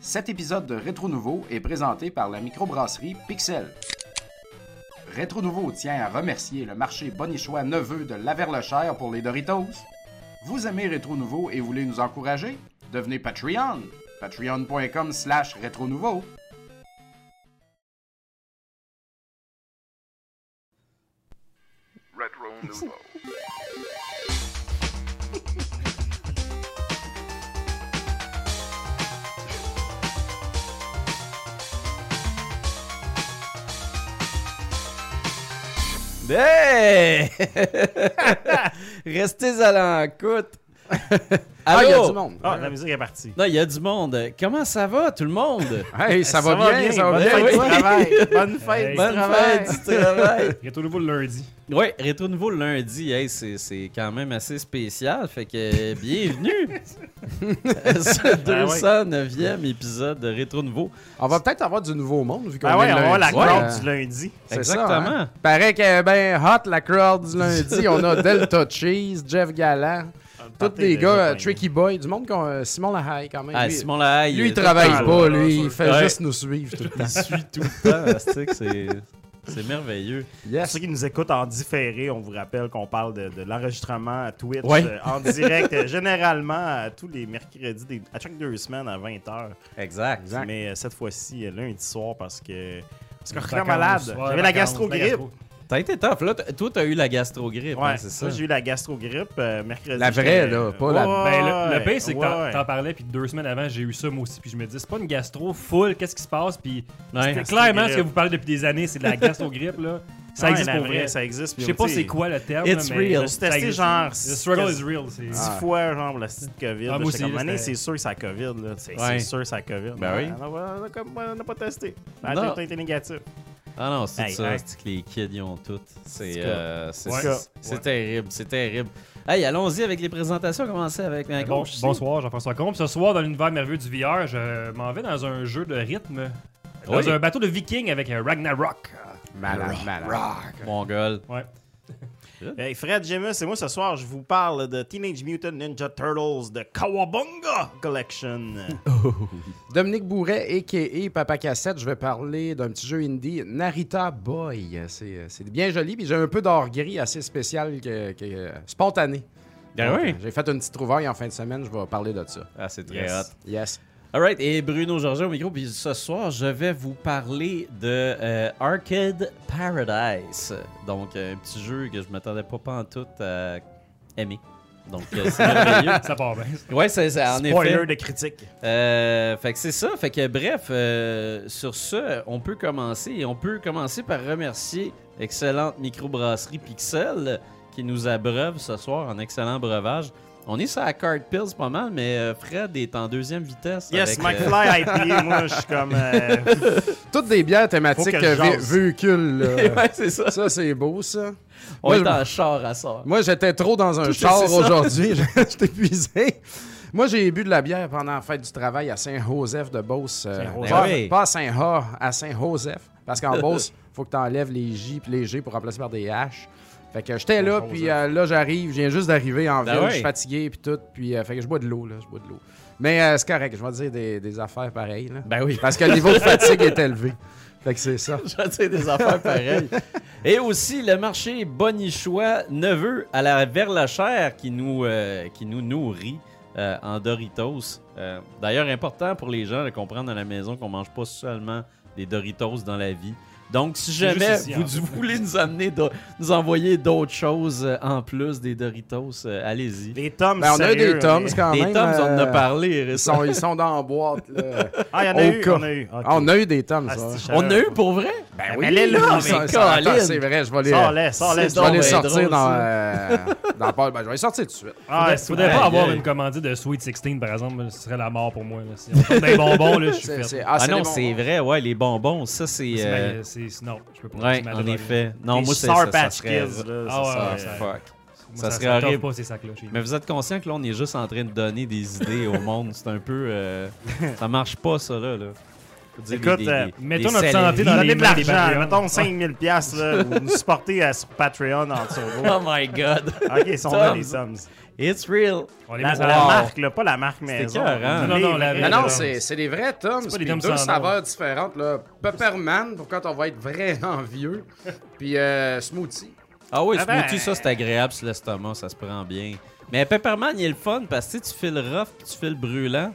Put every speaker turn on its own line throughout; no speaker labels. Cet épisode de Rétro Nouveau est présenté par la microbrasserie Pixel. Rétro Nouveau tient à remercier le marché Bonichois Neveu de Laverlechère pour les Doritos. Vous aimez Rétro Nouveau et voulez nous encourager? Devenez Patreon! Patreon.com slash Rétro Nouveau.
Retro Nouveau.
Hey! Restez à l'encoute.
Ah, il y a
Allô?
du monde.
Ah, la musique est partie.
Non, il y a du monde. Comment ça va, tout le monde?
Hey, ça, va, bien, ça va
bonne
bien.
fête du
oui.
travail.
Bonne fête,
Hey.
du
Bonne
travail.
fête du travail.
Retour nouveau le lundi.
Oui, Rétro Nouveau le lundi, hey, c'est, c'est quand même assez spécial. Fait que euh, bienvenue à
Ben
ce 209e épisode de Rétro Nouveau.
On va peut-être avoir du nouveau monde vu qu'on
Ah
est
ouais, on
lundi.
va la crowd
Euh,
du lundi.
c'est
Exactement.
ça, hein? Paraît qu'elle est bien hot, la crowd du lundi. on a Delta Cheese, Jeff Gallant, tous des gars, euh, Tricky Boy, du monde qu'on... euh, Simon Lahaye, quand même.
Ah,
lui,
Simon Lahaye.
lui, il
euh,
travaille
Ah,
pas,
là, là,
lui.
sûr.
Il fait
Ouais.
juste nous suivre tout le temps.
Il suit tout le temps. ah, c'est que c'est, c'est merveilleux.
Pour
Yes.
ceux qui nous écoutent en différé, on vous rappelle qu'on parle de, de l'enregistrement à Twitch
Ouais.
euh, en direct, euh, généralement à tous les mercredis, des- à chaque deux semaines à 20h.
Exact.
Mais euh, cette fois-ci, euh, lundi soir, parce que. Parce que je suis
Vacances,
malade.
ouais,
J'avais la
vacances,
gastro-grippe.
gastro.
T'as été tough. Là, T- toi, t'as eu la gastro-grippe. hein,
Ouais,
c'est ça.
ça. J'ai eu la gastro-grippe euh, mercredi.
La vraie,
j'étais-
là, pas la-
Ben,
Ouais,
le, le pire, c'est que t'en
ouais.
t'en parlais, puis deux semaines avant, j'ai eu ça moi aussi, puis je me dis, c'est pas une gastro full, qu'est-ce qui se passe, puis
Ouais.
c'était clairement
Gastro-grippe.
ce que vous parlez depuis des années, c'est de la gastro-grippe, là. Ça
Ouais,
existe
la
pour
vraie,
vrai.
Ça existe.
Je
puis,
sais pas
tu sais,
c'est quoi le terme,
It's
là,
real.
mais
Je me suis testé
existe.
genre. Ah.
The struggle is real. c'est-
10 fois, genre, le site COVID.
Ah,
là,
moi
j'étais
aussi,
comme,
là,
Mané,
c'était-
c'est sûr que c'est la COVID. là. C'est
Ouais.
c'est sûr que c'est la COVID.
Ben
Ouais,
oui.
On a- on a comme- on n'a pas testé. La
Non.
test a été négatif.
Ah non, c'est
Hey,
ça.
hey.
C'est que les kids, ils ont tout. C'est
C'est
euh, c'est-
Ouais.
c'est- c'est terrible. C'est terrible. Hey, allons-y avec les présentations. Commencer avec ma
Bon-
gauche.
bonsoir, Jean-François Combe. Ce soir, dans l'univers merveilleux du VR, je m'en vais dans un jeu de rythme. Dans
Oui.
un bateau de viking avec euh, Ragnarok.
Malade, malade.
Mongol.
Ouais.
Hey, Fred Gemus et moi, ce soir, je vous parle de Teenage Mutant Ninja Turtles de Kawabunga Collection.
Dominique Bourret, a.k.a. Papa Cassette, je vais parler d'un petit jeu indie, Narita Boy. C'est euh, c'est bien joli, puis j'ai un peu d'or gris assez spécial, que, que- spontané.
Ben
Donc,
oui.
J'ai fait une petite trouvaille en fin de semaine, je vais parler de ça.
Ah, c'est très
Yes.
hot.
Yes.
Alright, et Bruno Georges au micro. Puis ce soir, je vais vous parler de euh, Arcade Paradise. Donc, euh, un petit jeu que je m'attendais pas pantoute à aimer. Donc, euh, c'est merveilleux.
Ça part bien.
Ouais, c'est c'est- en effet.
Spoiler de critique.
Euh, fait que c'est ça. Fait que bref, euh, sur ce, on peut commencer. Et on peut commencer par remercier excellente microbrasserie Pixel qui nous abreuve ce soir en excellent breuvage. On est sur la card pills pas mal, mais euh, Fred est en deuxième vitesse.
Yes,
avec, euh,
McFly IPA, moi, je suis comme. euh,
Toutes des bières
Faut
thématiques
que je
euh, vé-
jase.
véhicules. là.
ouais, c'est ça.
ça, c'est beau, ça.
On
Moi,
est
je-
en char à sort.
Moi, j'étais trop dans un
Tout est-
char
c'est ça.
aujourd'hui. je je t'ai épuisé. Moi, j'ai bu de la bière pendant la fête du travail à Saint-Joseph de Beauce. euh,
Saint-Joseph.
pas,
Ben oui.
pas à Saint-Ha, à Saint-Joseph. Parce qu'en Beauce, faut que tu enlèves les J et les G pour remplacer par des H. Fait que j'étais là,
Saint-Joseph.
puis euh, là, j'arrive. Je viens juste d'arriver en
Ben
ville.
oui.
Je suis fatigué, puis tout. Puis, euh, fait que je bois de l'eau, là. Je bois de l'eau. Mais euh, c'est correct. Je vais te dire des, des affaires pareilles, là.
Ben oui.
Parce que le niveau de fatigue est élevé. Fait que c'est ça.
Je sais, des affaires pareilles. Et aussi le marché Bonichois Neveu à la Verlachère qui nous, euh, qui nous nourrit euh, en Doritos. Euh, D'ailleurs, important pour les gens de comprendre à la maison qu'on mange pas seulement des Doritos dans la vie. Donc, si
C'est
jamais
juste ici,
vous
en fait.
voulez nous amener, d'au- nous envoyer d'autres choses euh, en plus des Doritos, euh, allez-y.
les tomes,
Ben, on a eu
sérieux,
des Toms
mais-
quand
Des
même.
Toms, on en a
euh,
parlé
Ils
récemment.
sont, ils sont dans la boîte, là.
Ah, il y en a
Au
eu.
cas.
On a eu.
Ah, on a eu des tomes, ça.
eu.
On en a eu pour vrai?
Ben oui, là,
Ah,
Ah,
mais
ça- ça- attends,
Colin.
c'est vrai, je vais les,
Sors-les, sors-les.
C'est
je vais
donc
les
ben
sortir
drôle,
dans,
ça.
euh, dans Paul. Ben, je vais les sortir tout de suite.
Ah,
Il faudrait
ouais.
pas avoir
Aïe.
une commandite de Sweet 16, par exemple. là, Ce serait la mort pour moi. là. Si on prend des bonbons, là, je suis
C'est-
fait.
c'est-
Ah,
c'est
non,
des bons-
c'est vrai, ouais, les bonbons, ça c'est...
C'est
euh,
ma- c'est- c'est- Non, je peux pas.
Ouais,
c'est ma
en
devise.
effet. Non,
Des
moi, c'est
Sour
ça, ça
Patch
serait...
Kids, là,
Ah,
c'est
ouais,
Ah,
ça.
ouais,
fuck.
Moi,
Ça
ça
serait
ça
horrible.
t'offre pas ces sacs-là. chez nous.
Mais vous êtes conscient que là, on est juste en train de donner des idées au monde. C'est un peu... euh, ça marche pas, ça, là. là. pour dire des-
Écoute,
des-
euh,
des-
mettons
des
notre
saleries.
santé dans
Donnez
les
de
mains des
l'argent,
Patreons.
mettons 5000 piastres, là, ou nous supporter à- sur Patreon en dessous.
Oh my god.
Ok, ils sont là, les sommes.
It's real.
On les
La,
met
la
à la
Wow.
marque, là, pas la marque maison.
écœurant. hein?
On
Non, non,
dit
la-
les
Mais
vrais
la-
non,
Tums.
c'est c'est des vrais Tums.
pas des
puis
Tums
deux
sans nom.
saveurs différentes. Là. Pepperman, pour quand on va être vraiment vieux. Puis euh, Smoothie.
Ah oui,
Ah
smoothie,
ben.
ça, c'est agréable sur l'estomac, ça se prend bien. Mais Pepperman, il est le fun parce que tu sais, tu fais le rough puis tu fais le brûlant.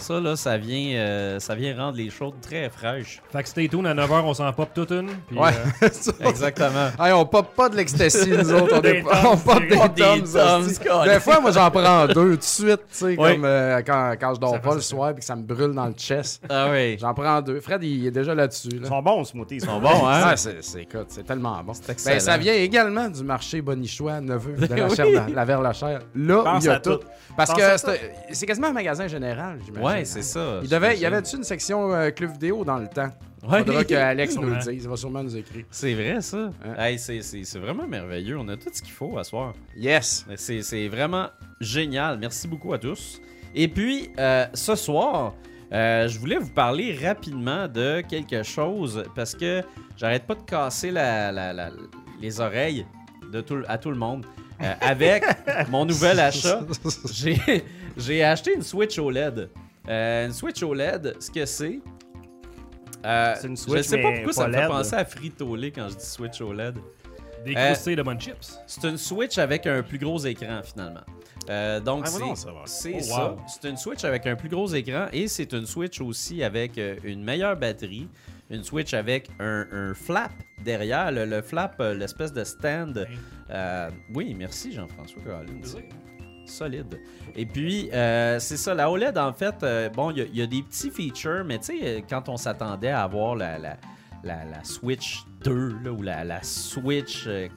Ça, là, ça vient, euh, ça vient rendre les choses très fraîches.
Fait que stay tuned, à 9h, on s'en pop toute une. Puis,
Ouais.
euh,
Exactement.
Hey, on pop pas de l'ecstasy, nous autres. On,
Des
est-
Tums,
on pop
des-
des Tums.
des Tums,
hostie.
God.
des fois, moi, j'en prends deux tout de suite, tu sais,
Oui.
comme euh, quand, quand je dors
Ça
pas
fait
le
ça.
soir et que ça me brûle dans le chest.
Ah oui.
J'en prends deux. Fred, il est déjà là-dessus.
Ils
Là.
sont bons, les smoothies. Ils sont bons.
Bon, hein?
Ah, c'est c'est- écoute, c'est tellement bon.
excellent.
Ben, ça vient également du marché Bonichois, Neveu, de la,
Oui.
chair, la, la Verlachère. Là,
Pense
il y a
à
tout.
tout.
Parce
Pense
que
à tout.
c'est c'est quasiment un magasin général, j'imagine.
Ouais, c'est ça.
Il devait, il y
j'imagine.
avait-tu une section euh, club vidéo dans le temps?
Ouais.
Faudra que Alex nous le
Sûrement.
dise. Il va sûrement nous écrire.
C'est vrai, ça.
Hein?
Hey, c'est- c'est c'est vraiment merveilleux. On a tout ce qu'il faut à soir.
Yes!
C'est c'est vraiment génial. Merci beaucoup à tous. Et puis, euh, ce soir, euh, je voulais vous parler rapidement de quelque chose parce que j'arrête pas de casser la- la- la- les oreilles de tout, le- à tout le monde. Euh, avec mon nouvel achat, j'ai j'ai acheté une Switch OLED. Euh, une Switch OLED, ce que c'est. euh,
C'est une
je
Switch,
sais pas
mais
pourquoi
pas E
ça me fait
LED.
penser à Frito-Lay quand je dis Switch E OLED.
des
Euh,
croustilles de bonnes chips.
C'est une Switch avec un plus gros écran finalement. Euh, donc
Ah,
c'est
moi non, ça va.
c'est
Oh,
ça.
wow.
C'est une Switch avec un plus gros écran et c'est une Switch aussi avec euh, une meilleure batterie, une Switch avec un, un flap derrière, le, le flap, euh, l'espèce de stand. Euh, oui, merci Jean-François Caroline. C'est Solide. Et puis, euh, c'est ça, la OLED, en fait, euh, bon, il y a- il y, a des petits features, mais tu sais, euh, quand on s'attendait à avoir la, la, la, la Switch 2 là, ou la, la Switch euh,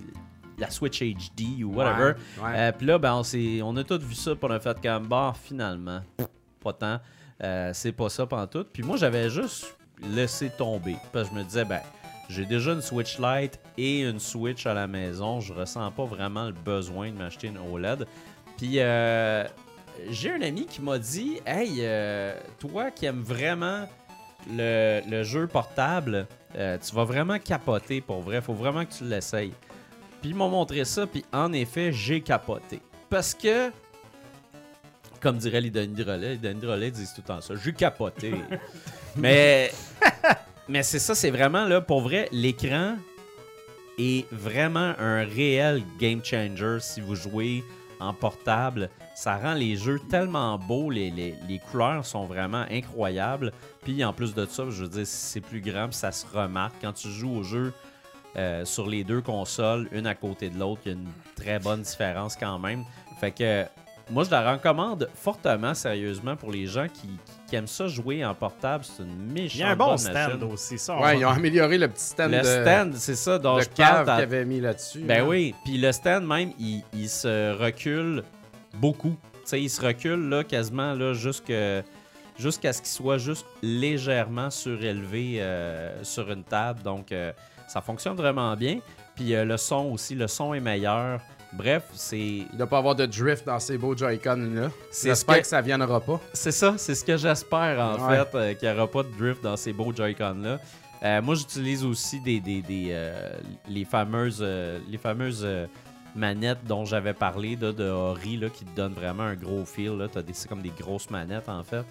la Switch HD ou whatever.
Ouais, ouais.
Euh, Puis là, ben, on, s'est- on a tous vu ça pour un fait comme bar finalement. pff, Pas tant. Euh, c'est pas ça pantoute. Puis moi, j'avais juste laissé tomber. Parce que je me disais, ben, j'ai déjà une Switch Lite et une Switch à la maison. Je ressens pas vraiment le besoin de m'acheter une OLED. Puis euh, j'ai un ami qui m'a dit, hey, euh, toi qui aimes vraiment le, le jeu portable, euh, tu vas vraiment capoter pour vrai. Faut vraiment que tu l'essayes. Puis ils m'ont montré ça, puis en effet, j'ai capoté. Parce que, comme dirait les Denis Drolet, les Denis Drolet disent tout le temps ça, j'ai capoté. mais mais c'est ça, c'est vraiment là, pour vrai, l'écran est vraiment un réel game changer si vous jouez en portable. Ça rend les jeux tellement beaux, les, les- les couleurs sont vraiment incroyables. Puis en plus de ça, je veux dire, c'est plus grand, puis ça se remarque. Quand tu joues au jeu, euh, sur les deux consoles, une à côté de l'autre. Il y a une très bonne différence quand même. Fait que euh, moi, je la recommande fortement, sérieusement, pour les gens qui, qui- qui aiment ça jouer en portable. C'est une méchante
Il y a un bon
bonne
stand
machine.
aussi, ça. on va-
Ouais, ils ont amélioré le petit stand
Le
de,
stand, c'est ça dont
de
je
cave
parle.
qu'ils
t'as-
avaient mis là-dessus. hein.
Ben
là.
oui, puis le stand même, il, il se recule beaucoup. Tu sais, il se recule là, quasiment là, jusque- jusqu'à ce qu'il soit juste légèrement surélevé euh, sur une table. Donc, euh, ça fonctionne vraiment bien. Puis euh, le son aussi, le son est meilleur. Bref, c'est
Il doit pas avoir de drift dans ces beaux Joy-Con-là.
c'est ce
J'espère
que-
que... ça viendra pas.
c'est ça, c'est ce que j'espère en
Ouais.
fait, euh, qu'il n'y aura pas de drift dans ces beaux Joy-Con là. Euh, moi, j'utilise aussi des, des- des, euh, les fameuses, euh, les fameuses euh, manettes dont j'avais parlé de, de Ori là, qui te donnent vraiment un gros feel. là. T'as des- C'est comme des grosses manettes en fait.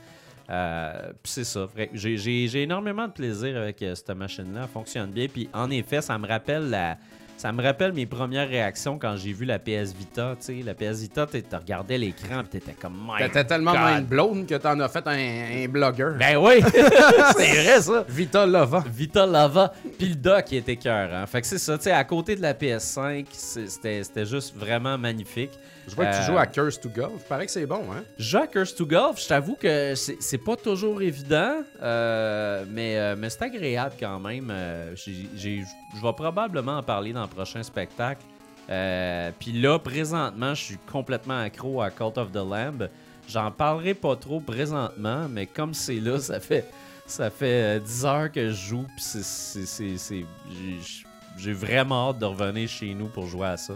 Euh, puis c'est ça. vrai- J'ai j'ai- j'ai énormément de plaisir avec euh, cette machine-là. Elle fonctionne bien. Puis en effet, ça me rappelle la. Ça me rappelle mes premières réactions quand j'ai vu la PS Vita. tu sais. La PS Vita, tu tu regardais l'écran et t'étais comme My
T'étais tellement
God.
mind blown que t'en as fait un, un blogueur.
Ben oui, c'est vrai ça.
Vita Lova.
Vita Lava, puis le doc il était cœur. Fait que c'est ça, tu sais, à côté de la PS5, c'est- c'était c'était juste vraiment magnifique.
Je vois que
Euh,
tu joues à Curse to Golf. Pareil que c'est bon, hein?
Je joue à Curse to Golf, je t'avoue que c'est c'est pas toujours évident, euh, mais, euh, mais c'est agréable quand même. Euh, j'ai- j'ai- Je vais probablement en parler dans le prochain spectacle. Euh, Puis là, présentement, je suis complètement accro à Cult of the Lamb. J'en parlerai pas trop présentement, mais comme c'est là, ça fait ça fait euh, 10 heures que je joue. Puis c'est- c'est- c'est- c'est- j'ai- j'ai vraiment hâte de revenir chez nous pour jouer à ça.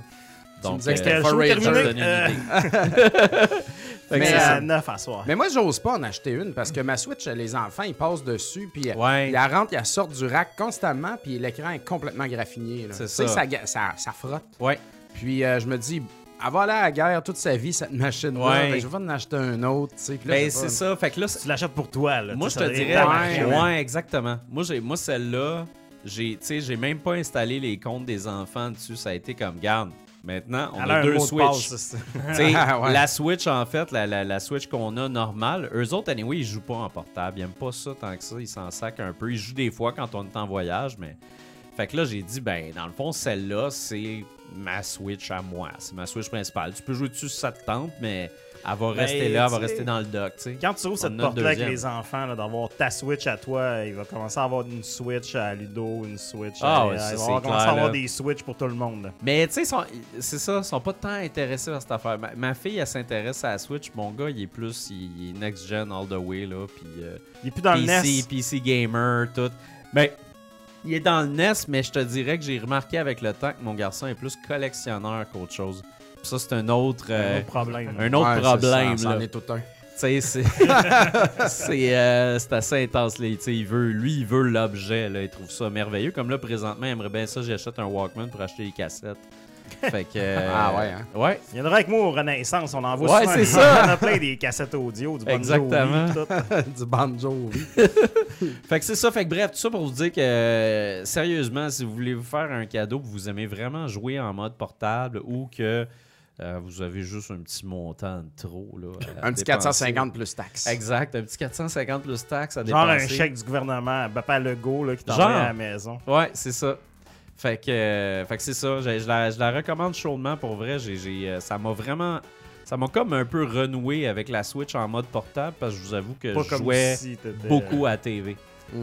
me disais que
euh,
c'était
Quel show
Forager
terminé?
ça me donne une
Euh,
idée.
Mais
c'est
à
ça.
9 à soir.
Mais moi, j'ose pas en acheter une parce que ma Switch, les enfants, ils passent dessus, puis euh,
Ouais.
ils la rentrent, ils la sortent du rack constamment, puis l'écran est complètement graffiné. là.
C'est
Tu sais,
ça.
Ça, ga- ça, ça frotte.
Ouais.
Puis euh, je me dis, avoir là à la guerre toute sa vie, cette machine-là,
Ouais.
ben, je vais en acheter un autre. tu sais, puis là,
Ben,
j'ai pas-
c'est ça. Fait que là,
Tu l'achètes pour toi. Là,
Moi,
Tu
je
sais,
te
ça
dirais,
va être
ouais,
ouais,
marché.
exactement. Moi, j'ai, moi celle-là, j'ai, tu sais, j'ai même pas installé les comptes des enfants dessus. Ça a été comme, garde, maintenant, on
Elle
a,
un
deux
mot de passe,
Switch.
ça, c'est-
Tu sais,
Ah, ouais.
La Switch, en fait, la, la- la Switch qu'on a normale, eux autres, anyway, ils jouent pas en portable. Ils aiment pas ça tant que ça. Ils s'en sacrent un peu. Ils jouent des fois quand on est en voyage, mais... Fait que là, j'ai dit, ben, dans le fond, celle-là, c'est ma Switch à moi. C'est ma Switch principale. Tu peux jouer dessus si ça te tente, mais elle va rester là, elle va
Ben, tu sais,
rester dans le dock, tu sais.
Quand tu ouvres
On
cette
a le
porte-là avec
deuxième.
les enfants, là, d'avoir ta Switch à toi, il va commencer à avoir une Switch à Ludo, une Switch
Ah
à...
ouais, ça,
il va
c'est
avoir- commencer à
clair,
avoir
là.
des Switch pour tout le monde.
Mais tu sais, sont- c'est ça, ils sont pas tant intéressés à cette affaire. Ma, ma fille, elle s'intéresse à la Switch. Mon gars, il est plus, il, il est next-gen all the way, là. Puis euh,
Il est plus dans le E
PC,
NES.
PC gamer, tout. Ben, il est dans le NES, mais je te dirais que j'ai remarqué avec le temps que mon garçon est plus collectionneur qu'autre chose. Puis ça, c'est un autre,
Un
euh,
autre problème.
un autre
Ouais, c'est ça,
problème,
ça en
là.
est tout un.
Tu sais, c'est c'est, euh, c'est assez intense. Là. Tu sais, Il veut, lui, il veut l'objet. là. Il trouve ça merveilleux. Comme là, présentement, il aimerait bien ça. J'achète un Walkman pour acheter les cassettes. Fait que, euh,
Ah ouais, hein?
Ouais.
Il y en aura avec moi au Renaissance, on envoie
Ouais,
souvent
c'est
des-
ça.
On a plein des cassettes audio, du Bon
Exactement.
Jovi, tout.
du banjo. oui.
Fait que c'est ça. Fait que bref, tout ça pour vous dire que euh, sérieusement, si vous voulez vous faire un cadeau que vous aimez vraiment jouer en mode portable ou que euh, vous avez juste un petit montant de trop. Là, à
Un petit
dépenser.
450 plus taxes.
Exact. Un petit 450 plus taxes à
Genre un
dépenser.
chèque du gouvernement à Papa Legault là, qui
Genre.
t'envoie à la maison.
Ouais, c'est ça. Fait que, euh, fait que c'est ça. Je, je la, je la recommande chaudement pour vrai. J'ai, j'ai, euh, ça m'a vraiment. Ça m'a comme un peu renoué avec la Switch en mode portable parce que je vous avoue que
Pas
je
comme
jouais
si t'étais-
beaucoup à TV.
Mm.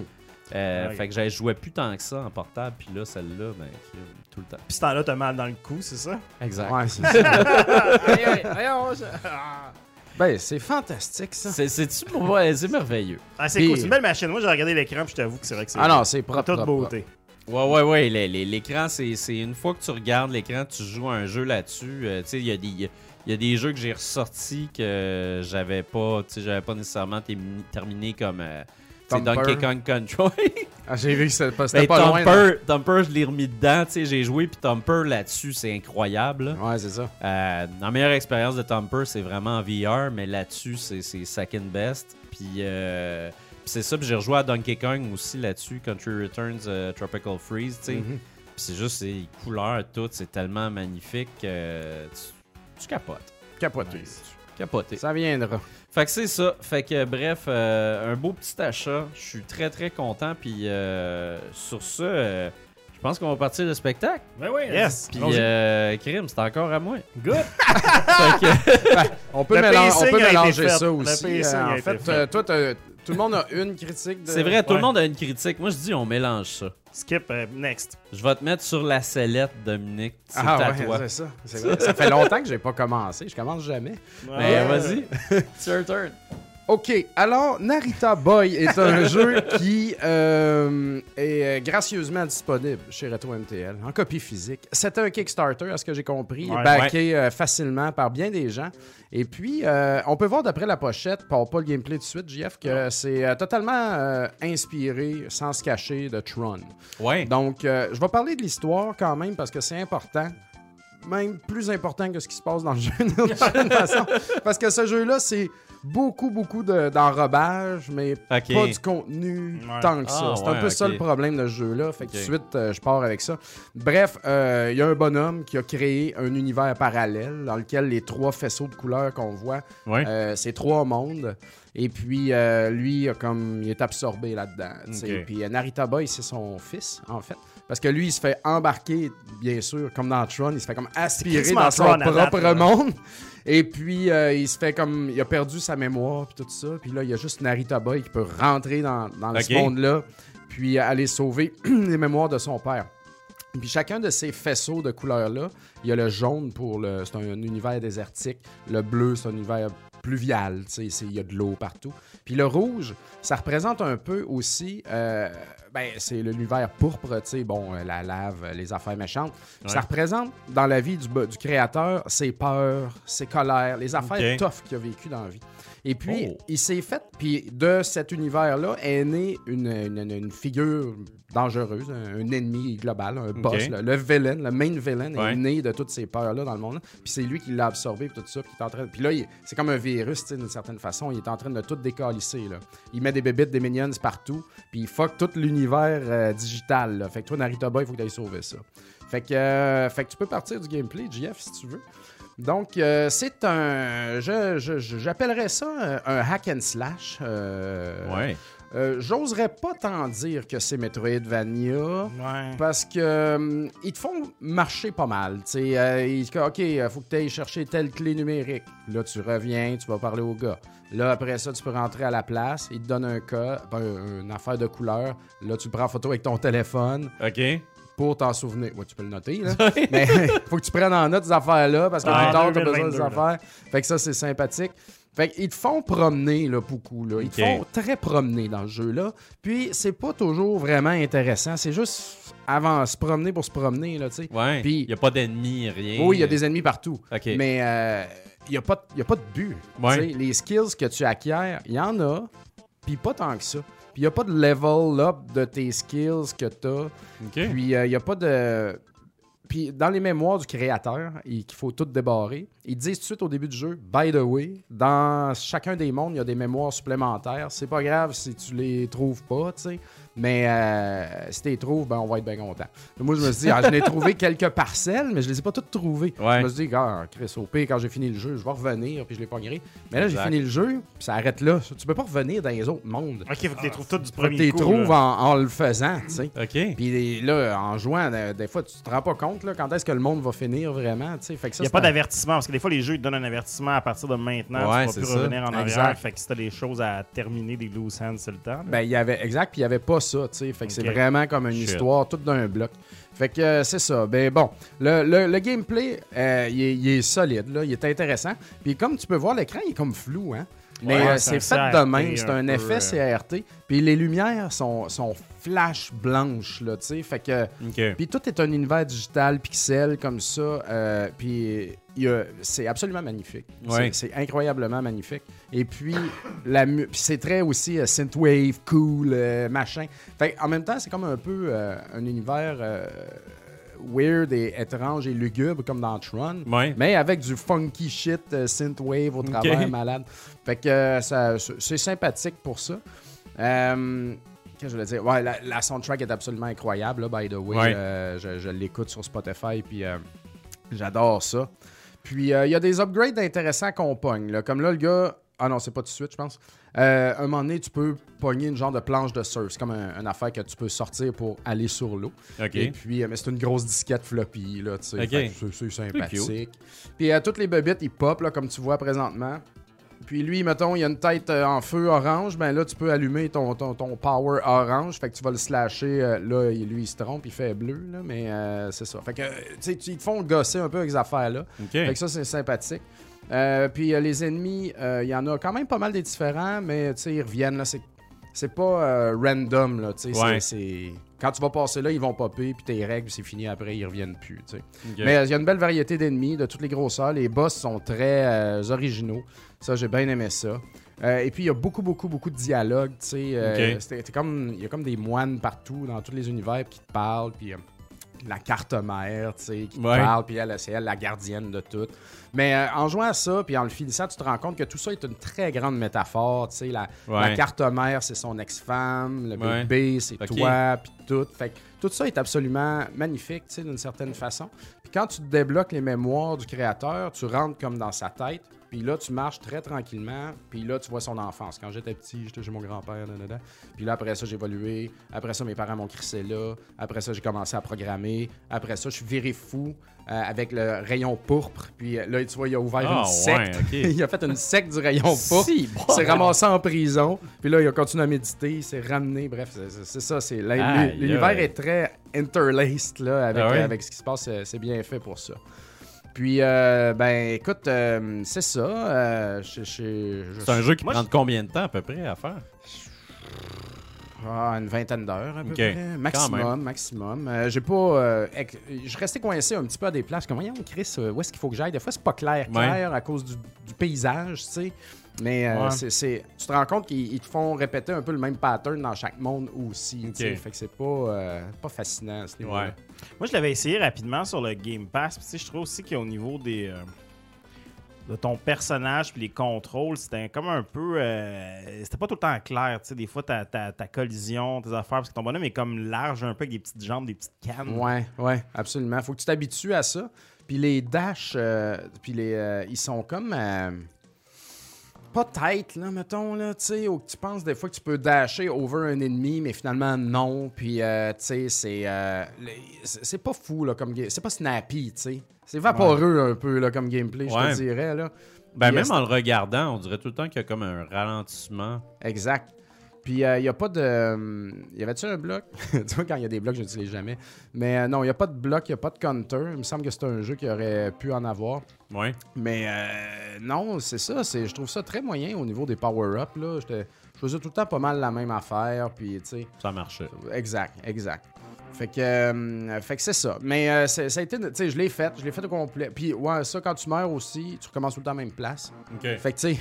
Euh,
Ouais.
Fait que je jouais plus tant que ça en portable. Puis là, celle-là, ben, crime, tout le temps.
Puis ce temps-là, t'as mal dans le cou, c'est ça?
Exact.
Ouais, c'est ça. Aïe, aïe, aïe, on- ah. ben, c'est fantastique, ça.
C'est, c'est-tu pour- ouais, c'est merveilleux.
Ah, c'est
Puis-
cool, c'est une belle machine. Moi, j'ai regardé l'écran, puis je t'avoue que c'est vrai que c'est
Ah non, c'est propre.
toute
propre,
beauté.
Ouais, ouais, ouais. les- les- l'écran, c'est, c'est une fois que tu regardes l'écran, tu joues à un jeu là-dessus. euh, tu sais, il y, a des- il y a- il y a des jeux que j'ai ressortis que j'avais pas, tu sais, j'avais pas nécessairement termi- terminé comme euh, tu sais,
Thumper.
Donkey Kong Control.
propre. Ah, J'ai vu que c'était pas, c'était
ben,
pas loin. hein.
Thumper, Thumper, je l'ai remis dedans. tu sais, J'ai joué, puis Thumper là-dessus, c'est incroyable. là.
là. Ouais, c'est ça.
Euh, la meilleure expérience de Thumper, c'est vraiment en VR, mais là-dessus, c'est, c'est second best. Puis, euh, puis c'est ça, puis j'ai rejoué à Donkey Kong aussi là-dessus, Country Returns, euh, Tropical Freeze, tu sais.
Mm-hmm.
Puis c'est juste les couleurs, tout, c'est tellement magnifique que tu, tu capotes.
Capoté.
Capoté.
Ça viendra.
Fait que c'est ça. Fait que euh, bref, euh, un beau petit achat. Je suis très très content. Puis euh, sur ce, euh, je pense qu'on va partir le spectacle.
Ben oui,
Yes!
Puis
allons-y.
euh, Krim, c'est encore à moi.
Good!
Fait que-
On peut,
Le
mélanger, on
pacing
peut
a été
mélanger
fait.
ça
Le
aussi.
pacing
euh,
a
en
été
fait,
fait.
euh, toi, t'as- tout le monde a une critique. de-
C'est vrai, tout
Ouais.
le monde a une critique. Moi, je dis, on mélange ça.
Skip, euh, next.
Je vais te mettre sur la sellette, Dominique. C'est
Ah
à
ouais,
toi.
c'est ça. C'est vrai. ça fait longtemps que j'ai pas commencé. Je commence jamais.
Mais
Ouais.
vas-y, c'est un turn.
OK, alors Narita Boy est un jeu qui euh, est euh, gracieusement disponible chez Retro MTL en copie physique. C'était un Kickstarter, à ce que j'ai compris,
Ouais,
backé euh, facilement par bien des gens. Et puis, euh, on peut voir d'après la pochette, pour pas le gameplay tout de suite, JF, que c'est euh, totalement euh, inspiré, sans se cacher, de Tron.
Ouais.
Donc, euh, je vais parler de l'histoire quand même parce que c'est important. Même plus important que ce qui se passe dans le jeu, d'une certaine façon. Parce que ce jeu-là, c'est beaucoup, beaucoup de- d'enrobage, mais
Ok.
pas du contenu
Ouais.
tant que ça.
Ah,
c'est un
ouais,
peu ça
ok.
le problème de ce jeu-là. Fait que tout de
Ok.
suite, euh, je pars avec ça. Bref, euh, il y a un bonhomme qui a créé un univers parallèle dans lequel les trois faisceaux de couleurs qu'on voit,
Ouais.
euh, c'est trois mondes. Et puis, euh, lui, a comme, il est absorbé là-dedans. tu sais.
Ok.
Puis, euh, Narita Boy, c'est son fils, en fait. Parce que lui, il se fait embarquer, bien sûr, comme dans Tron, il se fait comme aspirer
quasiment
dans son
Tron à date,
propre
là.
monde. Et puis, euh, il se fait comme. Il a perdu sa mémoire, puis tout ça. Puis là, il y a juste Narita Boy qui peut rentrer dans, dans
Ok.
ce monde-là, puis euh, aller sauver les mémoires de son père. Puis chacun de ces faisceaux de couleurs-là, il y a le jaune pour le. C'est un, univers désertique. Le bleu, c'est un univers pluvial. tu sais, c'est- Il y a de l'eau partout. Puis le rouge, ça représente un peu aussi. euh, ben, c'est l'univers pourpre, tu sais, bon, euh, la lave, euh, les affaires méchantes. Puis Ça représente, dans la vie du, bo- du créateur, ses peurs, ses colères, les affaires
Ok.
tough qu'il a vécues dans la vie. Et puis,
Oh.
il s'est fait. Puis de cet univers-là est née une, une- une figure dangereuse, un, un ennemi global, un boss.
Ok.
Le, le villain, le main villain
Ouais.
est né de toutes ces peurs-là dans le monde. Puis c'est lui qui l'a absorbé, puis tout ça. Puis, il est en train, puis là, il- c'est comme un virus, tu sais, d'une certaine façon. Il est en train de tout décalisser. Là. Il met des bébites, des minions partout. Puis il fuck tout l'univers euh, digital. là. Fait que toi, Narita Boy, il faut que tu sauver ça. Fait que, euh, fait que tu peux partir du gameplay, JF, si tu veux. Donc, euh, c'est un. je- je- je- J'appellerais ça un, un hack and slash. euh,
Ouais.
euh, J'oserais pas t'en dire que c'est Metroidvania.
Ouais.
Parce que euh, ils te font marcher pas mal. tu sais. Euh, ils disent, OK, euh, faut que tu ailles chercher telle clé numérique. Là, tu reviens, tu vas parler au gars. Là, après ça, tu peux rentrer à la place. Ils te donnent un cas, ben, une affaire de couleur. Là, tu le prends en photo avec ton téléphone
Ok.
pour t'en souvenir. Ouais, tu peux le noter, là. Mais faut que tu prennes en note ces affaires-là parce que
Ah,
plus tard, t'as besoin
2022,
des
là.
affaires. Fait que ça, c'est sympathique. Fait qu'ils te font promener, là, beaucoup, là. Ils te
Ok.
font très promener dans ce jeu-là. Puis, c'est pas toujours vraiment intéressant. C'est juste avant se promener pour se promener, là, tu sais.
Ouais.
Puis-
il n'y a pas d'ennemis, rien.
Oui, il y a des ennemis partout.
Ok.
Mais euh, il n'y a, pas de- il y a pas de but.
Ouais.
Tu sais, Les skills que tu acquiers, il y en a, puis pas tant que ça. Puis il n'y a pas de level up de tes skills que tu as.
Ok.
Puis il n'y a pas de. Puis dans les mémoires du créateur, il- qu'il faut tout débarrer, ils disent tout de suite au début du jeu, by the way, dans chacun des mondes, il y a des mémoires supplémentaires. C'est pas grave si tu les trouves pas, tu sais. Mais euh, si tu les trouves, ben, on va être bien content. Moi, je me suis dit, ah, je n'ai trouvé quelques parcelles, mais je les ai pas toutes trouvées.
Ouais.
Je me suis dit, ah, Chris, au pire, quand j'ai fini le jeu, je vais revenir, puis je l'ai pas gré. Mais là, j'ai
Exact.
fini le jeu, puis ça arrête là. Tu peux pas revenir dans les autres mondes.
Ok, faut que
Ah,
tu les trouves toutes du
Tu
premier
les
coup.
trouves en,
là.
en le faisant, tu sais.
Ok.
Puis là, en jouant, euh, des fois, tu te rends pas compte là, quand est-ce que le monde va finir vraiment. tu sais. Fait que ça,
Il n'y a
c'est
pas
un-
d'avertissement, parce que des fois, les jeux ils te donnent un avertissement à partir de maintenant.
Ouais,
tu
c'est
vas plus
ça.
revenir en
Exact.
arrière. Fait que si t'as des choses à terminer, des loose hands, c'est le temps. là.
Ben, il y avait, exact, puis il y avait pas ça, tu sais. Fait que c'est
Hein? Ok.
vraiment comme une
Shit.
histoire toute d'un bloc. Fait que euh, c'est ça. Ben bon, le, le- le gameplay, euh, il est- il est, solide, là, il est intéressant. Puis comme tu peux voir, l'écran il est comme flou, hein. Mais
Ouais,
euh, c'est
c'est
fait
un
de
CRT
même, c'est un,
un peu,
effet
euh.
CRT. Puis les lumières sont, sont flash blanches, là, tu sais. Fait que
Ok.
Puis tout est un univers digital, pixel, comme ça. euh, puis il y a- c'est absolument magnifique.
Ouais.
C'est c'est incroyablement magnifique. Et puis, la mu- puis c'est très aussi euh, synthwave, cool, euh, machin. Fait que, en même temps, c'est comme un peu euh, un univers euh, weird et étrange et lugubre, comme dans Tron.
Ouais.
Mais avec du funky shit, euh, synthwave au travers, malade. Fait que euh, ça- c'est sympathique pour ça. Euh, Qu'est-ce que je voulais dire? Ouais, la, la soundtrack est absolument incroyable, là, by the way.
Ouais.
Euh, je je l'écoute sur Spotify, puis euh, j'adore ça. Puis euh, il y a des upgrades intéressants qu'on pogne. là. Comme là, le gars. Ah non, c'est pas tout de suite, je pense. Euh, un moment donné, tu peux pogner une genre de planche de surf. C'est comme un- une affaire que tu peux sortir pour aller sur l'eau.
Ok.
Et puis, euh, mais c'est une grosse disquette floppy, là, tu sais. Fait
Ok.
que c'est- C'est
C'est
sympathique. Puis à toutes les bobites, ils pop, là, comme tu vois présentement. Puis lui, mettons, il a une tête euh, en feu orange, ben là, tu peux allumer ton, ton, ton power orange, fait que tu vas le slasher. euh, là, il- lui, il se trompe, il fait bleu, là, mais euh, c'est ça. Fait que, euh, tu sais, tu- ils te font gosser un peu avec ces affaires-là.
Ok.
Fait que ça, c'est sympathique. Euh, puis euh, les ennemis, euh, il y en a quand même pas mal des différents, mais tu sais, ils reviennent. là C'est, c'est pas euh, random. Là, tu sais,
Ouais.
c'est, c'est- Quand tu vas passer là, ils vont popper, puis tes règles, c'est fini après, ils reviennent plus. tu sais.
Ok.
Mais euh, il y a une belle variété d'ennemis de toutes les grosseurs. Les boss sont très euh, originaux. Ça, j'ai bien aimé ça. Euh, et puis, il y a beaucoup, beaucoup, beaucoup de dialogues. tu sais, euh,
Ok.
c'était- c'était comme, il y a comme des moines partout dans tous les univers qui te parlent. Puis, euh, la carte mère, tu sais, qui te
Ouais.
parle. Puis, elle, c'est elle la gardienne de tout. Mais euh, en jouant à ça, puis en le finissant, tu te rends compte que tout ça est une très grande métaphore. Tu sais, la,
Ouais.
la carte mère, c'est son ex-femme. Le
Ouais.
bébé, c'est
Ok.
toi, puis tout. Fait que tout ça est absolument magnifique, tu sais, d'une certaine façon. Puis quand tu débloques les mémoires du créateur, tu rentres comme dans sa tête. Puis là, tu marches très tranquillement. Puis là, tu vois son enfance. Quand j'étais petit, j'étais chez mon grand-père. nanana. Puis là, après ça, j'ai évolué. Après ça, mes parents m'ont crissé là. Après ça, j'ai commencé à programmer. Après ça, je suis viré fou euh, avec le rayon pourpre. Puis euh, là, tu vois, il a ouvert
Ah,
une secte.
ouais, ok.
il a fait une secte du rayon pourpre.
Si, bon.
Il s'est ramassé en prison. Puis là, il a continué à méditer. Il s'est ramené. Bref, c'est- c'est c'est ça. C'est la-
Aïe,
l'univers
aïe.
est très interlaced là, avec,
Ah ouais?
euh, avec ce qui se passe. euh, C'est bien fait pour ça. Puis, euh, ben, écoute, euh, c'est ça. euh, je- je- euh, je-
C'est un jeu qui
Moi,
prend de combien de temps à peu près à faire?
Ah, une vingtaine d'heures, à peu
Ok,
près.
quand
Maximum, maximum. Euh, j'ai pas. euh, ec- je restais coincé un petit peu à des places. Comme, voyons, Chris, euh, où est-ce qu'il faut que j'aille? Des fois, c'est pas clair, clair à cause du, du paysage, tu sais. Mais euh,
Ouais.
c'est, c'est- tu te rends compte qu'ils ils te font répéter un peu le même pattern dans chaque monde aussi. tu sais. Fait que c'est pas, euh, pas fascinant à ce niveau-là.
Ouais.
Moi, je l'avais essayé rapidement sur le Game Pass. Puis, tu sais, je trouve aussi qu'au niveau des. euh, de ton personnage puis les contrôles, c'était comme un peu. euh, c'était pas tout le temps clair. Tu sais, des fois, ta, ta, ta collision, tes affaires, parce que ton bonhomme est comme large un peu avec des petites jambes, des petites cannes.
Ouais, ouais, absolument. Faut que tu t'habitues à ça. Puis les dashs, euh, puis les, euh, ils sont comme euh, pas tight là, mettons là, tu sais, ou que tu penses des fois que tu peux dasher over un ennemi, mais finalement non. Puis euh, tu sais, c'est euh, les- c'est c'est pas fou là comme ga- c'est pas snappy, tu sais. C'est vaporeux un peu là comme gameplay,
Ouais.
je te dirais là.
Ben,
Puis,
même
euh,
en le regardant, on dirait tout le temps qu'il y a comme un ralentissement.
Exact. Puis, il n'y a pas de. euh, Y avait-tu un bloc Tu vois, quand il y a des blocs, je l'utilise jamais. Mais euh, non, il n'y a pas de bloc, il n'y a pas de counter. Il me semble que c'est un jeu qui aurait pu en avoir.
Ouais.
Mais euh, non, c'est ça. c'est- Je trouve ça très moyen au niveau des power-ups. là. J'étais- Je faisais tout le temps pas mal la même affaire. Puis, tu sais.
Ça marchait.
Exact, exact. Fait que, euh, fait que c'est ça. Mais euh, c'est- ça a été. Tu sais, je l'ai fait. Je l'ai fait au complet. Puis, ouais, ça, quand tu meurs aussi, tu recommences tout le temps à la même place.
OK.
Fait que, tu sais,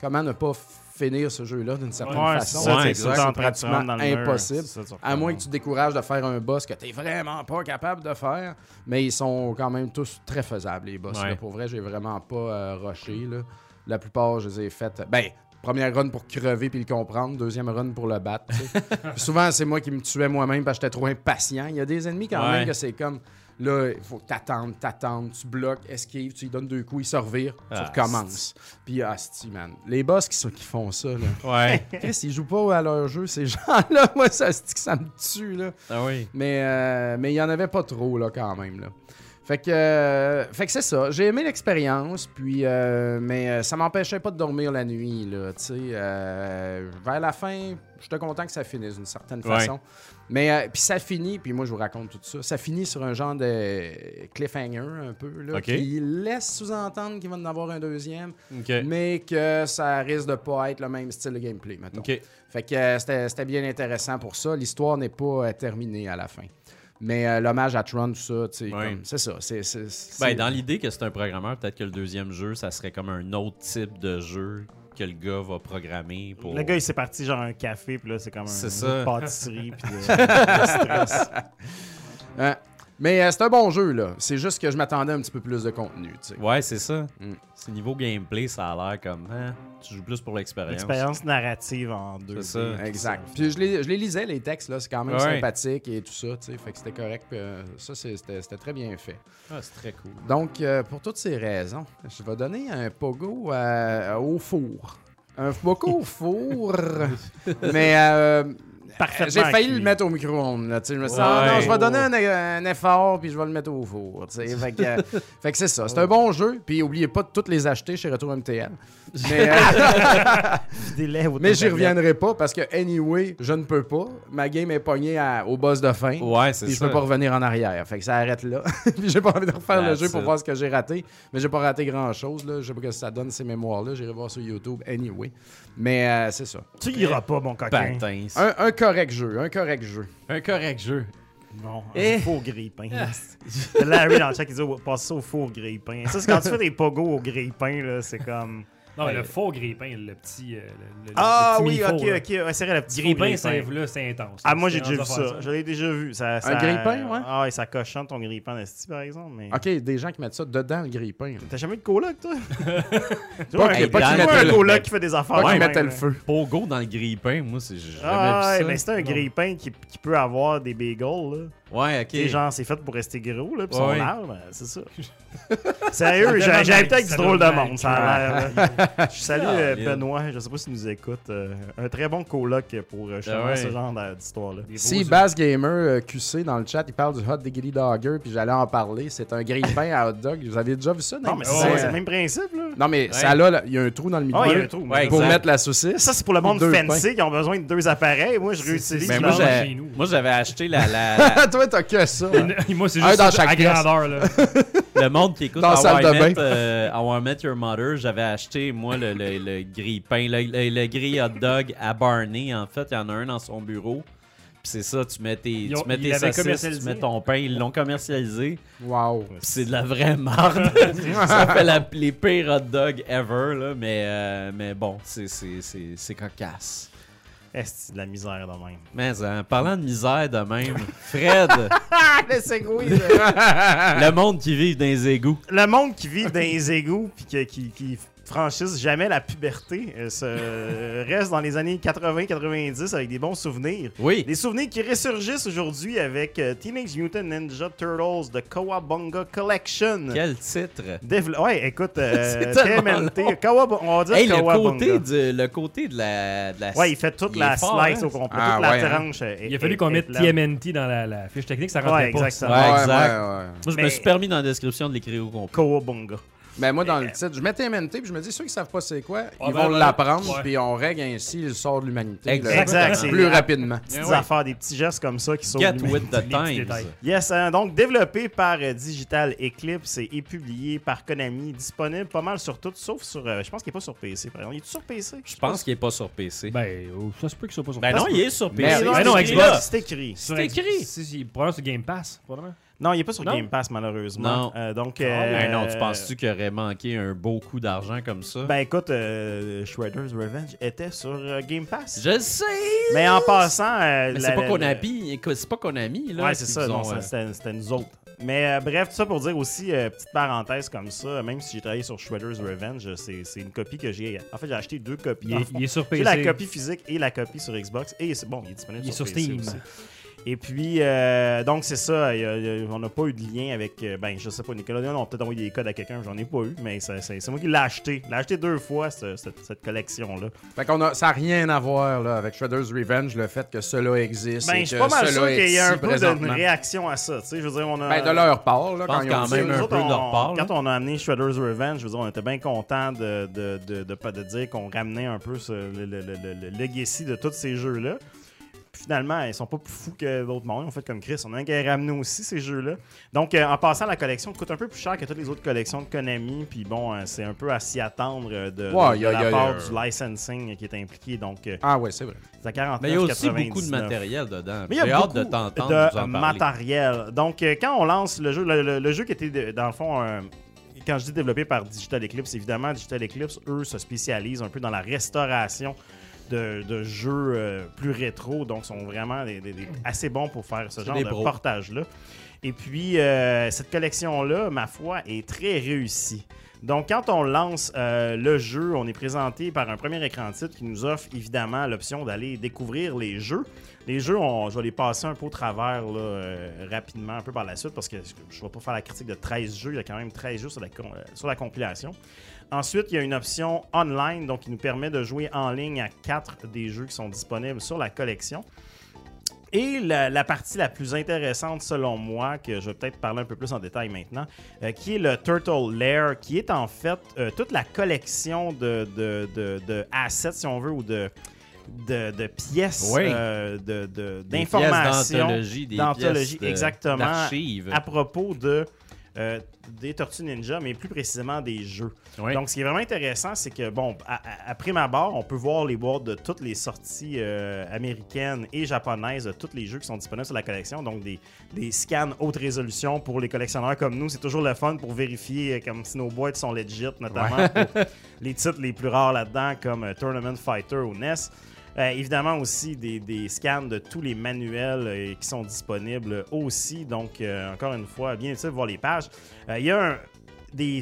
comment ne pas finir ce jeu-là d'une certaine
Ouais, c'est
façon?
ça,
Ouais,
c'est
exact.
ça, t'es en
C'est
train de te rendre
pratiquement
dans le mur.
impossible.
C'est ça, tu
À moins
recommences.
que tu te décourages de faire un boss que t'es vraiment pas capable de faire. Mais ils sont quand même tous très faisables, les boss.
Ouais.
là. Pour vrai, j'ai vraiment pas euh, rushé. là. La plupart, je les ai faites. Ben, première run pour crever puis le comprendre. Deuxième run pour le battre. tu sais. Puis Souvent, c'est moi qui me tuais moi-même parce que j'étais trop impatient. Il y a des ennemis quand
Ouais.
même que c'est comme. Là, il faut t'attendre, t'attendre, tu bloques, esquive, tu lui donnes deux coups, il se revire, tu
Ah,
recommences. Puis, asti, man. Les boss qui, sont- qui font ça, là.
Ouais.
Chris, ils jouent pas à leur jeu, ces gens-là. Moi, ça, c'est que ça me tue, là.
ah oui.
Mais euh, mais il y en avait pas trop, là, quand même, là. Fait que, euh, fait que c'est ça. J'ai aimé l'expérience, puis euh, mais euh, ça m'empêchait pas de dormir la nuit, là, tu sais. Euh, vers la fin, j'étais content que ça finisse d'une certaine
Ouais.
façon. Mais euh, puis ça finit, puis moi je vous raconte tout ça. Ça finit sur un genre de cliffhanger un peu, là,
Ok.
qui laisse sous-entendre qu'il va en avoir un deuxième,
OK.
mais que ça risque de pas être le même style de gameplay, mettons.
OK.
Fait que euh, c'était c'était bien intéressant pour ça. L'histoire n'est pas euh, terminée à la fin. Mais euh, l'hommage à Tron, tout ça, tu sais,
Ouais.
comme- c'est ça. c'est- c'est- c'est-
Ben, dans l'idée que c'est un programmeur, peut-être que le deuxième jeu, ça serait comme un autre type de jeu que le gars va programmer pour.
Le gars, il s'est parti genre un café, puis là, c'est comme un,
C'est ça.
une pâtisserie, puis de, de stress.
Euh, mais euh, c'est un bon jeu, là. C'est juste que je m'attendais un petit peu plus de contenu, tu sais.
Ouais, c'est ça.
Mm.
C'est niveau gameplay, ça a l'air comme. hein, tu joues plus pour l'expérience.
Expérience narrative en deux.
C'est ça.
Exact. Puis je les, je les lisais, les textes, là. C'est quand même
Ouais.
sympathique et tout ça, tu sais. Fait que c'était correct. puis, euh, ça, c'est- c'était c'était très bien fait.
Ah, c'est très cool.
Donc, euh, pour toutes ces raisons, je vais donner un pogo euh, au four. Un pogo au four. mais euh,
Parfaitement
j'ai failli
cuit.
le mettre au micro-ondes. là, tu sais, Je me suis dit,
Ouais.
Ah non, je vais donner un, un effort puis je vais le mettre au four. tu sais. Fait que, euh, fait que c'est ça. C'est un bon jeu. Puis, oubliez pas de toutes les acheter chez Retour MTL. Mais, euh,
Délai au
mais j'y
tablette.
reviendrai pas parce que, anyway, je ne peux pas. Ma game est pognée à- au boss de fin.
Ouais, c'est
Puis je
ça.
peux pas revenir en arrière. Fait que ça arrête là. Puis j'ai pas envie de refaire le
That's
jeu pour
it.
voir ce que j'ai raté. Mais j'ai pas raté grand chose. Là. Je sais pas que ça donne ces mémoires-là. J'irai voir sur YouTube anyway. Mais euh, c'est ça.
Tu iras pas, mon coquin.
Patin, c'est-
Un, un correct jeu. Un correct jeu.
un correct jeu.
Bon, un
Eh.
four grille-pain. Larry dans le chat, il dit « Passe ça au four grille-pain ». Ça, c'est quand tu fais des pogos au grille-pain, là, c'est comme...
Non, mais le faux grippin, le petit. euh, le- le-
Ah
le petit
oui,
mini-faux,
ok,
là.
ok. Ouais, c'est vrai, le petit four
Grippin, c'est
grille-pain.
là, c'est intense.
Ah, moi, j'ai
C'est
déjà vu
intense de
ça.
faire
Je l'ai déjà vu. Ça, ça-
grille-pain, ouais?
Ah, et ça cochonne ton grille-pain d'esti, par exemple. Mais...
OK, des gens qui mettent ça dedans le grille-pain. là.
T'as jamais eu de coloc, toi? tu
Pas
vois,
qu'il-
un,
pas qu'il
tu vois
mette
un
le-
coloc qui fait des affaires.
Pas
de
qu'ils
même,
mettaient le
là.
feu.
Pogo dans le grille-pain, moi, c'est j'ai jamais
Ah,
vu
ouais,
ça.
mais c'est un
Non.
grille-pain qui, qui peut avoir des bagels, là.
Ouais, ok.
Tu sais, genre, c'est fait pour rester gros, là, puis
Ouais,
son
ouais.
larme, euh, c'est ça. Sérieux, j'ai j'ai habité avec du drôle de monde, ça a l'air. là. Je salue euh,
Caroline.
Benoît, je sais pas s'il nous écoute. euh, un très bon coloc pour euh, justement
Ah ouais.
ce genre d'a- d'histoire-là.
Si Bass Gamer euh, QC dans le chat, il parle du Hot Diggity Dogger, puis j'allais en parler. C'est un grille-pain à hot dog. Vous avez déjà vu ça? dans les
Non, mais
petits-
c'est
ouais.
c'est le même principe, là.
Non, mais ça là, là, il y a un trou dans le milieu
Ah, il y a un trou.
Ouais,
pour
exact.
mettre la saucisse.
Ça, c'est pour le monde
Deux
fancy
pains.
qui ont besoin de deux appareils. Moi, je réutilise
Mais
le
moi,
même.
j'ai-
j'avais-
chez nous.
moi, j'avais acheté la, la- la-
Toi, t'as que ça.
Moi, c'est
Un
juste
dans
à
chaque pièce.
grandeur, là.
le monde qui écoute
Dans la
How
salle
I
de
Met,
bain.
euh, How I Met Your Mother, j'avais acheté, moi, le, le, le gris pain, le, le, le gris hot dog à Barney, en fait. Il y en a un dans son bureau. Puis c'est ça, tu mets tes,
Ils ont-
tu mets
ils
tes
l'avaient
saucisses,
commercialisé.
tu mets ton pain, ils l'ont commercialisé.
Wow.
Puis c'est de la vraie marde. ça fait la- les pires hot dogs ever, là. Mais, euh, mais bon, c'est- c'est c'est- c'est cocasse.
Est-ce de la misère de même?
Mais en parlant de misère de même, Fred,
Ah, le segway, là.
le monde qui vit dans les égouts.
Le monde qui vit dans les égouts puis que- qui, qui franchissent jamais la puberté euh, se- reste dans les années 80-90 avec des bons souvenirs.
Oui.
Des souvenirs qui ressurgissent aujourd'hui avec euh, Teenage Mutant Ninja Turtles de Kawabunga Collection.
Quel titre!
Dével- ouais, écoute, euh,
C'est tellement long.
TMNT, Kawab- on va dire
Hey, le
Kawabunga.
côté, du- le côté de la, de la
Ouais, il fait toute
il
la
est fort,
slice
hein?
au complet,
Ah,
toute la
ouais, hein.
tranche. euh,
Il
est-
a fallu qu'on
est-
mette
est là.
TMNT dans la, la fiche technique, ça rentrait
Ouais,
pas.
exactement.
Ouais,
Ah, Ouais,
exact.
ouais, ouais.
Moi, je me
mais-
suis permis dans la description de l'écrire au complet.
Kawabunga.
Mais moi, dans le titre, je mettais MNT, puis je me dis, ceux qui savent pas c'est quoi,
Ah,
ils
ben,
vont
ben,
l'apprendre,
ouais.
puis on règle ainsi le sort de l'humanité.
Exact.
là,
Exact, c'est-
Plus rapidement.
Petites
Ouais, ouais.
affaires, des petits gestes comme ça qui sont
Get with the
petits
times.
détails.
Yes, hein, donc développé par euh, Digital Eclipse et, et publié par Konami, disponible pas mal sur tout, sauf sur. euh, je pense qu'il n'est pas sur PC, par exemple. Il est sur PC
Je pense qu'il est pas sur PC. Ben,
Ben, oh, ça se peut qu'il soit pas sur
non,
Xbox.
il est sur PC.
Merde.
Non,
Ben
c'est
non,
écrit
Xbox.
là, C'est écrit.
Sur
C'est
Xbox.
écrit.
Si, si, probablement sur Game Pass, probablement.
Non, il n'est pas sur
Non. Ah,
Game Pass, malheureusement.
Non.
Euh, donc.
Ben non, tu
euh,
penses-tu qu'il aurait manqué un beau coup d'argent comme ça?
Ben écoute, euh, Shredder's Revenge était sur euh, Game Pass.
je le sais!
Mais en passant. euh,
Mais
la-
c'est pas
la-
Konami, c'est pas Konami, là.
Ouais, c'est
qu'ils
ça.
ont,
non,
euh,
ça, C'était c'était nous autres. Mais euh, bref, tout ça pour dire aussi, euh, petite parenthèse comme ça, même si j'ai travaillé sur Shredder's Revenge, c'est c'est une copie que j'ai. En fait, j'ai acheté deux copies.
Il
en
est,
fond.
il est sur
J'ai
PC.
la copie physique et la copie sur Xbox. Et c'est bon, il est disponible
Il est
sur,
sur
PC
Steam.
aussi. Et puis, euh, donc c'est ça. il y a- il y a- on n'a pas eu de lien avec. euh, Ben, je sais pas, Nicolas. On a peut-être envoyé des codes à quelqu'un, j'en ai pas eu. Mais ça- c'est c'est moi qui l'ai acheté. Je l'ai acheté deux fois, ce- cette, cette collection-là.
Fait qu'on a, ça n'a rien à voir là, avec Shredder's Revenge, le fait que cela existe.
Ben,
et
je suis
que
pas mal
cela
sûr qu'il y
est
a un
ici
peu
présentement.
de réaction à ça. Tu sais, je veux dire, on a.
Ben, de leur part, là,
pense
quand ils
quand
ont dit,
même hein.
Nous
un
là.
autres,
peu de leur
on-
part, là.
Quand on a amené Shredder's Revenge, je veux dire, on était bien contents de, de, de, de, pas- de dire qu'on ramenait un peu ce- le, le, le, le- le legacy de tous ces jeux-là. Puis Finalement, ils sont pas plus fous que d'autres mondes. Ils ont fait comme Chris. On a un qui a ramené aussi ces jeux-là. Donc, euh, en passant, la collection coûte un peu plus cher que toutes les autres collections de Konami. Puis bon, euh, c'est un peu à s'y attendre euh, de, de-
Ouais,
de
y a-
la
y a-
part
y a-
du licensing qui est impliqué. Donc, euh,
Ah ouais, c'est vrai.
c'est à 49,99.
Mais il y a aussi beaucoup de matériel dedans.
Mais il y
J'ai
a
hâte
beaucoup
de
de,
t'entendre nous en parler.
matériel. Donc, euh, quand on lance le jeu, le, le- le jeu qui était, de- dans le fond, euh, quand je dis développé par Digital Eclipse, évidemment, Digital Eclipse, eux, se spécialisent un peu dans la restauration de, de jeux euh, plus rétro. Donc, sont vraiment des- des- des- assez bons pour faire ce
C'est
genre
des
de
pros.
portage-là. Et puis, euh, cette collection-là, ma foi, est très réussie. Donc, quand on lance euh, le jeu, on est présenté par un premier écran titre qui nous offre évidemment l'option d'aller découvrir les jeux. Les jeux, on- je vais les passer un peu au travers là, euh, rapidement, un peu par la suite, parce que je ne vais pas faire la critique de 13 jeux. Il y a quand même 13 jeux sur la, con- euh, sur la compilation. Ensuite, il y a une option online, donc qui nous permet de jouer en ligne à 4 des jeux qui sont disponibles sur la collection. Et la, la partie la plus intéressante, selon moi, que je vais peut-être parler un peu plus en détail maintenant, euh, qui est le Turtle Lair, qui est en fait euh, toute la collection de, de- de- de assets, si on veut, ou de, de, de pièces,
Oui.
euh, de- de-
Des pièces
d'informations
d'anthologie, des
d'anthologie,
pièces de-
exactement.
d'archives.
à propos de, euh, des Tortues Ninja, mais plus précisément des jeux.
Oui.
Donc, ce qui est vraiment intéressant, c'est que, bon, à, à- à prime abord, on peut voir les boîtes de toutes les sorties euh, américaines et japonaises de tous les jeux qui sont disponibles sur la collection. Donc, des, des scans haute résolution pour les collectionneurs comme nous. C'est toujours le fun pour vérifier euh, comme si nos boîtes sont legit, notamment pour les titres les plus rares là-dedans, comme euh, Tournament Fighter ou NES. Euh, évidemment aussi des, des scans de tous les manuels euh, qui sont disponibles aussi. Donc, euh, encore une fois, bien utile de voir les pages. Euh, Il y a un, des,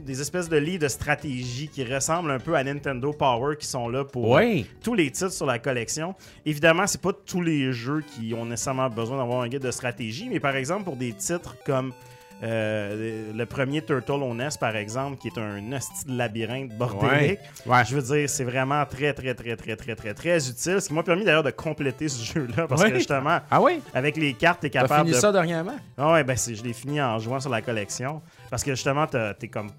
des espèces de lits de stratégie qui ressemblent un peu à Nintendo Power qui sont là pour
Ouais.
tous les titres sur la collection. Évidemment, c'est pas tous les jeux qui ont nécessairement besoin d'avoir un guide de stratégie, mais par exemple pour des titres comme euh, le premier Turtle on S, par exemple, qui est un hostie de labyrinthe bordélique. Je veux dire, c'est vraiment très, très, très, très, très, très, très utile. Ce qui m'a permis d'ailleurs de compléter ce jeu-là, parce
Ouais.
que justement,
Ah oui?
avec les cartes, t'es
T'as
capable
fini
de
ça dernièrement?
ah ouais, ben c'est- je l'ai fini en jouant sur la collection. Parce que justement, t'as- t'es comme.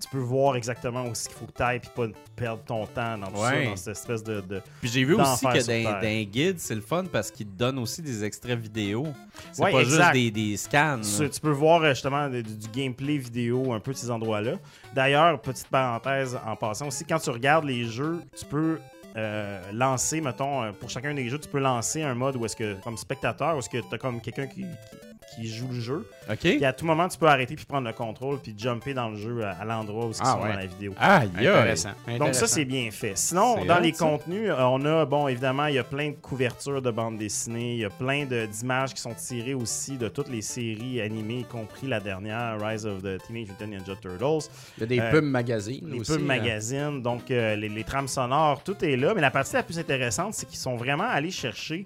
Tu peux voir exactement où ce qu'il faut que t'ailles puis pas perdre ton temps dans tout
Ouais.
ça, dans cette espèce de. de-
Puis j'ai vu
D'enfer
aussi que
sur
d'un
Terre.
d'un guide, c'est le fun parce qu'il te donne aussi des extraits vidéo. C'est
Ouais,
pas
exact.
juste des, des scans.
Tu, tu peux voir euh, justement de- du, du gameplay vidéo un peu de ces endroits-là. D'ailleurs, petite parenthèse en passant aussi, quand tu regardes les jeux, tu peux. euh, lancer, mettons, euh, pour chacun des jeux, tu peux lancer un mode où est-ce que, comme spectateur, où est-ce que t'as comme quelqu'un qui- qui- qui joue le jeu,
OK?
Puis à tout moment, tu peux arrêter puis prendre le contrôle puis jumper dans le jeu à, à l'endroit où ils
Ah
sont
ouais.
dans la vidéo.
Aïe, aïe.
Intéressant.
Donc ça, c'est bien fait. Sinon,
C'est
dans
hot,
les
ça.
contenus, euh, on a, bon, évidemment, il y a plein de couvertures de bandes dessinées, il y a plein de- d'images qui sont tirées aussi de toutes les séries animées, y compris la dernière, Rise of the Teenage Mutant Ninja Turtles,
Il y a des
Euh,
pubs magazines
les
aussi. euh,
euh.
pubs
là.
magazines, donc euh, les, les trames sonores, tout est là. Mais la partie la plus intéressante, c'est qu'ils sont vraiment allés chercher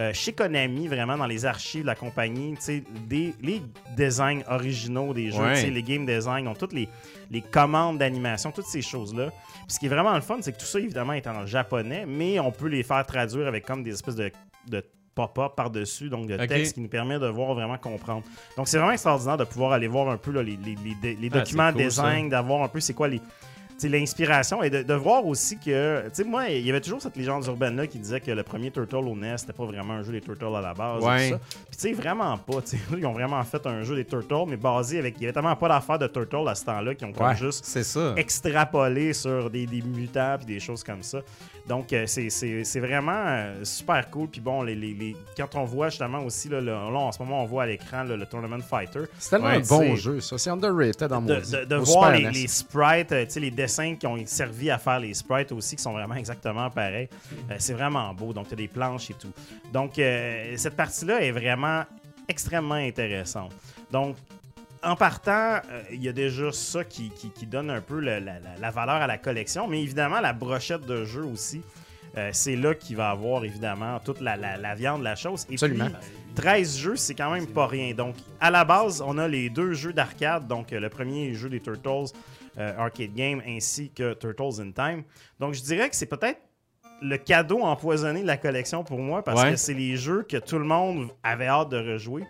euh, chez Konami, vraiment dans les archives de la compagnie, tu sais, des, les designs originaux des jeux,
Ouais.
tu sais, les game design, donc toutes les, les commandes d'animation, toutes ces choses-là. Puis ce qui est vraiment le fun, c'est que tout ça, évidemment, est en japonais, mais on peut les faire traduire avec comme des espèces de, de pop-up par-dessus, donc de
Ok.
texte qui nous permet de voir vraiment comprendre. Donc c'est vraiment extraordinaire de pouvoir aller voir un peu là, les, les- les dé- les
Ah,
documents
c'est cool,
design, d'avoir un peu c'est quoi les tu sais, l'inspiration et de, de voir aussi que, tu sais, moi, il y avait toujours cette légende urbaine-là qui disait que le premier Turtle au NES, c'était pas vraiment un jeu des Turtles à la base. et
Ouais.
tout ça. Puis, tu sais, vraiment pas. tu sais. Ils ont vraiment fait un jeu des Turtles, mais basé avec. Il y avait tellement pas d'affaires de Turtles à ce temps-là qui ont comme
Ouais.
juste
C'est ça.
extrapolé sur des, des mutants puis des choses comme ça. Donc, euh, c'est- c'est c'est vraiment euh, super cool. Puis bon, les, les- les- quand on voit justement aussi, là, le- là, en ce moment, on voit à l'écran là, le Tournament Fighter.
C'est tellement
Ouais,
un bon
c'est-
jeu, ça. C'est underrated dans mon
De, de- de voir
E
les, les sprites, euh, tu sais, les dessins qui ont servi à faire les sprites aussi, qui sont vraiment exactement pareils. Euh, c'est vraiment beau. Donc, tu as des planches et tout. Donc, euh, cette partie-là est vraiment extrêmement intéressante. Donc, en partant, euh, il y a déjà ça qui, qui- qui donne un peu la, la- la- la valeur à la collection, mais évidemment, la brochette de jeu aussi. euh, c'est là qu'il va avoir évidemment toute la, la- la viande, la chose. Et
Absolument.
puis, 13 jeux, c'est quand même pas rien. Donc, à la base, on a les deux jeux d'arcade. Donc, euh, le premier jeu des Turtles, euh, Arcade Game, ainsi que Turtles in Time. Donc, je dirais que c'est peut-être le cadeau empoisonné de la collection pour moi parce
Ouais.
que c'est les jeux que tout le monde avait hâte de rejouer.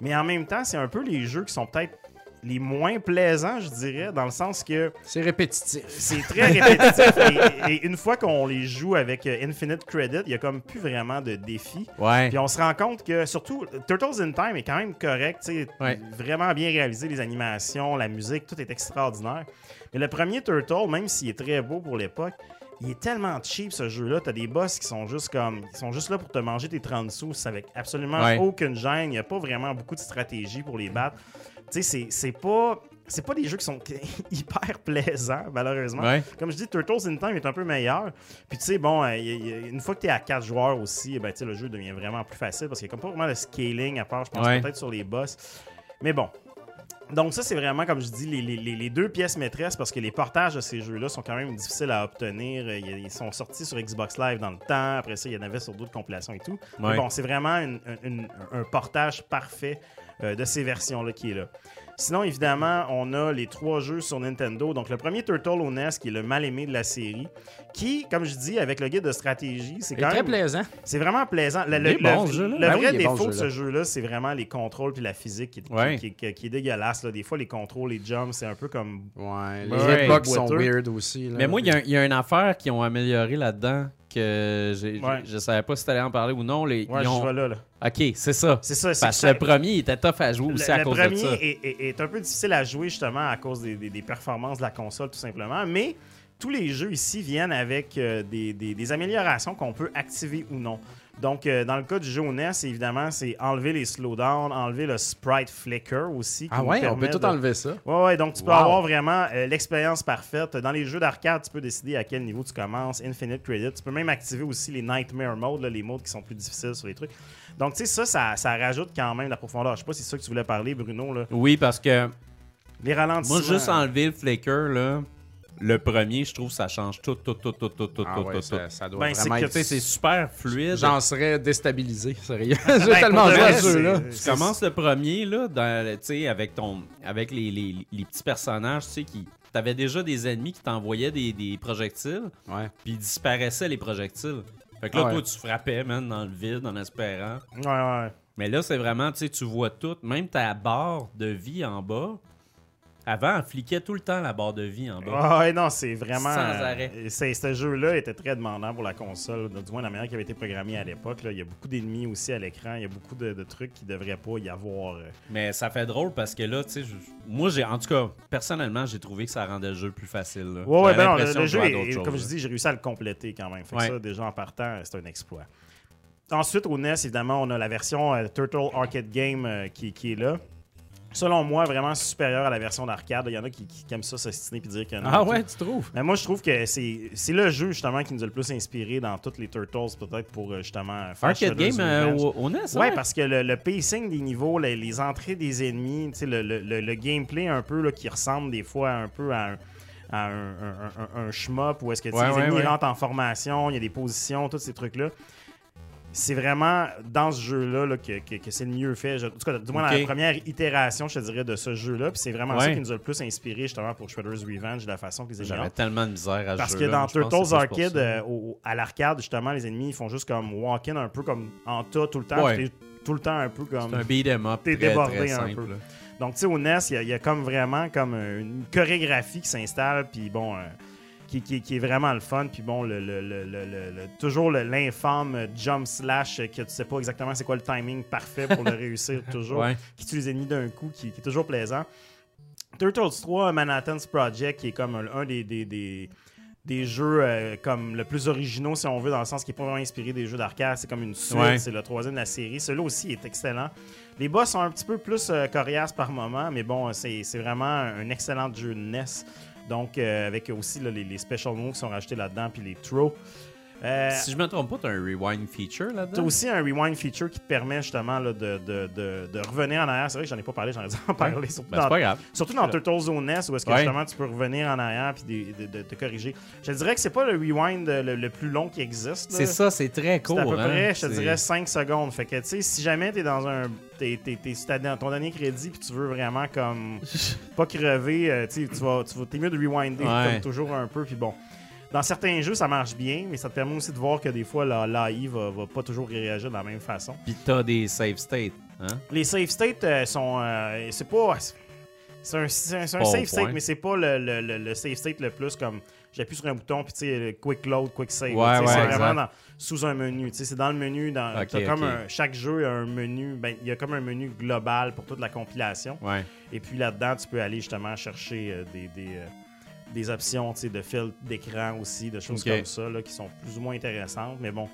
Mais en même temps, c'est un peu les jeux qui sont peut-être les moins plaisants, je dirais, dans le sens que
C'est répétitif.
c'est très répétitif. et, et une fois qu'on les joue avec euh, Infinite Credit, il n'y a comme plus vraiment de défis.
Ouais.
Puis on se rend compte que, surtout, Turtles in Time est quand même correct. tu sais,
Ouais.
Vraiment bien réalisé, les animations, la musique, tout est extraordinaire. Mais le premier Turtle, même s'il est très beau pour l'époque, il est tellement cheap ce jeu-là. T'as des boss qui sont juste comme. Ils sont juste là pour te manger tes 30 sous. C'est avec absolument
Ouais.
aucune gêne. Il n'y a pas vraiment beaucoup de stratégie pour les battre. Tu sais, c'est- c'est pas. C'est pas des jeux qui sont hyper plaisants, malheureusement
Ouais.
comme je dis, Turtles in Time est un peu meilleur. Puis tu sais, bon, euh, y- y- une fois que tu es à 4 joueurs aussi, eh ben, tu sais, le jeu devient vraiment plus facile parce qu'il n'y a comme pas vraiment de scaling à part, je pense,
Ouais.
peut-être sur les boss. Mais bon. Donc ça, c'est vraiment, comme je dis, les, les- les- les deux pièces maîtresses parce que les portages de ces jeux-là sont quand même difficiles à obtenir. Euh, y a- Ils sont sortis sur Xbox Live dans le temps. Après ça, il y en avait sur d'autres compilations et tout. Mais
Ouais.
bon, c'est vraiment une- une- un portage parfait euh, de ces versions-là qui est là. Sinon, évidemment, on a les trois jeux sur Nintendo. Donc, le premier Turtle au NES, qui est le mal-aimé de la série, qui, comme je dis, avec le guide de stratégie, c'est
C'est
quand
très
même...
plaisant.
C'est vraiment plaisant. Le,
Il est
le-
bon,
le-
ce jeu-là.
le
Ben oui,
vrai
il est bon,
défaut de
ce
ce
jeu-là.
jeu-là, c'est vraiment les contrôles puis la physique qui, qui-
Ouais.
qui- qui- qui est dégueulasse. là. Des fois, les contrôles, les jumps, c'est un peu comme...
Ouais, les
Ouais.
hitbox sont
Boiteux.
weird aussi. là.
Mais moi, il y, a un- il y a une affaire qu'ils ont améliorée là-dedans que j'ai-
Ouais.
je ne savais pas si tu allais en parler ou non. Les,
Ouais,
ils
je
ont-
vois là, là.
Ok, c'est ça.
C'est ça. c'est
Parce que
ça-
le premier, il était tough à jouer
Le,
aussi à
le
cause de
premier
ça.
est, est- est un peu difficile à jouer justement à cause des, des- des performances de la console tout simplement, mais tous les jeux ici viennent avec euh, des, des- des améliorations qu'on peut activer ou non. Donc, euh, dans le cas du jeu au NES, évidemment, c'est enlever les slowdowns, enlever le sprite flicker aussi. qui
Ah
nous
ouais, on
permet
peut tout
de-
enlever ça.
Ouais, ouais, donc tu peux
Wow.
avoir vraiment euh, l'expérience parfaite. Dans les jeux d'arcade, tu peux décider à quel niveau tu commences, Infinite Credit. Tu peux même activer aussi les Nightmare Mode, là, les modes qui sont plus difficiles sur les trucs. Donc, tu sais, ça, ça, ça rajoute quand même de la profondeur. Je sais pas si c'est ça que tu voulais parler, Bruno. Là.
Oui, parce que
Les ralentissements.
Moi, juste enlever le flicker, là, le premier, je trouve que ça change tout, tout, tout, tout, tout, tout,
Ah
tout,
ouais,
tout,
ça,
tout.
ça doit
Ben, c'est
vraiment
que,
Tu sais, c'est
être...
super fluide.
J'en serais déstabilisé, sérieux. J'ai
Ben,
tellement
pour de
joué
vrai,
à ce jeu-là.
c'est-
Tu commences le premier, là, dans, le- tu sais, avec, ton, avec les, les- les petits personnages, tu sais, qui... T'avais déjà des ennemis qui t'envoyaient des, des projectiles,
Ouais.
puis ils disparaissaient les projectiles. Fait que là,
Ah ouais.
toi, tu frappais, man, dans le vide, en espérant.
Ouais, ouais.
Mais là, c'est vraiment, tu sais, tu vois tout, même ta barre de vie en bas. Avant, on fliquait tout le temps la barre de vie en bas.
Ah ouais, non, c'est vraiment.
Sans
euh,
arrêt.
c'est- ce jeu-là était très demandant pour la console, du moins la manière qui avait été programmée à l'époque. là. Il y a beaucoup d'ennemis aussi à l'écran, il y a beaucoup de, de trucs qui devraient pas y avoir. euh.
Mais ça fait drôle parce que là, tu sais, je- moi, j'ai, en tout cas, personnellement, j'ai trouvé que ça rendait le jeu plus facile. là.
Ouais, ouais,
J'avais
ben non, le,
l'impression
le
de
jeu,
jouer à
est-
d'autres
est-
choses,
comme je
là.
dis, j'ai réussi à le compléter quand même. Fait que
Ouais.
ça, déjà en partant, c'est un exploit. Ensuite, au NES, évidemment, on a la version euh, Turtle Arcade Game euh, qui, qui est là. Selon moi, vraiment supérieure à la version d'arcade. Il y en a qui, qui, qui aiment ça s'ostiner et dire que non.
Ah
tu sais.
ouais, tu trouves?
Mais moi, je trouve que c'est c'est le jeu justement qui nous a le plus inspiré dans toutes les Turtles, peut-être pour euh, justement faire
Arcade
Shredder's
Game euh,
Revenge.
au, au NES,
hein. Ouais, parce que le, le pacing des niveaux, les, les entrées des ennemis, tu sais, le, le- le- le gameplay un peu là, qui ressemble des fois un peu à un, à un, un- un- un shmup où est-ce que tu sais,
Ouais,
les
ouais,
ennemis
ouais.
rentrent en formation, il y a des positions, tous ces trucs-là. C'est vraiment dans ce jeu-là là, que, que- que c'est le mieux fait. Je- en tout cas, du moins dans
Ok.
la première itération, je te dirais, de ce jeu-là. Puis c'est vraiment ça
Ouais.
qui nous a le plus inspiré justement pour Shredder's Revenge, la façon que les ennemis
J'avais tellement de misère à ce
parce que
jeu-là,
dans
je pense que
Turtles
c'est plus pour
Arcade,
ça.
euh, au- à l'arcade, justement, les ennemis, ils font juste comme walk-in un peu comme en tas tout le temps.
Ouais.
puis t'es Tout le temps un peu comme.
C'est un beat'em up
t'es
très,
débordé
très
un
simple.
peu.
là.
Donc, tu sais, au NES, il y a- il y, a comme vraiment comme une chorégraphie qui s'installe, puis bon, euh, qui, qui- qui est vraiment le fun, puis bon, le, le- le- le- le- le- toujours le- l'infâme jump slash euh, que tu sais pas exactement c'est quoi le timing parfait pour le réussir toujours,
Ouais.
qui tue les ennemis d'un coup, qui, qui est toujours plaisant. Turtles 3, Manhattan's Project, qui est comme un, un des, des- des- des jeux euh, comme le plus originaux, si on veut, dans le sens qui est pas vraiment inspiré des jeux d'arcade. C'est comme une suite,
Ouais.
c'est le troisième de la série. Celui-là aussi est excellent. Les boss sont un petit peu plus euh, coriaces par moment, mais bon, c'est c'est vraiment un excellent jeu de NES. Donc, euh, avec aussi là, les, les special moves qui sont rajoutés là-dedans, puis les throws. Euh,
Si je me trompe pas, t'as un rewind feature
T'as
là-dedans.
aussi un rewind feature qui te permet justement là, de, de- de- de revenir en arrière. C'est vrai que j'en ai pas parlé, j'en ai dû en parler. Surtout
Ben, c'est
dans-
pas grave.
Surtout dans Turtles au NES, où est-ce que
Ouais.
justement tu peux revenir en arrière puis de, de- de te corriger. Je te dirais que c'est pas le rewind euh, le, le plus long qui existe. là.
C'est ça, c'est très
C'est
court.
à peu
hein.
près, je te
C'est-
dirais, 5 secondes. Fait que, tu sais, si jamais t'es dans un. T'es, t'es, t'es- si t'as dans ton dernier crédit puis tu veux vraiment, comme. pas crever, euh, tu sais, tu vas, tu vas- t'es mieux de rewinder,
Ouais.
comme toujours un peu, puis bon. Dans certains jeux, ça marche bien, mais ça te permet aussi de voir que des fois, la- l'AI va, va pas toujours réagir de la même façon.
Puis t'as des save states. Hein?
Les save states euh, sont. euh, c'est pas. C'est un, c'est un- c'est un
Pas au
save state,
point.
mais c'est pas le, le- le- le save state le plus comme. J'appuie sur un bouton, puis tu sais, le quick load, quick save.
Ouais,
tu sais,
ouais,
c'est
exact.
vraiment dans- sous un menu. tu sais, C'est dans le menu. Dans,
Ok,
t'as comme
ok.
un- chaque jeu a un menu. ben, Il y a comme un menu global pour toute la compilation.
Ouais.
Et puis là-dedans, tu peux aller justement chercher euh, des, des, euh, des options tu sais, de filtre d'écran aussi, de choses
Ok.
comme ça, là, qui sont plus ou moins intéressantes. Mais bon,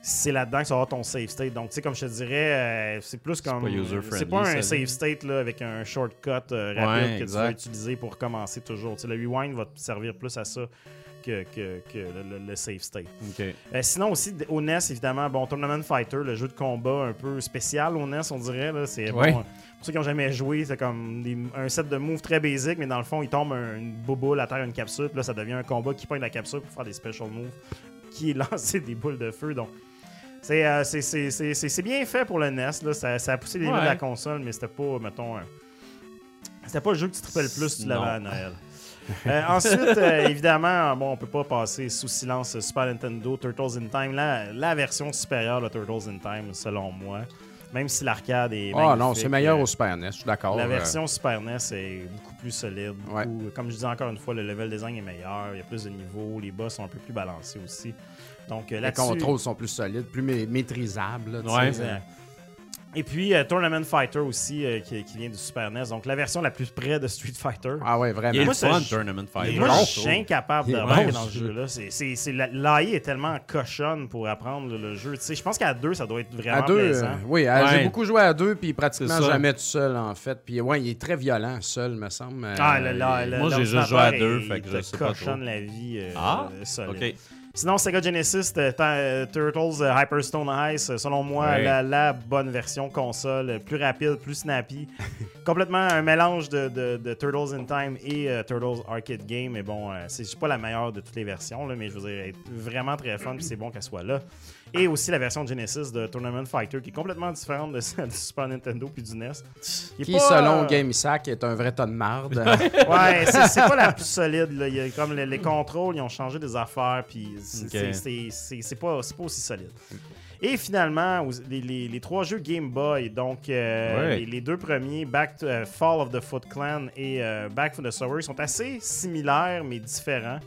c'est là-dedans que tu vas avoir ton save state. Donc, tu sais, comme je te dirais, euh, c'est plus comme.
pas user-friendly,
C'est pas un
ça,
save state là, avec un shortcut euh, rapide
Ouais,
que tu vas
exact.
utiliser pour commencer toujours. Tu sais, le rewind va te servir plus à ça que, que- que le- le- le save state.
OK.
Euh, sinon aussi, d- au NES, évidemment, bon, Tournament Fighter, le jeu de combat un peu spécial au NES, on dirait. Là, c'est, bon,
Ouais.
euh, pour ceux qui n'ont jamais joué, c'est comme des- un set de moves très basique, mais dans le fond, il tombe un- une bouboule à terre, une capsule, puis là, ça devient un combat qui pointe la capsule pour faire des special moves, qui est lancer des boules de feu. Donc, c'est, euh, c'est, c'est- c'est- c'est- c'est bien fait pour le NES. Là, ça, ça a poussé les limites
Ouais.
de la console, mais c'était pas, mettons, un- c'était pas le jeu que tu trippais le plus si tu l'avais
Non.
à Noël. Euh, ensuite, euh, évidemment, bon, on peut pas passer sous silence euh, Super Nintendo Turtles in Time, la, la version supérieure de Turtles in Time, selon moi. Même si l'arcade est.
Ah non,
magnifique,
c'est meilleur
euh,
au Super NES, je suis d'accord.
La
euh,
version Super NES est beaucoup plus solide.
Ouais.
beaucoup- euh, Comme je disais encore une fois, le level design est meilleur, il y a plus de niveaux, les boss sont un peu plus balancés aussi. Donc, euh,
Les
là-dessus.
contrôles sont plus solides, plus ma- maîtrisables. là, tu
Ouais.
sais. euh.
Exact. Et puis, euh, Tournament Fighter aussi, euh, qui, qui vient du Super NES. Donc, la version la plus près de Street Fighter.
Ah ouais,
Il est
vraiment.
Moi,
le
ça,
fun,
je-
Tournament
Et
Fighter.
moi,
bon,
je suis incapable
Il
de
est
remarquer
bon,
dans
ce
ce jeu-là. C'est- c'est- c'est la- L'AI est tellement cochonne pour apprendre le jeu. Tu sais, je pense qu'à deux, ça doit être vraiment
À deux,
plaisant.
euh, oui, à-
Ouais.
j'ai beaucoup joué à deux, puis pratiquement
C'est ça.
jamais tout seul, en fait. Puis ouais, il est très violent, seul, me semble. euh,
Ah, le- le-
il-
le-
moi, j'ai juste
l'ordinateur
joué à deux,
est-
fait que je
te
sais pas trop.
cochonne la vie euh,
Ah,
euh, solide.
OK.
Sinon, Sega Genesis, c'était, euh, Turtles euh, Hyperstone Ice, euh, selon moi,
Ouais.
la, la bonne version console, euh, plus rapide, plus snappy. Complètement un mélange de, de- de Turtles in Time et euh, Turtles Arcade Game. Mais bon, euh, c'est c'est pas la meilleure de toutes les versions, là, mais je veux dire, elle est vraiment très fun, puis c'est bon qu'elle soit là. Et aussi la version Genesis de Tournament Fighter, qui est complètement différente de celle du Super Nintendo puis du E NES.
Qui,
pas,
selon
euh,
Game Sack, est un vrai tas de marde.
Ouais, c'est c'est pas la plus solide. Là. Il y a comme les, les contrôles, ils ont changé des affaires, puis c'est
Ok.
c'est- c'est- c'est- c'est pas, c'est pas aussi solide. Et finalement, aux- les, les- les trois jeux Game Boy, donc euh,
Ouais.
les, les deux premiers, Back to- euh, Fall of the Foot Clan et euh, Back for the Sower, sont assez similaires mais différents.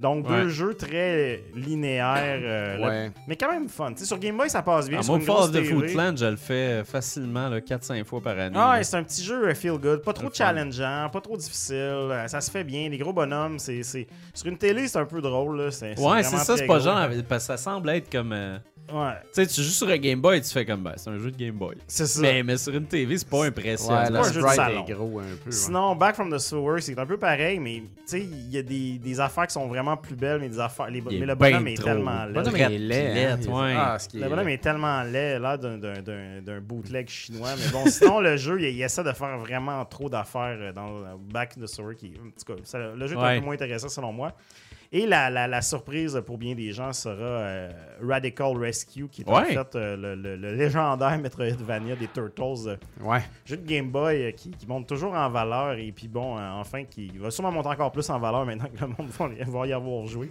Donc deux
Ouais.
jeux très linéaires, euh, là-
Ouais.
mais quand même fun. Tu sais, sur Game Boy, ça passe bien.
Ah,
sur
moi,
une
Fall
grosse
of the
TV.
Foodland, je le fais euh, facilement là, 4-5 fois par année.
Ah,
là.
ouais, c'est un petit jeu euh, feel good, pas trop
Très fun.
challengeant, pas trop difficile, euh, ça se fait bien, les gros bonhommes, c'est c'est- sur une télé, c'est un peu drôle là, c'est
ouais, c'est
vraiment
ça,
très
c'est pas
gros. hein.
genre. Parce que ça semble être comme. euh,
Ouais,
Tu sais, tu joues sur un Game Boy et tu fais comme. Ben, c'est un jeu de Game Boy.
c'est ça.
Mais, mais sur une TV, c'est pas impressionnant.
Ouais,
pas
le
un jeu de
sprite
salon.
est gros un peu. ouais.
Sinon, Back from the Sewer, c'est un peu pareil, mais tu sais, il y a des, des affaires qui sont vraiment plus belles, mais des affaires les, bo-
Il est
mais le
ben
bonhomme est
trop.
tellement
Le
laid.
bonhomme,
Traite
il est laid, hein.
pilette,
Il est-
ouais.
Ah, ce qui
Le
est
bonhomme
laid.
est tellement laid, là, d'un- d'un- d'un d'un bootleg chinois. Mais bon, sinon, le jeu, il, il essaie de faire vraiment trop d'affaires euh, dans le Back of the Story. Qui, en tout cas, ça- le jeu est
Ouais.
un peu moins intéressant selon moi. Et la, la- la surprise pour bien des gens sera euh, Radical Rescue, qui est en
Ouais.
fait euh, le, le- le légendaire Metroidvania des Turtles. euh,
Ouais.
jeu de Game Boy euh, qui, qui monte toujours en valeur et puis bon, euh, enfin, qui va sûrement monter encore plus en valeur maintenant que le monde va, va y avoir joué.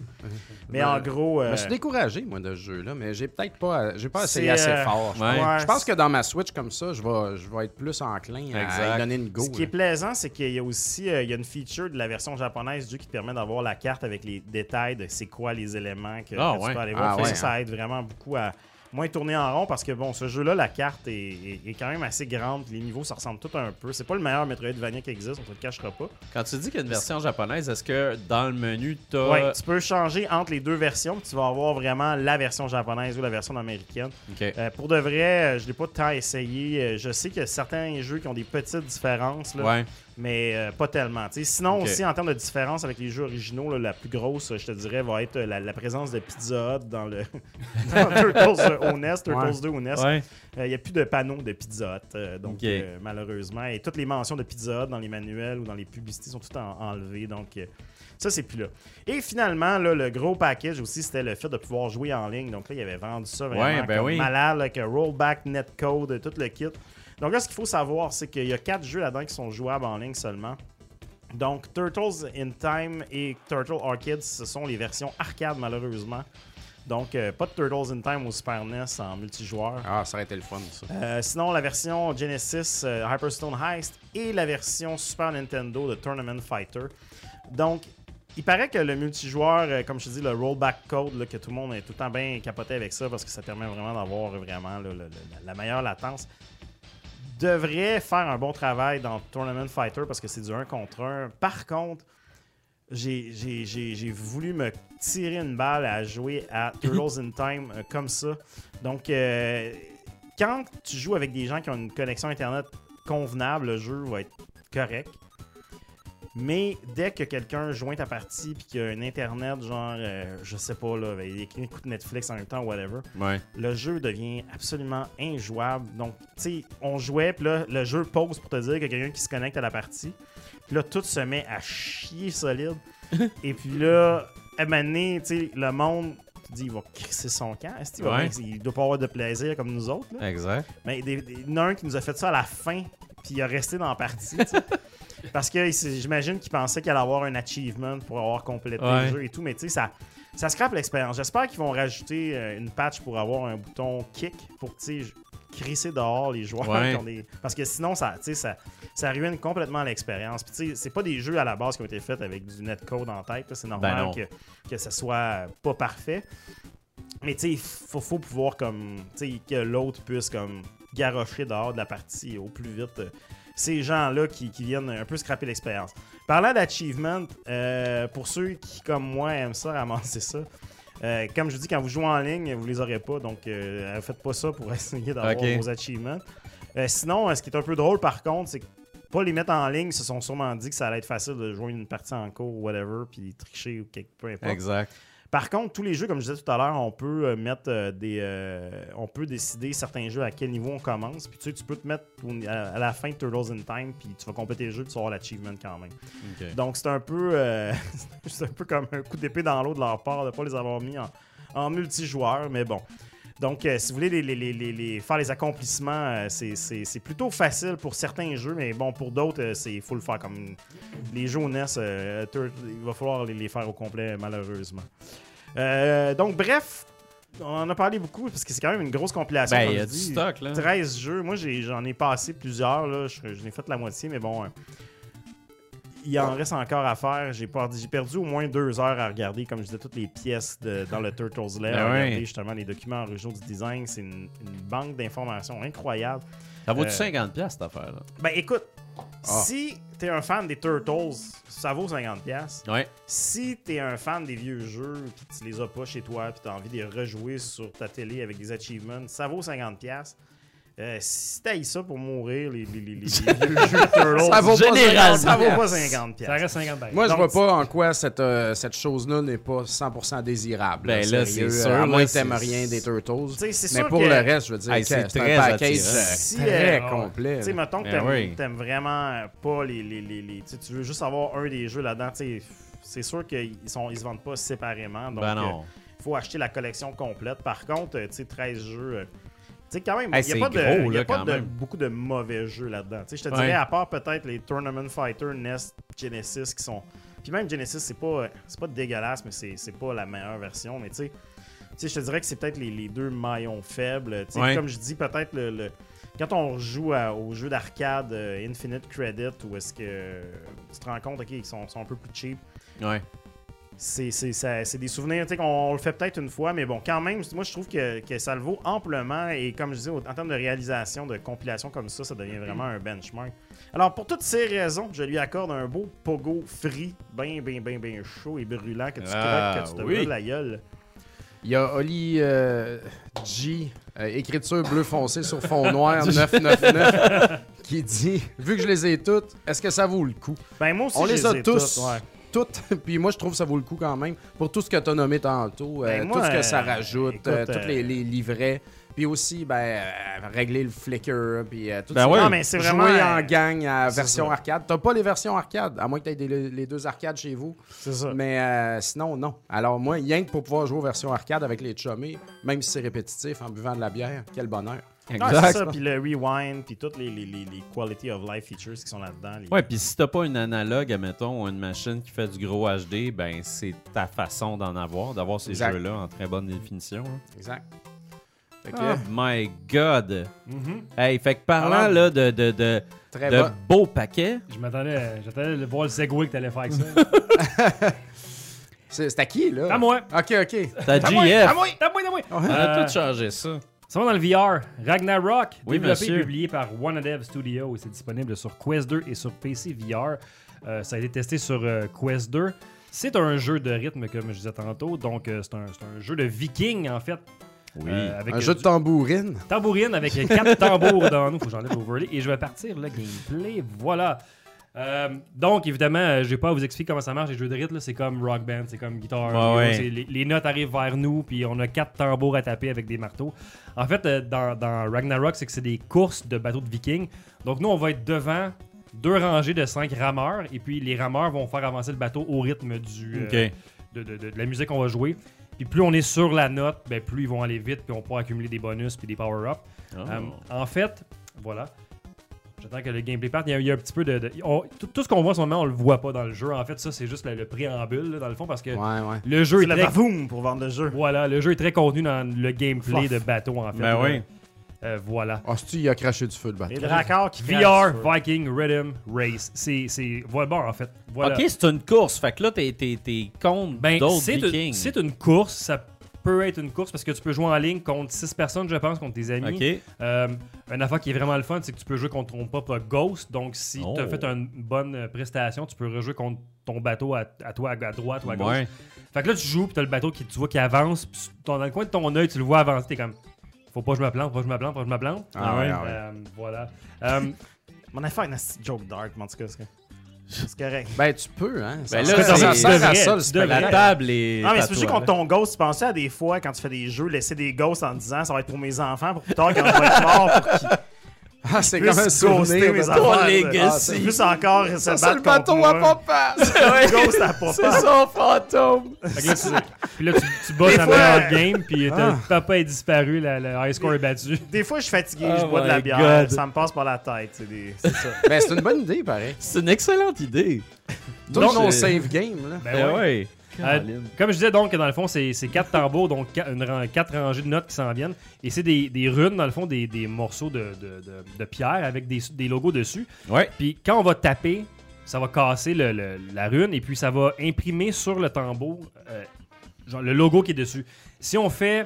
Mais
Ouais.
en gros.
Je
euh,
me suis découragé, moi, de ce jeu-là, mais j'ai peut-être pas, j'ai pas
C'est,
essayé assez
euh,
fort. je
ouais.
pense.
Ouais,
Je pense que dans ma Switch, comme ça, je vais, je vais être plus enclin à
Exact.
y donner une go.
Ce qui est
là.
plaisant, c'est qu'il y a aussi euh, il y a une feature de la version japonaise du jeu qui te permet d'avoir la carte avec les détails de c'est quoi les éléments que,
Ah
que
ouais.
tu peux aller voir.
Ah
Fait que
ouais,
ça, ça aide vraiment beaucoup à moins tourner en rond parce que bon, ce jeu-là, la carte est, est- est quand même assez grande. puis Les niveaux, ça ressemble tout un peu. C'est pas le meilleur Metroidvania qui existe, on te le cachera pas.
Quand tu dis qu'il y a une version japonaise, est-ce que dans le menu,
Euh,
t'as.
Ouais, tu peux changer entre les deux versions. puis Tu vas avoir vraiment la version japonaise ou la version américaine.
Ok.
Euh, pour de vrai, euh, je l'ai pas tant essayé. Euh, Je sais qu'il y a certains jeux qui ont des petites différences. Là,
ouais.
mais euh, pas tellement. tu sais. Sinon,
Ok.
aussi, en termes de différence avec les jeux originaux, là, la plus grosse, euh, je te dirais, va être euh, la, la présence de Pizza Hut dans le dans Turtles euh, au NES, Turtles
Ouais.
2 au NES. Euh, Il
Ouais.
n'y a plus de panneau de Pizza Hut, euh, donc
Ok.
euh, malheureusement. Et toutes les mentions de Pizza Hut dans les manuels ou dans les publicités sont toutes en- enlevées, donc euh, ça, c'est plus là. Et finalement, là, le gros package aussi, c'était le fait de pouvoir jouer en ligne. Donc là, il avait vendu ça vraiment
Ouais, ben
comme
oui.
malade, avec un rollback, netcode, euh, tout le kit. Donc là, ce qu'il faut savoir, c'est qu'il y a quatre jeux là-dedans qui sont jouables en ligne seulement. Donc, Turtles in Time et Turtle Arcade, ce sont les versions arcade, malheureusement. Donc, euh, pas de Turtles in Time au Super NES en multijoueur.
Ah, ça aurait été le fun, ça.
Euh, sinon, la version Genesis euh, Hyperstone Heist et la version Super Nintendo de Tournament Fighter. Donc, il paraît que le multijoueur, euh, comme je te dis, le rollback code, là, que tout le monde est tout le temps bien capoté avec ça parce que ça permet vraiment d'avoir vraiment là, le- le- la- la meilleure latence, devrait faire un bon travail dans Tournament Fighter parce que c'est du 1 contre 1. Par contre, j'ai- j'ai j'ai- j'ai voulu me tirer une balle à jouer à Turtles in Time euh, comme ça. Donc, euh, quand tu joues avec des gens qui ont une connexion Internet convenable, le jeu va être correct. Mais dès que quelqu'un joint ta partie puis qu'il y a un Internet, genre, euh, je sais pas, là, ben, il écrit un coup de Netflix en même temps, whatever,
Ouais.
le jeu devient absolument injouable. Donc, tu sais, on jouait, puis là, le jeu pause pour te dire qu'il y a quelqu'un qui se connecte à la partie. Puis là, tout se met à chier solide. Et puis là, à un moment donné, tu sais, le monde, tu dis, il va crisser son camp. Est-ce qu'il va-
Ouais.
Il doit pas avoir de plaisir comme nous autres. là.
Exact.
Mais Ben, des- des- il y en a un qui nous a fait ça à la fin, puis il a resté dans la partie. tu sais. Parce que il s'est- j'imagine qu'il pensait qu'il allait avoir un achievement pour avoir complété
Ouais.
le jeu et tout, mais tu sais, ça, ça scrape l'expérience. J'espère qu'ils vont rajouter euh, une patch pour avoir un bouton kick pour, tu sais, j- crisser dehors les joueurs.
Ouais.
qui ont des- Parce que sinon, ça, tu sais, ça, ça ruine complètement l'expérience. Puis, tu sais, c'est pas des jeux à la base qui ont été faits avec du netcode en tête. là. C'est
Ben
normal
non.
que, que ça soit pas parfait. Mais tu sais, il faut, faut pouvoir comme. Tu sais, que l'autre puisse comme garrocher dehors de la partie au plus vite. euh, Ces gens-là qui, qui viennent un peu scraper l'expérience. Parlant d'achievement, euh, pour ceux qui, comme moi, aiment ça, ramasser ça, euh, comme je vous dis, quand vous jouez en ligne, vous les aurez pas. Donc, euh, faites pas ça pour essayer d'avoir
Ok.
vos achievements. Euh, sinon, euh, ce qui est un peu drôle, par contre, c'est que pas les mettre en ligne, ils se sont sûrement dit que ça allait être facile de jouer une partie en cours ou whatever, puis tricher ou quelque peu importe.
Exact.
Par contre, tous les jeux, comme je disais tout à l'heure, on peut euh, mettre euh, des. euh, on peut décider certains jeux à quel niveau on commence. Puis tu sais, tu peux te mettre au- à, à la fin de Turtles in Time, puis tu vas compléter le jeu, puis tu vas avoir l'achievement quand même.
Ok.
Donc c'est un peu. euh, c'est un peu comme un coup d'épée dans l'eau de leur part de ne pas les avoir mis en, en multijoueur, mais bon. Donc, euh, si vous voulez les, les- les- les- les- faire les accomplissements, euh, c'est- c'est c'est plutôt facile pour certains jeux, mais bon, pour d'autres, euh, c'est- il faut le faire comme les jeux au NES, euh, Tur- il va falloir les, les faire au complet, malheureusement. Euh, donc, bref, on en a parlé beaucoup parce que c'est quand même une grosse compilation.
Ben,
comme
il y a
je
du
dis.
stock, là.
13 jeux. Moi, j'ai- j'en ai, passé plusieurs. Là. Je, je n'ai fait la moitié, mais bon. hein. Il en reste encore à faire. J'ai par- j'ai perdu au moins deux heures à regarder, comme je disais, toutes les pièces de- dans le Turtles Lair.
Ben
à
ouais.
regarder justement les documents originaux du design. C'est une, une banque d'informations incroyable.
Ça vaut-tu
Euh,
50$ piastres, cette affaire-là?
Ben écoute, si t'es un fan des Turtles, ça vaut 50$. pièces.
Ouais.
Si t'es un fan des vieux jeux, puis tu les as pas chez toi, puis t'as envie de les rejouer sur ta télé avec des achievements, ça vaut 50$. Euh, si t'haïs ça pour mourir, les, les- les- les- les vieux jeux Turtles,
Ça vaut pas 50
Généralement.
ça vaut pas
piastres.
50$.
Ça reste 50 balles.
Moi, je
Donc,
vois pas en quoi cette, euh, cette chose-là n'est pas 100% désirable.
Ben là, c'est
sérieux.
sûr,
À moins
là,
que t'aimes
c'est-
rien des Turtles.
Tu sais, c'est
Mais
sûr
pour
que-
le reste, je veux dire,
Hey,
c'est
c'est
un
très
package
attirant.
euh,
Si,
très
euh, ouais.
complet.
Tu sais, mettons que
Ben
t'aimes
oui.
t'aimes vraiment euh, pas les. les, les, les- tu sais, tu veux juste avoir un des jeux là-dedans. tu sais, C'est sûr qu'ils sont- ils se vendent pas séparément. Donc,
ben
euh,
non.
faut acheter la collection complète. Par contre, euh, tu sais, 13 jeux. euh, Tu sais, quand même, il
Hey,
n'y a
c'est
pas, de,
gros,
y a
là,
pas
quand
de-
même.
beaucoup de mauvais jeux là-dedans. Tu sais, je te
Ouais.
dirais, à part peut-être les Tournament Fighter, Nest, Genesis qui sont. Puis même Genesis, c'est pas, euh, c'est pas dégueulasse, mais c'est c'est pas la meilleure version. Mais tu sais, tu sais, je te dirais que c'est peut-être les, les deux maillons faibles. Tu sais,
Ouais.
Comme je dis, peut-être le, le- quand on joue aux jeux d'arcade euh, Infinite Credit, où est-ce que euh, tu te rends compte qu'ils sont, sont un peu plus cheap,
Ouais.
c'est c'est- ça- c'est des souvenirs, tu sais, qu'on on le fait peut-être une fois, mais bon, quand même, moi, je trouve que, que ça le vaut amplement. Et comme je disais, au- en termes de réalisation, de compilation comme ça, ça devient vraiment un benchmark. Alors, pour toutes ces raisons, je lui accorde un beau pogo free, bien, bien, bien, bien chaud et brûlant, que tu
Ah,
croques, que tu te
oui.
brûles la gueule.
Il y a Oli euh, G, euh, écriture bleu foncé sur fond noir 999, qui dit Vu que je les ai toutes, est-ce que ça vaut le coup
Ben, moi aussi,
On
je
les a
ai
tous.
toutes, ouais.
Toutes. Puis moi, je trouve que ça vaut le coup quand même. Pour tout ce que tu as nommé tantôt, euh,
Ben, moi,
tout ce que
euh,
ça rajoute,
écoute,
euh,
euh,
tous les, les livrets. Puis aussi, ben, euh, régler le flicker, puis euh, tout
Ben
ça.
oui. Non,
mais c'est
Jouer
vraiment,
en
euh,
gang à version
ça.
arcade. T'as pas les versions arcade, à moins que tu aies les deux arcades chez vous.
C'est ça.
Mais euh, sinon, non. Alors, moi, rien que pour pouvoir jouer aux versions arcade avec les chummés, même si c'est répétitif, en buvant de la bière, quel bonheur.
Ah, c'est ça, puis le rewind, puis toutes les, les, les, les quality of life features qui sont là-dedans. les-
Ouais, puis si t'as pas une analogue, admettons, ou une machine qui fait du gros HD, ben c'est ta façon d'en avoir, d'avoir ces
Exact.
jeux-là en très bonne définition. hein.
Exact. Fait que,
Ah.
Oh my god!
Mhm.
Hey, fait que parlant
Parlant-
là de, de, de,
très
de
bon.
beaux paquets,
Je m'attendais, j'attendais de voir le segway que t'allais faire avec ça.
C'est c'est à qui, là?
À moi.
OK, OK.
t'as
À moi, à
GF,
moi, à moi, à moi.
on a
Euh,
tout changé ça.
Ça va dans le VR. Ragnarok,
Oui,
développé
monsieur.
et publié par OneDev Studio et c'est disponible sur Quest 2 et sur PC VR. Euh, ça a été testé sur euh, Quest 2. C'est un jeu de rythme, comme je disais tantôt. Donc, euh, c'est un, c'est un jeu de viking, en fait.
Oui.
euh, avec
Un
euh,
jeu
du-
de tambourine.
tambourine avec quatre tambours dans nous. Faut que j'enlève l'overlay. Et je vais partir le gameplay. Voilà. Euh, donc, évidemment, euh, je vais pas à vous expliquer comment ça marche. Les jeux de rythme, là, c'est comme rock band, c'est comme guitare.
Ouais, ouais.
C'est- Les, les notes arrivent vers nous, puis on a quatre tambours à taper avec des marteaux. En fait, euh, dans, dans Ragnarok, c'est que c'est des courses de bateaux de vikings. Donc, nous, on va être devant deux rangées de cinq rameurs, et puis les rameurs vont faire avancer le bateau au rythme du, euh,
Ok.
de, de- de- de la musique qu'on va jouer. Puis plus on est sur la note, ben plus ils vont aller vite, puis on pourra accumuler des bonus puis des power-ups.
Oh.
Euh, en fait, voilà. J'attends que le gameplay parte. Il y a, il y a un petit peu de. de- on- tout, tout ce qu'on voit en ce moment, on le voit pas dans le jeu. En fait, ça, c'est juste le, le préambule, là, dans le fond, parce que
Ouais, ouais.
le jeu
C'est
est
le
très.
bavoum pour vendre le jeu.
Voilà, le jeu est très contenu dans le gameplay de bateau, en fait.
ben
là.
oui.
Euh, voilà.
Ah, c'est-tu, il a craché du feu, le bateau.
Et le raccord qui
VR, Viking, Rhythm, Race. C'est. c'est- Voilà, bon, en fait. Voilà.
Ok, c'est une course, fait que là t'es, t'es, t'es contre
Ben,
d'autres
c'est une,
vikings.
c'est une course. Ça peut être une course parce que tu peux jouer en ligne contre 6 personnes, je pense, contre tes amis.
Ok.
Euh, une affaire qui est vraiment le fun, c'est que tu peux jouer contre ton propre Ghost. Donc, si
Oh.
tu as fait une bonne euh, prestation, tu peux rejouer contre ton bateau à, à toi, à droite ou à gauche.
Ouais.
Fait que là, tu joues, puis tu as le bateau qui, tu vois, qui avance. Puis tu- dans le coin de ton œil, tu le vois avancer. T'es comme, faut pas que je me plante, faut pas que je me plante, faut pas que je me plante.
Ah ouais, ah ouais.
Euh, voilà. Euh,
Mon affaire est une asti de joke dark, mais en tout cas. c'est que- C'est correct.
Ben, tu peux, hein.
Ben
sert-
là, c'est-
ça
tu
sert à
devrais,
ça, le
tu
spectacle.
devrais.
La table est.
Non, mais
à
c'est pour ça
toi,
qu'on ton ghost, tu pensais à des fois, quand tu fais des jeux, laisser des ghosts en disant ça va être pour mes enfants, pour plus tard, quand je vais être mort, pour qu'ils
Ah, c'est comme un
puissent ghoster
souvenir.
mes
de-
enfants.
Ton
là.
legacy.
Ah, c'est Plus encore,
Ça,
ça
c'est le bateau à papa!
là. Ouais.
Ghost à papa.
C'est son fantôme.
Fait que là, tu- Puis là, tu, tu bosses
Des
en
fois-
meilleur game, puis t'as-
Ah.
papa est disparu, la- le high score est battu.
Des fois, je suis fatigué,
Oh
je bois de la
my
bière,
God.
ça me passe par la tête. C'est des... c'est ça.
Ben, c'est une bonne idée, pareil.
C'est une excellente idée.
Tout
Donc,
nos
euh,
save game, là.
Ben
Eh
ouais.
ouais.
Euh,
Caroline.
comme je disais donc, que dans le fond, c'est c'est quatre tambours, donc qua- une ran- quatre rangées de notes qui s'en viennent. Et c'est des, des runes, dans le fond, des, des morceaux de, de- de- de pierre avec des, des logos dessus.
Ouais.
Puis quand on va taper, ça va casser le- le- la rune et puis ça va imprimer sur le tambour euh, genre le logo qui est dessus. Si on fait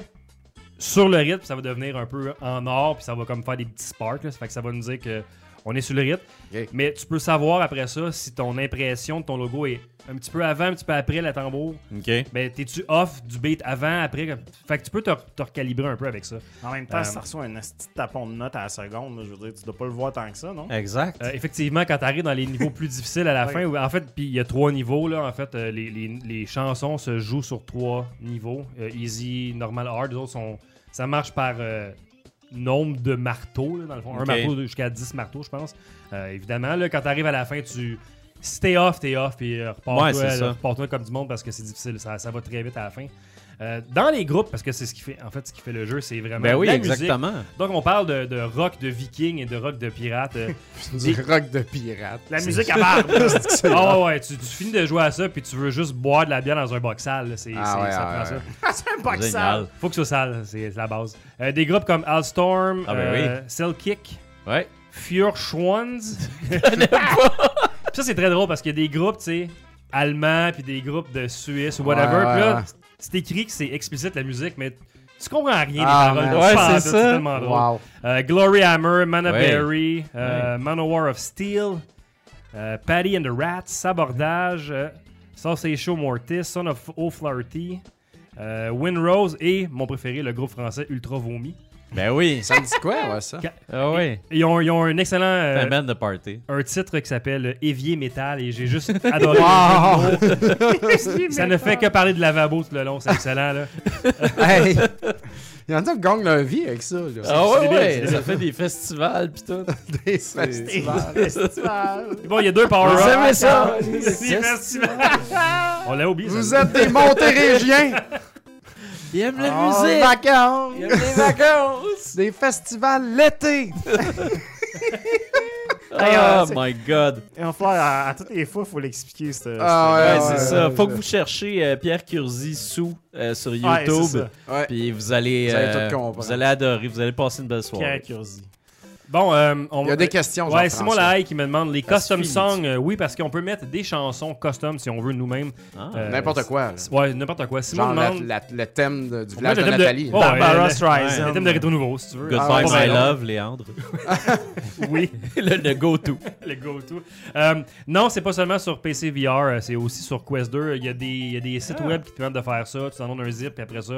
sur le rythme, ça va devenir un peu en or, puis ça va comme faire des petits sparks. là. Ça fait que ça va nous dire que on est sur le rythme.
Ok.
Mais tu peux savoir après ça si ton impression de ton logo est un petit peu avant, un petit peu après le tambour.
Ok.
Ben, t'es-tu off du beat avant, après? comme- Fait que tu peux te, re- te recalibrer un peu avec ça.
En même temps,
Euh,
si ça reçoit un esti de tapon de notes à la seconde, là, je veux dire, tu dois pas le voir tant que ça, non?
Exact.
Euh, effectivement, quand t'arrives dans les niveaux plus difficiles à la
Ouais.
fin, où- en fait, puis il y a trois niveaux, là, en fait, euh, les, les- les chansons se jouent sur trois niveaux. Euh, easy, normal, hard, les autres sont... Ça marche par euh, nombre de marteaux, là, dans le fond. Un
Ok.
marteau jusqu'à 10 marteaux, je pense. Euh, évidemment, là, quand t'arrives à la fin, tu... Si t'es off, t'es off, puis euh, repars-toi
Ouais, c'est ça.
là, repars-toi comme du monde parce que c'est difficile, ça, ça va très vite à la fin. Euh, dans les groupes, parce que c'est ce qui fait, en fait, ce qui fait le jeu, c'est vraiment
Ben oui,
la musique.
exactement.
Donc on parle de, de rock de viking et de rock de pirate. euh,
Du rock de pirate.
La musique à barbe! là.
Ah ouais, ouais, tu, tu finis de jouer à ça, puis tu veux juste boire de la bière dans un box sale. là, C'est,
Ah
c'est-
ouais,
ça
ah
prend
ouais,
ça.
ouais.
c'est un box sale.
Génial.
Faut que ce soit sale, c'est la base. Euh, des groupes comme Alstorm,
Ah ben
euh, Cellkick,
Ouais.
Fjord Schwanz. ça, c'est très drôle parce qu'il y a des groupes, tu sais, allemands, puis des groupes de Suisse ou whatever.
Ouais, ouais,
puis là,
ouais.
c'est écrit que c'est explicite la musique, mais tu comprends rien des
Ah,
paroles.
man.
tu
Ouais,
penses,
c'est
là,
ça.
tellement drôle.
Wow.
Euh, Glory Hammer,
Ouais.
Manaberry, euh, Manowar of Steel, euh, Patty and the Rats, Sabordage, euh, Sausage Show Mortis, Son of O'Flaherty, euh, Windrose et mon préféré, le groupe français Ultra Vomi.
Ben oui.
Ça me dit quoi, ouais, ça?
Ah ouais.
Ils ont, ils ont un excellent euh,
Un man de party.
un titre qui s'appelle Évier Métal et j'ai juste adoré.
Ah!
Ça ne fait que parler de lavabo tout le long, c'est excellent. Là.
Hey! Il y en a qui gagnent leur vie avec ça, là.
Ah ouais,
débile, c'est
ouais.
débile.
Ça fait des festivals pis tout.
Des festivals.
Et Bon, il y a deux power
Vous aimez ça?
On l'a oublié.
Vous
ça.
êtes des Montérégiens!
Il aime la
En
musique.
vacances!
Il aime les vacances.
Des festivals l'été!
Oh my god.
Et enfin, à, à toutes les fois, faut l'expliquer. ce-
Ah ouais,
Ouais,
ce-
c'est
ouais,
ça.
ouais,
Faut
ouais.
que vous cherchiez euh, Pierre Curzi sous euh, sur
Ouais, c'est
YouTube.
ça.
Ouais.
Puis vous allez,
Vous allez
euh,
tout comprendre.
vous allez adorer, vous allez passer une belle soirée.
Pierre Curzi.
Bon, euh, on
Il y a des questions,
Ouais,
Jean-François.
Simon Lahaye qui me demande les custom
suffit,
songs. euh, oui, parce qu'on peut mettre des chansons custom si on veut nous-mêmes.
Ah.
Euh,
N'importe quoi, là.
c- Ouais, n'importe quoi. Simon
Genre la-
demande.
la- le thème de- du
On peut
village
mettre
de
le thème de-
Nathalie.
Oh, ouais,
Barbara
le-
Streisand.
Le thème de Rétro Nouveau, si tu veux.
Goodbye,
Ah, ouais, ouais.
my love, Léandre.
Oui,
le, le go-to.
le go-to. Euh, non, c'est pas seulement sur PC VR, euh, c'est aussi sur Quest 2. Il y a des, il y a des sites
Ah.
web qui te permettent de faire ça. Tu t'en donnes un zip, puis après ça,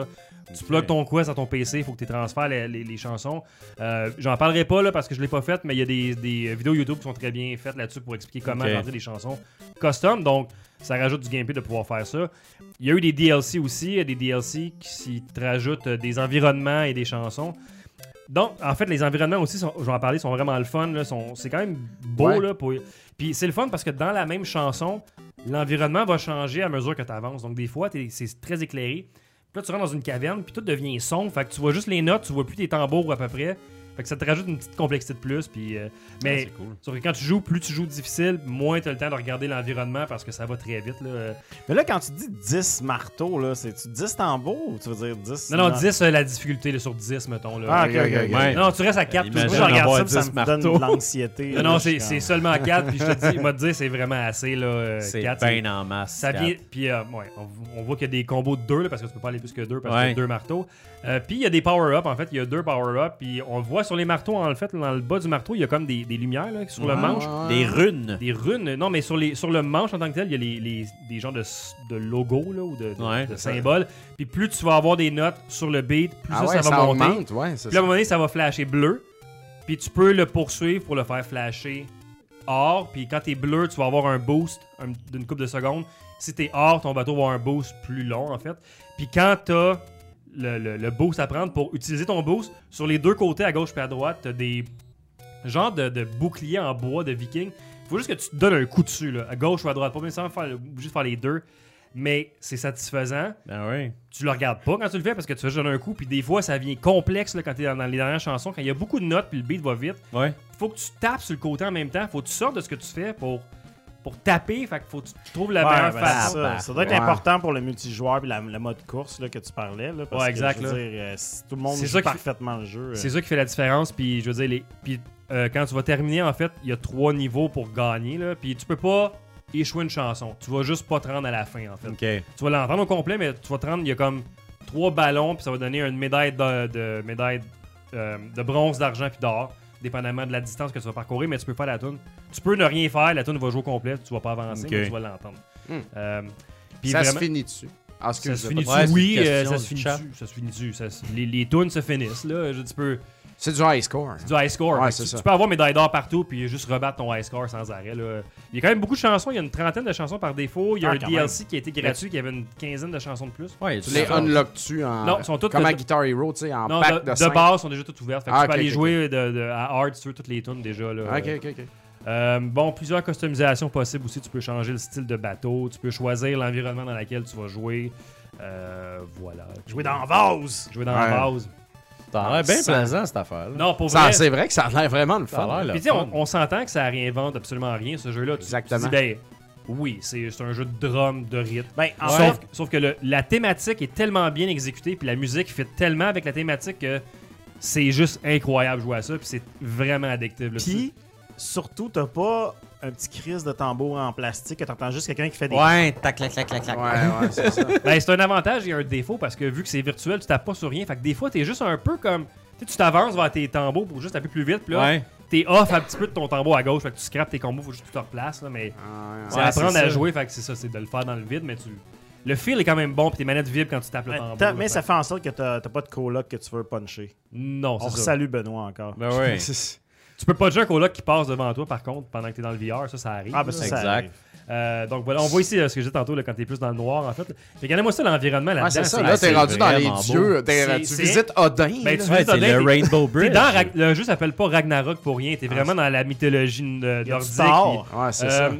tu plugues ton Quest à ton PC. Il faut que tu transfères les, les- les chansons. Euh, J'en parlerai pas là parce que je l'ai pas fait, mais il y a des, des vidéos YouTube qui sont très bien faites là-dessus pour expliquer comment
Ok.
rentrer des chansons custom. Donc, ça rajoute du gameplay de pouvoir faire ça. Il y a eu des DLC aussi, il y a des DLC qui s'y te rajoutent euh, des environnements et des chansons. Donc, en fait, les environnements aussi, sont- je vais en parler, sont vraiment le fun. là, sont- C'est quand même beau.
Ouais.
Là, pour- Puis c'est le fun parce que dans la même chanson, l'environnement va changer à mesure que tu avances. Donc, des fois, t'es- c'est très éclairé. Puis là, tu rentres dans une caverne, puis tout devient sombre. Fait que tu vois juste les notes, tu vois plus tes tambours à peu près. Fait que ça te rajoute une petite complexité de plus. Puis, euh, mais
c'est cool.
sauf que quand tu joues, plus tu joues difficile, moins tu as le temps de regarder l'environnement parce que ça va très vite. Là.
Mais là, quand tu dis 10 marteaux, là, c'est-tu 10 tambours ou tu veux dire 10
Non, non, 10, euh, la difficulté là, sur 10 mettons. Là.
Ah, ok, ok, ok.
Ouais.
Non, tu restes à
Moi,
4.
Imagine
je
avoir
regarde ça,
10
puis ça me donne
marteaux.
de l'anxiété.
Non,
là,
non,
je suis
c'est c'est seulement à 4. Puis je te dis, moi, te dire, c'est vraiment assez. là, euh,
C'est
quatre,
bien en masse.
Ça
Kat.
vient. Puis, euh, ouais, on, on voit qu'il y a des combos de deux, là, parce que tu peux pas aller plus que deux, parce qu'il y
Ouais.
a deux marteaux. Euh, puis, il y a des power-ups, en fait. Il y a deux power-ups. Puis, on le voit sur les marteaux, en fait, dans le bas du marteau, il y a comme des, des lumières là, sur le
Ouais,
manche.
ouais.
Des runes.
Des runes. Non, mais sur, les, sur le manche en tant que tel, il y a les, les- des genres de, s- de logos là, ou de, de-
Ouais,
de
c'est ça.
symboles. Puis, plus tu vas avoir des notes sur le beat, plus
Ah
ça,
ouais,
ça va
ça
monter.
augmente, ouais, c'est
Puis
ça.
là, à un moment donné, ça va flasher bleu. Puis tu peux le poursuivre pour le faire flasher or, puis quand t'es bleu, tu vas avoir un boost un- d'une coupe de secondes. Si t'es or, ton bateau va avoir un boost plus long, en fait. Puis quand t'as le, le- le boost à prendre pour utiliser ton boost, sur les deux côtés, à gauche et à droite, t'as des genres de, de boucliers en bois de viking. Faut juste que tu te donnes un coup dessus, là, à gauche ou à droite. Pas nécessairement faire, obligé de faire les deux, mais c'est satisfaisant
Ben oui.
tu le regardes pas quand tu le fais parce que tu fais juste donner un coup, puis des fois ça vient complexe là, quand t'es dans, dans les dernières chansons, quand il y a beaucoup de notes puis le beat va vite.
Ouais.
Faut que tu tapes sur le côté en même temps, faut que tu sortes de ce que tu fais pour, pour taper, fait que faut que tu trouves la
Ouais,
meilleure
ben, c'est
façon.
ça. Ça doit être
Ouais.
important pour le multijoueur et le mode course là, que tu parlais. Là, parce
Ouais,
que,
exact,
je veux
là.
dire, euh, si tout le monde
C'est
joue
ça qui-
parfaitement le jeu. euh,
C'est ça qui fait la différence, puis je veux dire, les, puis, euh, quand tu vas terminer, en fait, il y a trois niveaux pour gagner, là, puis tu peux pas échouer une chanson, tu vas juste pas te rendre à la fin, en fait.
OK.
Tu vas l'entendre au complet, mais tu vas te rendre, il y a comme trois ballons, puis ça va donner une médaille de, de- médaille, euh, de bronze, d'argent, puis d'or, dépendamment de la distance que tu vas parcourir, mais tu peux faire la tune. Tu peux ne rien faire, la tune va jouer au complet, tu vas pas avancer,
Ok.
mais tu vas l'entendre.
Hmm.
Euh, puis
Ça se
vraiment-
finit dessus. Ah,
ça se
excuse-moi.
finit
Ouais,
dessus,
c'est
oui,
une
euh,
question
ça
du
se finit
chat.
dessus, ça se finit dessus. ça se- les, les tunes se finissent, là. Je, tu peux,
C'est du high score. hein.
du high score.
Ouais,
Fait que
c'est
tu,
ça.
tu peux avoir médaille d'or partout puis juste rebattre ton high score sans arrêt. là. Il y a quand même beaucoup de chansons. Il y a une trentaine de chansons par défaut. Il y a
Ah,
un
quand
DLC qui a été gratuit qui avait une quinzaine de chansons de plus.
Ouais,
Tu les unlocks-tu en.
Non, ils sont tous
Comme
de-
à Guitar Hero, tu sais, en
Non,
pack
de,
de,
de
cinq.
base, sont déjà toutes ouvertes. Fait que
Ah,
tu peux
ok,
aller
ok,
jouer de- de- à hard sur toutes les tunes déjà. Là.
Ok, ok, ok.
Euh, bon, plusieurs customisations possibles aussi. Tu peux changer le style de bateau, tu peux choisir l'environnement dans lequel tu vas jouer. Euh, voilà.
Jouer dans Vase!
Jouer dans
Ouais.
la base.
T'as l'air bien
Ça-
plaisant, cette affaire.
Non, pour
Ça,
vrai.
C'est vrai que ça a l'air vraiment le
Ça a
fun.
l'air le
Puis tu sais, on,
fun.
on s'entend que ça réinvente absolument rien, ce jeu-là. Tu-
Exactement.
Tu, te dis, ben, oui, c'est c'est un jeu de drum, de rythme.
Ben, en
Sauf,
fait,
que- sauf que le- la thématique est tellement bien exécutée, puis la musique fit tellement avec la thématique que c'est juste incroyable jouer à ça, puis c'est vraiment addictif. là.
puis, surtout, t'as pas un petit crise de tambour en plastique que t'entends juste quelqu'un qui fait des.
Ouais, tac, tac, tac, tac, tac.
Ouais, ouais, c'est ça.
Ben, c'est un avantage et un défaut parce que vu que c'est virtuel, tu tapes pas sur rien. Fait que des fois, t'es juste un peu comme. tu sais, Tu t'avances vers tes tambours pour juste taper plus vite. Puis là,
Ouais.
t'es off un petit peu de ton tambour à gauche. Fait que tu scrapes tes combos, faut juste que tu te replaces. là, mais
Ah,
c'est
ouais.
Ouais,
apprendre
c'est
à
ça.
jouer. Fait que c'est ça, c'est de le faire dans le vide. Mais tu. Le feel est quand même bon. Puis tes manettes vibrent quand tu tapes le
Mais,
tambour.
t'as-
là,
mais ça fait en sorte que t'as t'as pas de coloc que tu veux puncher.
Non,
On
c'est ça.
salue Benoît encore.
Ben oui.
C'est-
Tu peux pas dire un coloc qui passe devant toi, par contre, pendant que t'es dans le VR. Ça, ça arrive.
Ah, ben ça,
là.
ça
Exact.
arrive.
Euh, donc voilà, on voit ici euh, ce que j'ai dit tantôt là, quand t'es plus dans le noir, en fait. Regardez-moi ça, l'environnement là-dedans.
Ouais, c'est ça.
c'est-
Là, t'es
c'est
rendu dans les
vraiment
dieux. t'es-
C'est-
Tu
c'est-
visites Odin.
Ben,
là.
tu
Ouais,
vis dans
c'est
des-
le Rainbow
T'es
Bridge.
dans Rag- le jeu s'appelle pas Ragnarok pour rien, t'es vraiment dans la mythologie euh,
Ah, Il y a du
nordique.
Thor.
puis-
Ouais, c'est
Euh,
ça.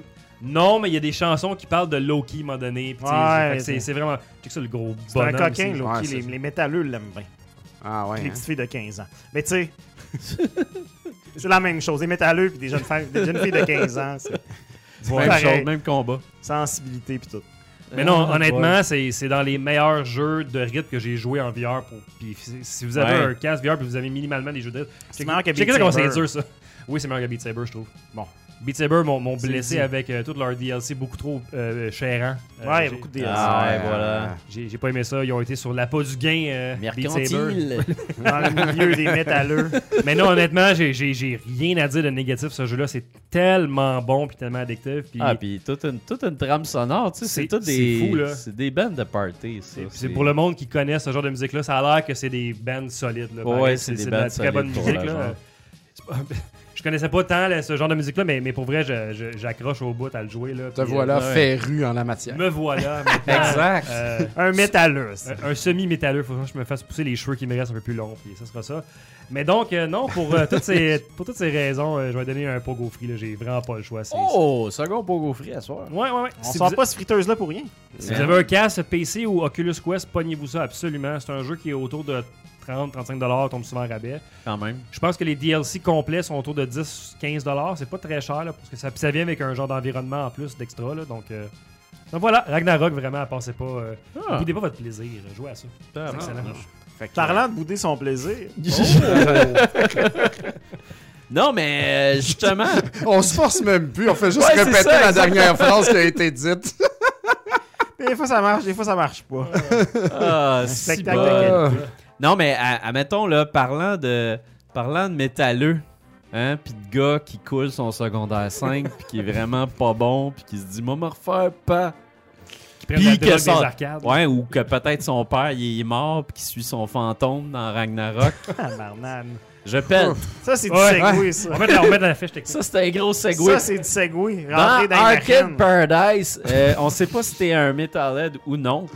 Non, mais il y a des chansons qui parlent de Loki à un moment donné. puis tu sais,
Ouais,
fait que c'est
c'est-
c'est vraiment. Check ça, le gros
C'est un
bonhomme.
coquin,
ici.
Loki.
Ouais,
les,
c'est ça.
les métalleux l'aiment bien.
Ah,
Puis
ouais.
les
hein.
petites filles de 15 ans. Mais tu sais, c'est la même chose. Des métalleux puis des jeunes, femmes, des jeunes filles de 15 ans. c'est
Même
pareil.
chose, même combat.
Sensibilité puis tout.
Mais non,
Ah,
honnêtement, c'est c'est dans les meilleurs jeux de rythme que j'ai joué en VR. Pour... Puis si- si vous avez
Ouais.
un casque VR puis vous avez minimalement des jeux de rythme.
C'est meilleur que
Checkez
Beat
ça comment c'est
Saber.
dur ça. Oui, c'est meilleur que Beat Saber, je trouve.
Bon.
Beat Saber m'ont m'ont
C'est
blessé
dit.
avec euh, tout leur DLC beaucoup trop euh, chérant.
Ouais,
Euh,
il y a
j'ai-
beaucoup de DLC.
Ah, ouais,
euh,
voilà.
J'ai j'ai pas aimé ça. Ils ont été sur la peau du gain. euh, Beat Saber.
Mercantile.
Dans le milieu des métalleux.
Mais non, honnêtement, j'ai- j'ai j'ai rien à dire de négatif. Ce jeu-là, c'est tellement bon puis tellement addictif. puis-
Ah, puis toute une, toute une trame sonore, tu sais,
C'est-
c'est tout
c'est
des.
fou, là.
C'est des bandes de party, ça.
c'est- c'est pour le monde qui connaît ce genre de musique-là. Ça a l'air que c'est des bands solides. Là, Pareil,
Ouais, c'est des
de la
bands
très bonne
solides pour
musique.
le
là.
genre.
C'est pas- Je connaissais pas tant là, ce genre de musique-là, mais, mais pour vrai, je- je- j'accroche au bout à le jouer. Là,
Te
puis, euh,
voilà
ouais.
féru en la matière.
Me voilà. maintenant,
Exact.
euh,
Un métalleux. ça.
Un, un semi-métalleux, faut que je me fasse pousser les cheveux qui me restent un peu plus longs, puis ça sera ça. Mais donc, euh, non, pour, euh, toutes ces, pour toutes ces raisons, euh, je vais donner un pogo free, là, j'ai vraiment pas le choix. c'est-
Oh, second pogo free à soir.
c'est- Ouais, ouais, ouais.
On
si,
sort
vous,
pas ce friteuse-là pour rien.
si vous avez un casque PC ou Oculus Quest, pognez-vous ça absolument. C'est un jeu qui est autour de 30-35$, tombe souvent en rabais.
Quand même.
Je pense que les DLC complets sont autour de 10-15$, c'est pas très cher, là, parce que ça, puis ça vient avec un genre d'environnement en plus d'extra, là, donc... euh, donc voilà, Ragnarok, vraiment, passez pas. Euh,
Ah.
Boudez pas votre plaisir, jouez à ça. C'est excellent.
Fait que-
euh,
Parlant de bouder son plaisir.
Oh. Non, mais euh, justement,
On se force même plus. On fait juste
Ouais, c'est
répéter
ça,
la dernière phrase qui a été dite.
Des fois ça marche, des fois ça marche pas.
ah, si
spectacle
bon.
de qualité.
Ah.
Non, mais à- admettons, là, parlant de, parlant de métalleux, hein, pis de gars qui coule son secondaire 5, pis qui est vraiment pas bon, pis qui se dit, moi, me refaire pas.
Qui prennent la
Puis
drogue
que
des
ça-
arcades.
Ouais, ou que peut-être son père, il est mort, pis qui suit son fantôme dans Ragnarok.
Tabarnane.
Je pète.
Ça, c'est du
Ouais.
segway, ça.
En fait, là, on met de la fiche technique.
Ça, c'était un gros
Ça,
segway.
c'est du segway. Rentrer
Dans
dans les
Arcade
marines.
Paradise, euh, on sait pas si t'es un Metalhead ou non,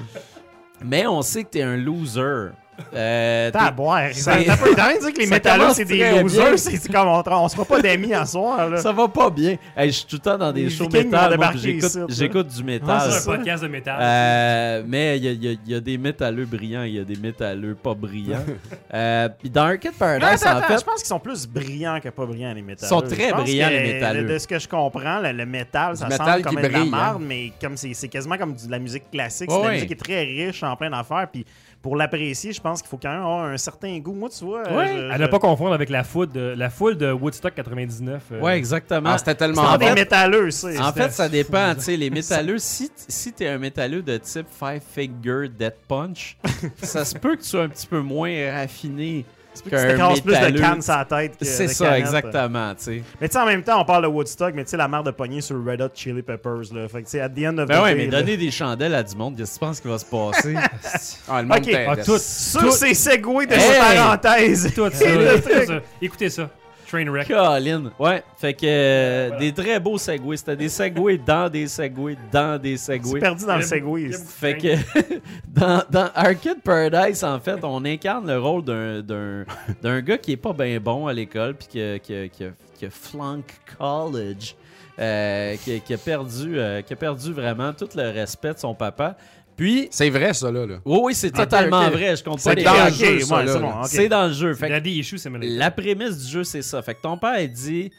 mais on sait que t'es un loser. Euh,
T'as à
t'es-
boire. Ça,
c'est-
t'as pas le temps de dire que les
ça
métallos,
commence
c'est des
très bien.
losers. C'est comme on, on se fera pas d'amis en soir. Là.
ça va pas bien. Hey, je suis tout le temps dans des
Les
shows
Vikings
métal,
vont
moi, puis
débarquer
j'écoute-
ici, là.
j'écoute du
Ah,
métal.
c'est
C'est
ça.
un podcast de métal.
Euh, mais il y a, il y a- il y a des métalleux brillants, il y a des métalleux pas brillants. Euh, Puis dans Arcade
Non,
Paradise,
attends,
en
attends,
fait,
je pense qu'ils sont plus brillants que pas brillants, les métalleux.
Ils sont très
Je pense
brillants,
que,
les métalleux.
De ce que je comprends, le, le métal, ça
Du métal
semble
qui
comme être de la
brille, hein.
merde, mais comme c'est c'est quasiment comme du- de la musique classique.
Ouais,
c'est de la
ouais.
musique qui est très riche en plein d'affaires. Puis pour l'apprécier, je pense qu'il faut quand même avoir un certain goût. Moi, tu vois.
Ouais.
euh, je-
À ne
je-
pas confondre avec la foule de, la foule de Woodstock 99. euh,
ouais, exactement.
Ah, c'était tellement
Ah,
en
des
fait-
métalleux, c'est.
En
C'était
fait, ça
fou,
dépend.
ça.
Tu sais, les métalleux, si, t- si t'es un métalleux de type Five Finger Death Punch, ça se peut que tu sois un petit peu moins raffiné
Tu te
qu'un
casses plus de
métalleux.
cannes sur la tête que
C'est
de euh,
ça,
canettes.
exactement. tu sais.
Mais tu sais, en même temps, on parle de Woodstock, mais tu sais, la merde de pognée sur Red Hot Chili Peppers, là. Fait que tu sais, at the end of
Ben
the
ouais,
day,
mais
là.
donner des chandelles à du monde, qu'est-ce que tu penses qu'il va se passer?
Ah, le monde
Ok.
t'aide.
Ah, tout,
Sur ces segways de
Hey!
parenthèse.
tout ça,
Le
tout
truc.
ça. Écoutez ça. Trainwreck.
Colin. Ouais, fait que euh, des très beaux segways. C'était des segways dans des segways dans des
C'est
segways.
perdu dans le
Il y a beaucoup- il
segway.
y a
c'est-
beaucoup de
Fait
trains.
que dans, dans Arcade Paradise, en fait, on incarne le rôle d'un- d'un d'un gars qui est pas bien bon à l'école, puis qui, a- qui, a- qui, a- qui a flunk college, euh, qui, a- qui a perdu, euh, qui a perdu vraiment tout le respect de son papa. Puis,
C'est vrai, ça, là. là.
oui, oui, c'est totalement
Ah, ok.
vrai, je compte pas
C'est
les
dans le
Ok,
jeu,
ouais,
ça, là.
c'est bon, ok.
C'est dans le jeu. Fait que
Daddy Issue, c'est malade.
la prémisse du jeu, c'est ça. Fait que ton père, il dit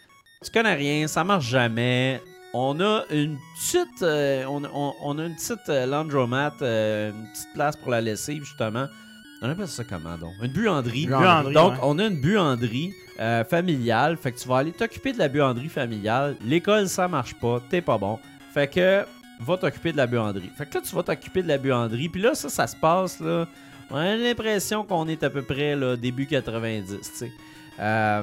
Tu connais rien, ça marche jamais. On a une petite, euh, on, on- on a une petite euh, landromat, euh, une petite place pour la lessive, justement. On appelle ça comment donc Une buanderie.
Buanderie.
Buanderie,
Donc,
ouais.
on a une buanderie euh, familiale. Fait que tu vas aller t'occuper de la buanderie familiale. L'école, ça marche pas. T'es pas bon. Fait que, va t'occuper de la buanderie. Fait que là, tu vas t'occuper de la buanderie. Puis là, ça, ça se passe, là. On a l'impression qu'on est à peu près, là, début 90, tu sais. Euh,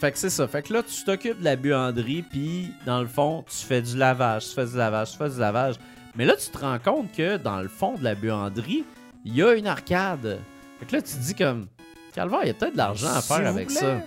fait que c'est ça. Fait que là, tu t'occupes de la buanderie. Puis, dans le fond, tu fais du lavage, tu fais du lavage, tu fais du lavage. Mais là, tu te rends compte que, dans le fond de la buanderie, il y a une arcade. Fait que là, tu te dis comme... Calvaire, il y a peut-être de l'argent à
S'il
faire
vous
avec
plaît.
ça.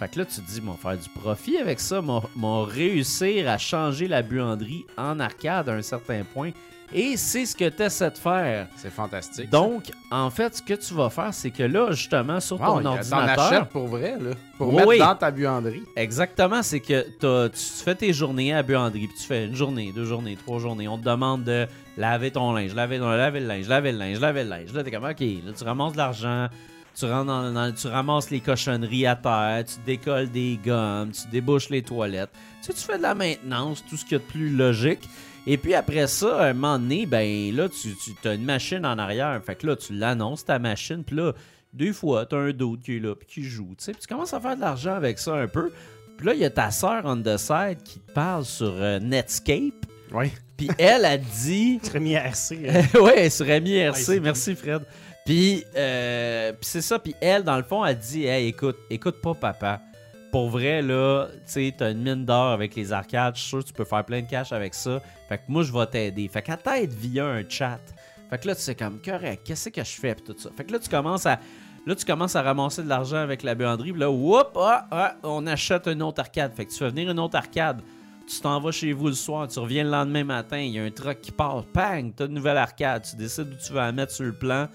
Fait que là, tu te dis, m'en faire du profit avec ça, m'en m'en réussir à changer la buanderie en arcade à un certain point. Et c'est ce que tu essaies de faire.
C'est fantastique.
Donc, en fait, ce que tu vas faire, c'est que là, justement, sur
Wow,
ton
il y a- T'en
ordinateur,
achètes pour vrai, là. Pour
Oui,
mettre
oui.
dans ta buanderie.
exactement, c'est que t'as- tu tu fais tes journées à buanderie, puis tu fais une journée, deux journées, trois journées. On te demande de laver ton linge, laver, ton, laver le linge, laver le linge, laver le linge. Là, t'es comme, OK, là, tu ramasses de l'argent, tu, rentres dans- dans- tu ramasses les cochonneries à terre, tu décolles des gommes, tu débouches les toilettes. Tu sais, tu fais de la maintenance, tout ce qu'il y a de plus logique. Et puis après ça, un moment donné, ben là, tu, as une machine en arrière. Fait que là, tu l'annonces, ta machine. Puis là, des fois, t'as un d'autre qui est là, puis qui joue. Tu sais, puis tu commences à faire de l'argent avec ça un peu. Puis là, il y a ta sœur on the side qui te parle sur euh, Netscape.
Ouais.
Puis elle a dit...
Très mis à RC. euh,
ouais, sur Ami
Ouais,
RC,
c'est
merci Fred. Puis, euh, puis c'est ça, puis elle, dans le fond, elle dit Hey, écoute, écoute pas papa. Pour vrai, là, tu sais, t'as une mine d'or avec les arcades, je suis sûr que tu peux faire plein de cash avec ça. Fait que moi, je vais t'aider. Fait qu'à t'aide via un chat. Fait que là, tu sais, comme, correct, qu'est-ce que je fais, puis tout ça. Fait que là, tu commences à. Là, tu commences à ramasser de l'argent avec la buanderie, puis là, whoop, ah, ah, on achète une autre arcade. Fait que tu fais venir une autre arcade. Tu t'en vas chez vous le soir, tu reviens le lendemain matin, il y a un truck qui part, bang, t'as une nouvelle arcade, tu décides où tu vas la mettre sur le plan,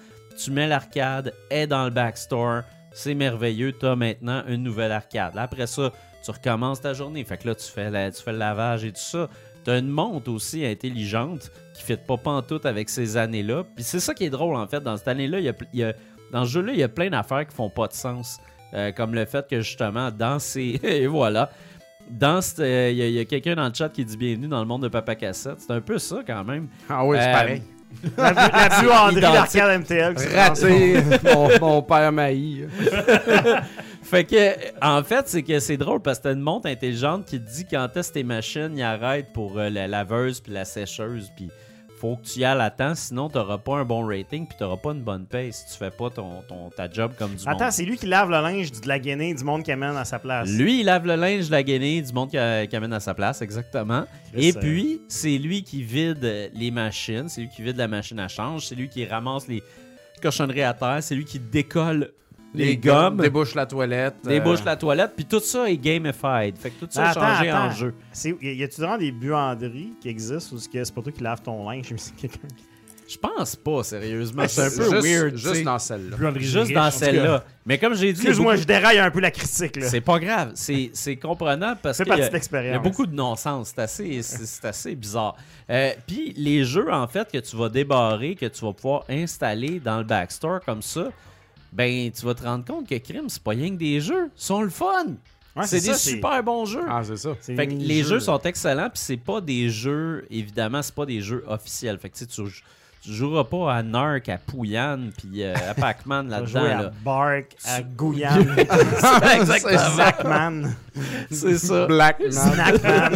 tu mets l'arcade, elle est dans le backstore, c'est merveilleux, t'as maintenant une nouvelle arcade. Là, après ça, tu recommences ta journée, fait que là, tu fais, la- tu fais le lavage et tout ça. T'as une montre aussi intelligente qui fait pas pantoute avec ces années-là. Puis c'est ça qui est drôle, en fait, dans cette année-là, il y a pl- il y a- dans ce jeu-là, il y a plein d'affaires qui font pas de sens. Euh, comme le fait que justement, dans ces. et voilà. Dans cette- euh, Il y a- il y a, quelqu'un dans le chat qui dit bienvenue dans le monde de Papa Cassette. C'est un peu ça quand même.
Ah oui, c'est
Euh,
pareil.
La, bu- la buanderie
Identique.
d'arcade MTL. qui se transforme.
Raté, mon, mon père Maï.
Fait que, euh, en fait, c'est que c'est drôle parce que t'as une montre intelligente qui te dit quand est-ce que tes machines y arrêtent pour euh, la laveuse puis la sécheuse. Puis faut que tu y ailles à temps, sinon t'auras pas un bon rating puis t'auras pas une bonne paye si tu fais pas ton, ton- ta job comme du monde.
Attends, c'est lui qui lave le linge du- de la Guinée du monde qui amène à sa place.
Lui, il lave le linge de la guenille du monde qui, euh, qui amène à sa place, exactement.
Chris,
Et
euh,
puis, c'est lui qui vide euh, les machines, c'est lui qui vide la machine à change, c'est lui qui ramasse les cochonneries à terre, c'est lui qui décolle les, gommes,
Débouche euh. la toilette.
débouche la toilette, puis tout ça est gamified. Fait que tout ça a
Attends,
changé en
attends.
jeu.
C'est- Y y a-tu vraiment des buanderies qui existent ou est-ce que c'est pas toi qui laves ton linge? mais c'est quelqu'un qui-
Je pense pas, sérieusement. C'est un
C'est
peu weird. tu
Juste
sais.
dans celle-là.
Buanderie
Juste
riche,
dans
en tout cas.
celle-là. Mais comme j'ai dit, il y a
Excuse-moi,
beaucoup-
je déraille un peu la critique. là.
c'est pas grave. C'est c'est comprenable parce
C'est
que.
partie de
Il y a
l'expérience.
beaucoup de non-sens. C'est assez, c'est c'est assez bizarre. Euh, Puis les jeux, en fait, que tu vas débarrer, que tu vas pouvoir installer dans le backstore comme ça, ben, tu vas te rendre compte que Crime, c'est pas rien que des jeux. Ils sont le fun.
Ouais,
c'est
c'est
des
ça, c'est-
super bons jeux.
Ah, c'est ça.
C'est
Fait que
des
les jeux sont excellents, puis c'est pas des jeux, évidemment, c'est pas des jeux officiels. Fait que tu sais, tu, jou- tu joueras pas à Narc, à Pouyan, puis euh, à Pac-Man
On va
là-dedans.
jouer à
Là.
Bark, à Guyane,
Exactement.
Snackman,
C'est ça.
Black Man.
Snackman.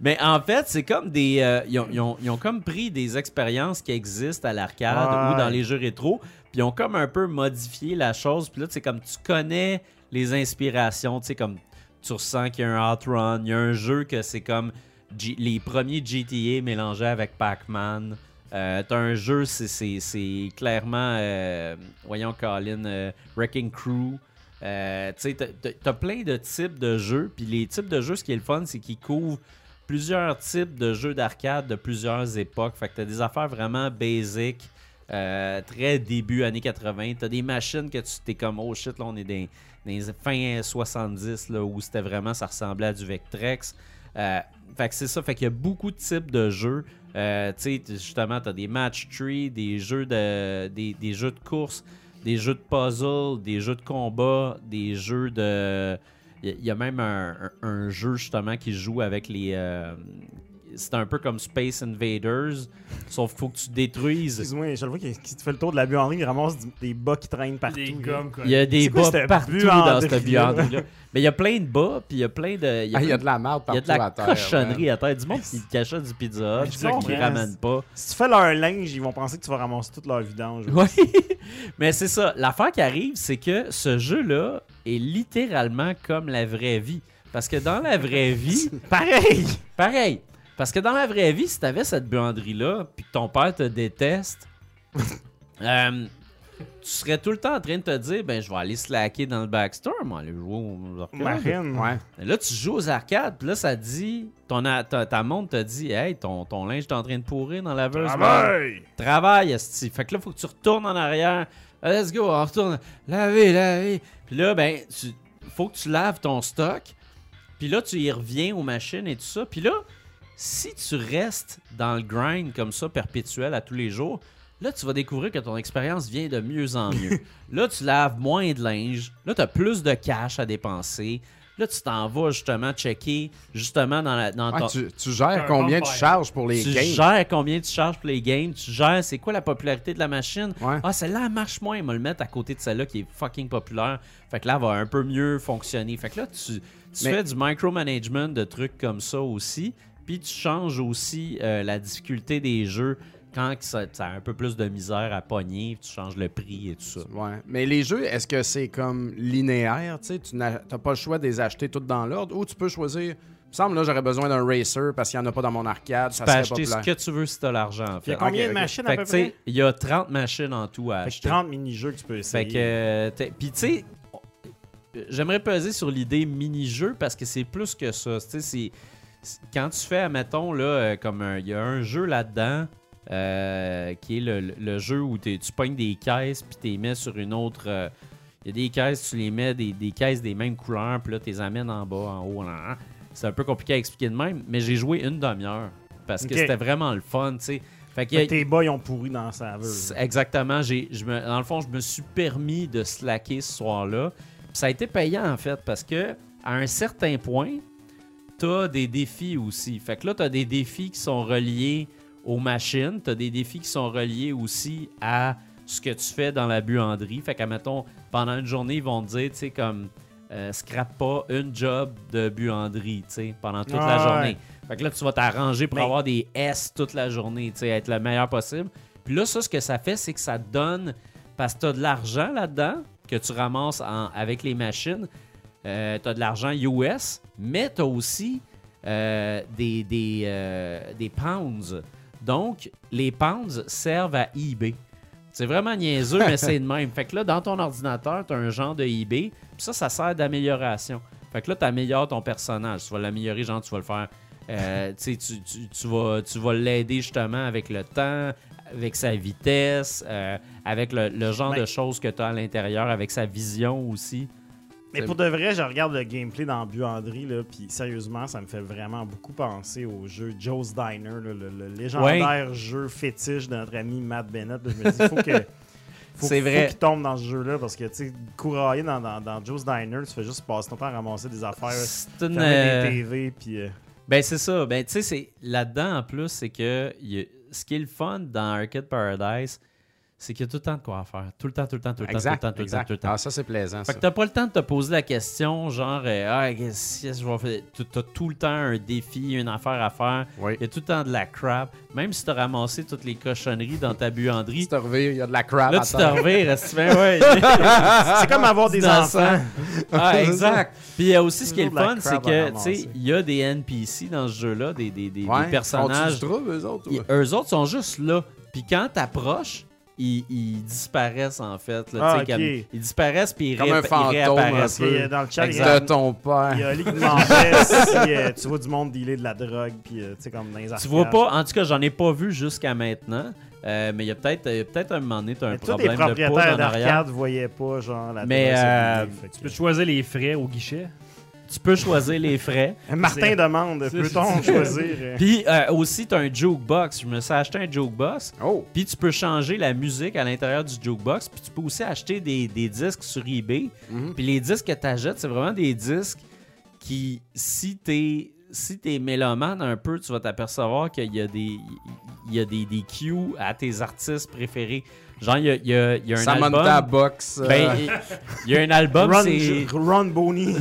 Mais en fait, c'est comme des. euh, ils, ont, ils ont- ils ont comme pris des expériences qui existent à l'arcade
Ouais.
ou dans les jeux rétro, puis ils ont comme un peu modifié la chose. Puis là, c'est comme tu connais les inspirations, tu sais, comme tu ressens qu'il y a un Hot Run, il y a un jeu que c'est comme G- les premiers GTA mélangés avec Pac-Man. Euh, T'as un jeu, c'est- c'est c'est clairement, euh, voyons, Colin, euh, Wrecking Crew. Euh, tu sais, t'as- t'as- t'as plein de types de jeux, puis les types de jeux, ce qui est le fun, c'est qu'ils couvrent plusieurs types de jeux d'arcade de plusieurs époques. Fait que t'as des affaires vraiment basic, euh, très début années 80. T'as des machines que tu t'es comme, oh shit, là on est dans, dans les fins 70, là, où c'était vraiment, ça ressemblait à du Vectrex. Euh, fait que c'est ça, fait qu'il y a beaucoup de types de jeux. Euh, tu sais, t- justement, t'as des match tree, des jeux de, des, des jeux de course, des jeux de puzzle, des jeux de combat, des jeux de... Il y a- il y, a même un, un- un jeu justement qui joue avec les. euh, c'est un peu comme Space Invaders, sauf qu'il faut que tu détruises.
Excuse-moi, je le vois qui, qui te fait le tour de la buanderie, il ramasse du- des bas qui traînent partout.
Des
là.
gommes, quoi.
Il y a des
C'est quoi
bas
cette
partout dans
buanderie-là?
cette buanderie-là. Mais il y a plein de bas, puis il y a plein de.
Ah, Il y a
plein-
de la merde
il y
partout
a de la
à terre.
cochonnerie à terre. Du monde qui cachait du pizza,
Mais
du
tu
monde qui
comprends.
ramène pas.
Si tu fais leur linge, ils vont penser que tu vas ramasser toute leur vidange.
Oui. Mais c'est ça. L'affaire qui arrive, c'est que ce jeu-là est littéralement comme la vraie vie. Parce que dans la vraie vie.
Pareil!
Pareil. Parce que dans la vraie vie, si t'avais cette buanderie-là, puis que ton père te déteste, euh, tu serais tout le temps en train de te dire, ben, je vais aller slacker dans le backstore, moi, aller jouer aux arcades.
Marine.
Ouais.
Mais Là, tu joues aux arcades, puis là, ça te dit, ton, a- ta, ta montre te dit, hey, ton, ton linge est en train de pourrir dans la
Ah
laveuse. man.
Travaille!
Travaille, esti. Fait que là, faut que tu retournes en arrière. Ah, Let's go, on retourne. Laver, laver. Puis là, ben, tu, faut que tu laves ton stock. Puis là, tu y reviens aux machines et tout ça. Puis là, si tu restes dans le grind comme ça, perpétuel à tous les jours, là, tu vas découvrir que ton expérience vient de mieux en mieux. là, tu laves moins de linge. Là, tu as plus de cash à dépenser. Là, tu t'en vas justement checker, justement, dans, la, dans
Ouais,
ton-
Ah, tu, tu
T'as
gères
un
combien
bon
tu
père.
charges pour les
tu
games?
gères combien tu charges pour les games, tu gères c'est quoi la popularité de la machine.
Ouais.
Ah, celle-là, elle marche moins, il va le mettre à côté de celle-là qui est fucking populaire. Fait que là, elle va un peu mieux fonctionner. Fait que là, tu, tu
Mais-
fais du micromanagement de trucs comme ça aussi. Puis tu changes aussi euh, la difficulté des jeux quand que ça, ça a un peu plus de misère à pogner, puis tu changes le prix et tout ça.
Ouais. Mais les jeux, est-ce que c'est comme linéaire? Tu sais, tu n'as t'as pas le choix de les acheter toutes dans l'ordre ou tu peux choisir. Il me semble là, j'aurais besoin d'un racer parce qu'il n'y en a pas dans mon arcade.
Tu
ça
peux
serait
acheter ce
populaire.
que tu veux si t'as l'argent, en
Il y
fait.
a combien
ok,
de
ok.
machines
Fait
à
que,
peu
tu sais,
près?
il y a 30 machines en tout à
Fait que
acheter.
30 mini-jeux que tu peux essayer.
Fait que, euh, t'es- puis tu sais, j'aimerais peser sur l'idée mini-jeu parce que c'est plus que ça. Tu sais, c'est- c'est- quand tu fais, admettons, là, euh, comme un- il y a un jeu là-dedans euh, qui est le, le- le jeu où t'es- tu pognes des caisses puis tu les mets sur une autre. euh, Il y a des caisses, tu les mets, des, des caisses des mêmes couleurs, puis là, tu les amènes en bas, en haut, en en- C'est un peu compliqué à expliquer de même, mais j'ai joué une demi-heure parce que
Ok.
c'était vraiment le fun, tu sais. Fait qu'il y a-
Fait que tes bas, ils ont pourri dans la saveuse.
c'est- Exactement. J'ai, je me- dans le fond, je me suis permis de slacker ce soir-là. Puis Ça a été payant, en fait, parce que à un certain point, t'as des défis aussi. Fait que là, t'as des défis qui sont reliés aux machines. T'as des défis qui sont reliés aussi à ce que tu fais dans la buanderie. Fait qu'à, mettons, pendant une journée, ils vont te dire, tu sais, comme, euh, scrape pas une job de buanderie, tu sais, pendant toute la
Ah,
journée.
ouais.
Fait que là, tu vas t'arranger pour
Mais-
avoir des S toute la journée, tu sais, être le meilleur possible. Puis là, ça, ce que ça fait, c'est que ça te donne, parce que t'as de l'argent là-dedans, que tu ramasses en- avec les machines, euh, t'as de l'argent US, mais t'as aussi euh, des, des, euh, des pounds. Donc, les pounds servent à eBay. C'est vraiment niaiseux, mais c'est de même. Fait que là, dans ton ordinateur, tu as un genre de eBay, puis ça, ça sert d'amélioration. Fait que là, tu améliores ton personnage. Tu vas l'améliorer, genre, tu vas le faire. euh, tu, sais, tu, tu- tu vas, tu vas l'aider justement avec le temps, avec sa vitesse, euh, avec le, le genre
Ben-
de choses que tu as à l'intérieur, avec sa vision aussi.
Mais pour de vrai, je regarde le gameplay dans Buandry, là, puis sérieusement, ça me fait vraiment beaucoup penser au jeu Joe's Diner, là, le, le légendaire jeu fétiche de notre ami Matt Bennett. là. je me dis, faut que. Faut,
C'est
faut
vrai.
qu'il tombe dans ce jeu-là parce que, tu sais, courailler dans, dans, dans Joe's Diner, tu fais juste passer ton temps à ramasser des affaires,
C'est une,
fermer
euh,
des TV, puis. euh,
Ben c'est ça. Ben tu sais, c'est là-dedans en plus, c'est que y a- ce qui est le fun dans Arcade Paradise, c'est qu'il y a tout le temps de quoi faire. Tout le temps, tout le temps, tout le temps,
Exact,
tout le temps, tout le temps,
exact.
tout le temps.
Ah, ça, c'est plaisant.
Fait
ça.
que t'as pas le temps de te poser la question, genre, euh, ah, qu'est-ce que je vais faire? Tu- T'as tout le temps un défi, une affaire à faire.
Oui.
Il y a tout le temps de la crap. Même si t'as ramassé toutes les cochonneries dans ta
Tu
buanderie,
te reviens, il y a de la crap
là,
à
tu te
terre.
revires. est-ce que- ben ouais.
C'est comme avoir des
Ah, dans
enfants.
ça. Ah, exact. Puis il y a aussi ce qui est le
Toujours de la
fun, c'est
crabe à
que, tu
ramasser.
sais, il y a des NPC dans ce jeu-là, des, des, des, des
Ouais. Font-tu
personnages.
du trouble, eux autres? ou-
Ils- eux autres sont juste là. Puis quand t'approches, ils, ils disparaissent, en fait. là,
Ah,
tu sais, comme-
ok.
ils disparaissent, puis ils,
Comme un
réappa- ils
fantôme,
réapparaissent.
Puis, euh, dans le chat, il y a-
De ton père.
il y a Ali qui demandait si euh, tu vois du monde dealer de la drogue, puis, euh, tu sais, comme dans les
Tu
arcades.
vois pas, en tout cas, j'en ai pas vu jusqu'à maintenant. Euh, mais il y a peut-être peut un moment donné, t'as un
Mais tous les
problème de pouce
propriétaires
en arrière.
d'arcade voyaient pas, genre, la
Mais,
télé,
euh,
c'est public,
Tu
fait
peux
que-
choisir les frais au guichet.
Tu peux choisir les frais.
Martin
C'est-
demande
c'est-
peut-on
c'est-
choisir euh,
Puis euh, aussi, t'as un jukebox. Je me suis acheté un jukebox.
Oh!
Puis tu peux changer la musique à l'intérieur du jukebox. Puis tu peux aussi acheter des, des disques sur eBay.
Mhm.
Puis les disques que tu achètes, c'est vraiment des disques qui, si t'es si t'es mélomane un peu, tu vas t'apercevoir qu'il y a des il y a des, des cues à tes artistes préférés. Genre, il y a, il y a- il y a un album.
Samantha Box. euh,
Ben, il- il y a un album,
Ron,
c'est...
Ron Boney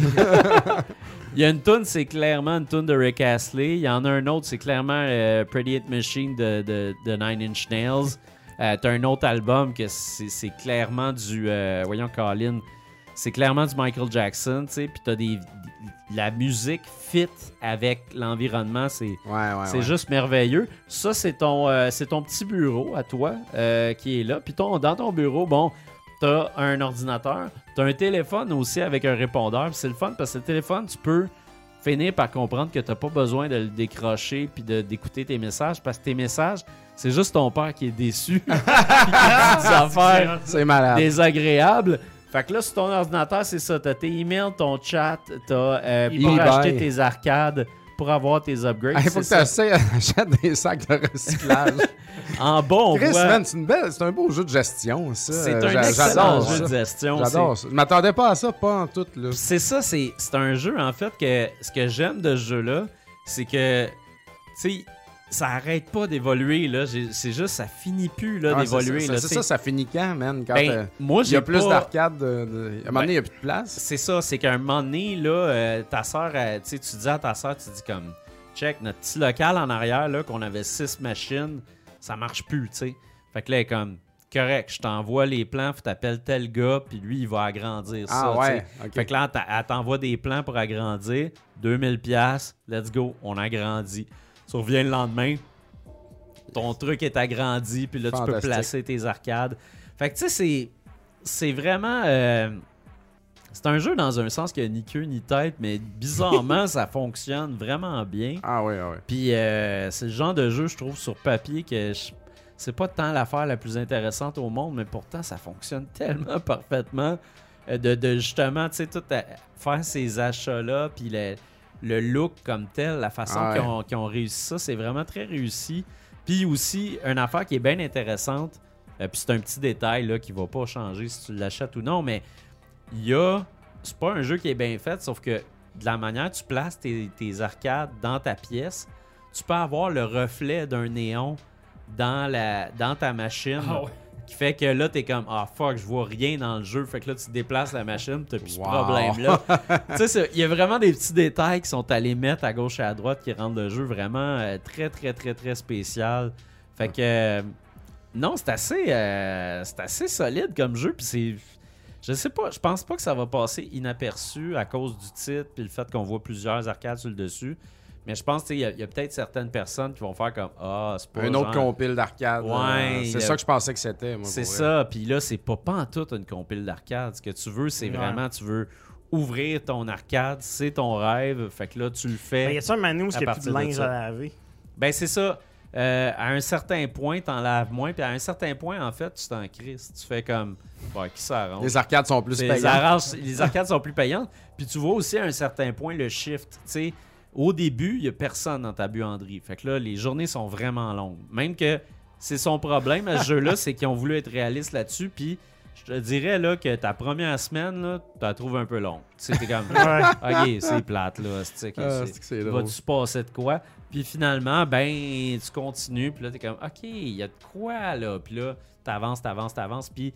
Il y a une tune, c'est clairement une tune de Rick Astley. Il y en a un autre, c'est clairement euh, Pretty Hit Machine de, de, de Nine Inch Nails. Euh, T'as un autre album que c'est c'est clairement du... euh, voyons, Colin. C'est clairement du Michael Jackson, tu sais. Puis t'as des... La musique fit avec l'environnement, c'est...
ouais, Ah ouais,
C'est
ouais.
juste merveilleux. Ça, c'est ton, euh, c'est ton petit bureau à toi euh, qui est là. Puis ton, dans ton bureau, bon, t'as un ordinateur, t'as un téléphone aussi avec un répondeur. Puis c'est le fun parce que le téléphone, tu peux finir par comprendre que t'as pas besoin de le décrocher puis de- d'écouter tes messages parce que tes messages, c'est juste ton père qui est déçu. puis qui dit des affaires
C'est malade.
désagréables. Fait que là, sur ton ordinateur, c'est ça. T'as tes emails, ton chat, t'as euh, pour
eBay. Ah,
acheter tes arcades, pour avoir tes upgrades.
Il
c'est
faut que tu
ça.
essaies achètes des sacs de recyclage.
En bas, on
Chris,
voit-
man, c'est une belle- c'est un beau jeu de gestion, ça.
C'est
J'a-
un
j'adore
excellent
ça.
jeu de gestion.
J'adore ça. Je m'attendais pas à ça, pas en tout. Là.
C'est- C'est ça, c'est c'est un jeu en fait que ce que j'aime de ce jeu-là, c'est que tu sais, ça arrête pas d'évoluer là. J'ai- C'est juste ça finit plus là
Ah,
d'évoluer
c'est
là.
ça, C'est
tu
ça,
sais.
ça finit quand, man? Quand
Ben,
euh,
moi
il y
j'ai
a plus
pas- Ben,
d'arcades. de- de- À un moment donné, il n'y a plus de place.
C'est ça, c'est qu'à un moment donné là, euh, ta sœur, elle- tu sais, tu dis à ta sœur, tu dis comme, check notre petit local en arrière là qu'on avait six machines, ça marche plus, tu sais. Fait que là elle est comme. Correct, je t'envoie les plans, faut t'appelles tel gars, puis lui, il va agrandir
Ah
ça. tu sais.
ouais, ok.
Fait que là, elle t'a- elle t'envoie des plans pour agrandir. 2000 pièces, let's go, on agrandit. Tu reviens le lendemain, ton truc est agrandi, puis là, tu peux
Fantastique.
placer tes arcades. Fait que tu sais, c'est- c'est vraiment... euh, c'est un jeu dans un sens qui a ni queue ni tête, mais bizarrement, ça fonctionne vraiment bien.
Ah ouais, ah ouais.
Puis euh, c'est le genre de jeu, je trouve, sur papier que je- c'est pas tant l'affaire la plus intéressante au monde, mais pourtant ça fonctionne tellement parfaitement euh, de, de justement, tu sais, tout à- faire ces achats-là, puis le, le look comme tel, la façon
Ah ouais.
qu'ils ont, qu'ils ont réussi ça, c'est vraiment très réussi. Puis aussi, une affaire qui est bien intéressante, euh, puis c'est un petit détail là, qui va pas changer si tu l'achètes ou non, mais il y a. C'est pas un jeu qui est bien fait, sauf que de la manière que tu places tes, tes arcades dans ta pièce, tu peux avoir le reflet d'un néon dans, la, dans ta machine.
Ah ouais.
Qui fait que là, t'es comme, ah fuck, je vois rien dans le jeu. Fait que là, tu déplaces la machine, t'as plus ce
Wow.
problème-là. tu sais, c'est- il y a vraiment des petits détails qui sont allés mettre à gauche et à droite qui rendent le jeu vraiment euh, très, très, très, très spécial. Fait que, euh, non, c'est assez, euh, c'est assez solide comme jeu. Puis c'est. Je sais pas, je pense pas que ça va passer inaperçu à cause du titre puis le fait qu'on voit plusieurs arcades sur le dessus. Mais je pense, tu sais, il y a- il y a, peut-être certaines personnes qui vont faire comme Ah, c'est pas.
Un autre
genre-
compile d'arcade.
Ouais,
euh,
le-
c'est ça que je pensais que c'était. moi,
C'est
pour vrai.
ça. Puis là, c'est pas pantoute une compile d'arcade. Ce que tu veux, c'est
Ouais.
vraiment, tu veux ouvrir ton arcade, c'est ton rêve. Fait que là, tu le
Il Ben, y
fais.
a ça un manou où
À
il n'y a plus
partir
de
de
linge
ça.
à laver.
Ben, c'est ça. Euh, à un certain point, t'en laves moins. Puis à un certain point, en fait, tu t'en crises. Tu fais comme Bah, qui s'arrange.
Les arcades sont plus
C'est-
payantes.
les, arranges- les arcades sont plus payantes. Puis tu vois aussi à un certain point le shift. Tu sais, au début, il n'y a personne dans ta buanderie. Fait que là, les journées sont vraiment longues. Même que c'est son problème à ce jeu-là, c'est qu'ils ont voulu être réalistes là-dessus. Puis je te dirais là, que ta première semaine, là, tu la trouves un peu longue. Tu sais, t'es comme, ok, c'est plate. Là, c'est-
Ah,
c'est-
c'est que c'est drôle.
va-tu se passer de quoi? Puis finalement, ben, tu continues, puis là, t'es comme, OK, il y a de quoi, là? Puis là, t'avances, t'avances, t'avances, puis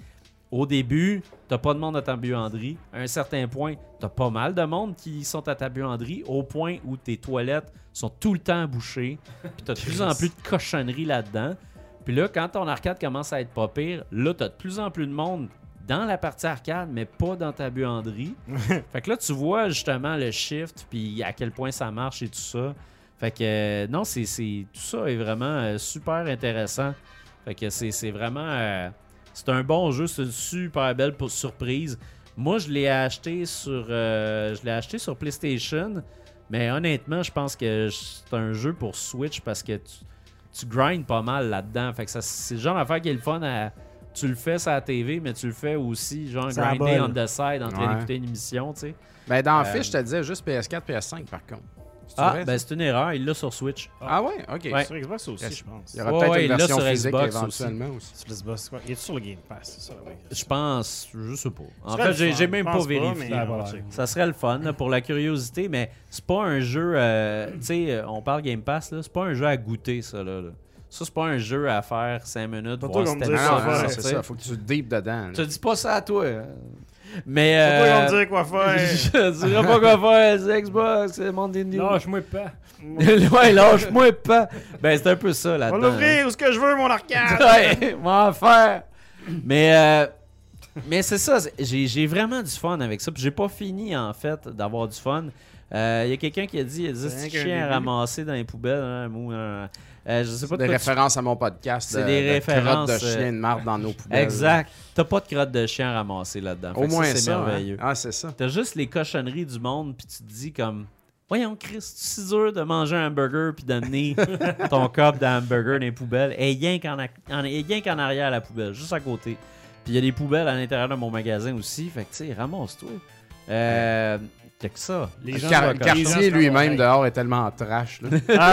au début, t'as pas de monde à ta buanderie. À un certain point, t'as pas mal de monde qui sont à ta buanderie, au point où tes toilettes sont tout le temps bouchées, puis t'as de plus en plus de cochonneries là-dedans. Puis là, quand ton arcade commence à être pas pire, là, t'as de plus en plus de monde dans la partie arcade, mais pas dans ta buanderie. Fait que là, tu vois justement le shift, puis à quel point ça marche et tout ça. Fait que euh, non, c'est, c'est- tout ça est vraiment euh, super intéressant. Fait que c'est, c'est vraiment. euh, c'est un bon jeu, c'est une super belle pour- surprise. Moi, je l'ai acheté sur, euh, je l'ai acheté sur PlayStation, mais honnêtement, je pense que c'est un jeu pour Switch parce que tu, tu grindes pas mal là-dedans. Fait que ça, c'est le genre d'affaire qui est le fun à. Tu le fais sur la TV, mais tu le fais aussi, genre,
Ça a
grinder on
bol.
the side en train
Ouais.
d'écouter une émission, tu sais.
Ben, dans la
Euh,
fiche, je te disais juste PS4, PS5 par contre. C'est-tu
Ah,
vrai,
ben
ça?
c'est une erreur, il l'a sur Switch.
ah ouais, ok.
Ouais.
Sur Xbox aussi,
Yes.
je pense.
Il y aura
Ouais,
peut-être
ouais,
une
là,
version
sur
physique
Xbox
éventuellement aussi.
Sur Xbox, quoi. Il est sur le Game Pass, c'est ça. la vraie question.
Je pense, je sais pas. En
Ce serait
fait,
le
j'ai
fun.
j'ai même
Je
pas
pense
vérifié. Ah,
mais
Ça va
on va
l'air.
checker.
Ça serait le fun là, pour la curiosité, mais c'est pas un jeu. euh, tu sais, euh, on parle Game Pass, là, c'est pas un jeu à goûter, ça. Là, là. Ça, c'est pas un jeu à faire 5 minutes.
Pas
voir
toi qui
si
vas me
Non,
dire
t'aimes
ça,
non,
ça,
non,
ouais.
tu
c'est
sais.
ça. Faut que tu deep dedans. là.
Tu dis pas ça à toi. hein. Mais. euh,
C'est toi qui vas me dire quoi faire.
je dirais pas quoi faire, c'est Xbox, c'est le monde des news.
Lâche-moi pas.
Ouais, lâche-moi pas. Ben, c'est un peu ça
On
là-dedans. hein.
va l'ouvrir où ce que je veux, mon arcade.
Ouais, m'en faire. Mais, euh, mais c'est ça, c'est- j'ai, j'ai vraiment du fun avec ça. Puis j'ai pas fini, en fait, d'avoir du fun. Euh, Il y a quelqu'un qui a dit, il a dit,
rien
c'est
qu'un
chien à
début.
ramasser dans les poubelles. hein, mou, hein, hein. Euh, je sais pas
Des
de quoi tu-
références à mon podcast.
C'est
de-
des
de
références,
crottes de
euh,
chien de marde dans nos poubelles.
Exact. T'as pas de crotte de chien à ramasser là-dedans. Fait
Au
que ça,
moins
c'est
ça. hein.
merveilleux.
Ah, c'est ça.
T'as juste les cochonneries du monde, puis tu te dis comme... Voyons, Chris, c'est si dur de manger un hamburger puis d'amener ton cop d'hamburger dans les poubelles. Et rien qu'en ac- en- et rien qu'en arrière à la poubelle, juste à côté. Puis il y a des poubelles à l'intérieur de mon magasin aussi. Fait que, tu sais, ramasse-toi. Euh, fait que ça.
Les
Le quar-
gens doivent- les gens
quartier
doivent-
Euh, lui-même dehors est tellement en trash. là.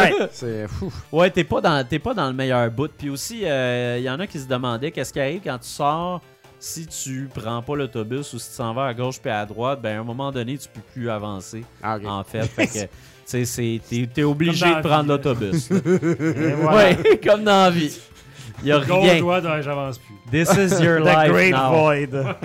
Ouais.
C'est fou.
Ouais, t'es pas dans t'es pas dans le meilleur bout. Puis aussi, euh, il y en a qui se demandaient qu'est-ce qui arrive quand tu sors si tu prends pas l'autobus ou si tu s'en vas à gauche puis à droite. Ben à un moment donné, tu peux plus avancer.
Ah, ok.
En fait, fait que tu sais, c'est- t'es t'es obligé
Comme dans
de
la
prendre
vie,
l'autobus. là.
Et voilà.
ouais, comme dans la vie. Il y a
Gros
rien.
doigt, ouais, j'avance plus.
This is your
The
life
Great
now.
Void.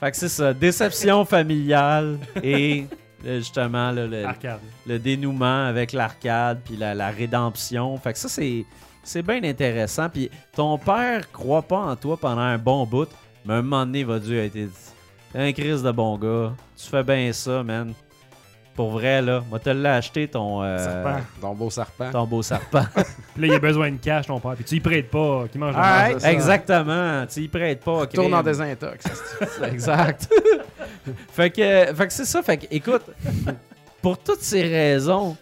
Fait que c'est ça, déception familiale et euh, justement là, le,
Arcade.
le dénouement avec l'arcade puis la, la rédemption. Fait que ça, c'est, c'est bien intéressant. Puis ton père croit pas en toi pendant un bon bout, mais à un moment donné, il va dire Hey, t'es- T'es un crise de bon gars. Tu fais bien ça, man. Pour vrai, là, moi, te l'ai acheté ton, euh,
Serpent.
Ton beau serpent.
ton beau serpent.
Puis là, il a besoin de cash, ton père. Puis tu y prêtes pas, qui mange la
Ah,
marde.
c'est ça.
Exactement. Tu y prêtes pas. au
Tourne en
crime.
désintox.
Exact. fait que, fait que c'est ça. Fait que, écoute, pour toutes ces raisons,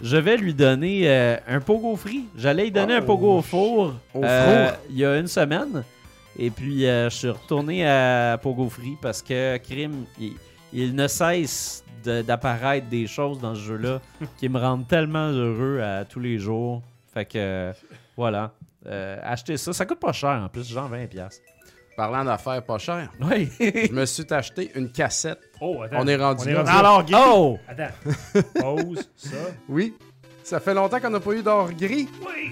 je vais lui donner euh, un pogo frit. J'allais lui donner un pogo au four
Au
euh,
four.
il y a une semaine. Et puis, euh, je suis retourné à pogo frit parce que Crime, il, il ne cesse de- d'apparaître des choses dans ce jeu-là qui me rendent tellement heureux à tous les jours. Fait que, euh, voilà. Euh, achetez ça. Ça coûte pas cher en plus, genre 20$.
Parlant d'affaires pas chères,
Oui.
je me suis acheté une cassette.
Oh, attends.
On est rendu là.
là.
Alors, Guy,
Oh!
Attends. Pause, ça.
Oui. Ça fait longtemps qu'on n'a pas eu d'or gris.
Oui.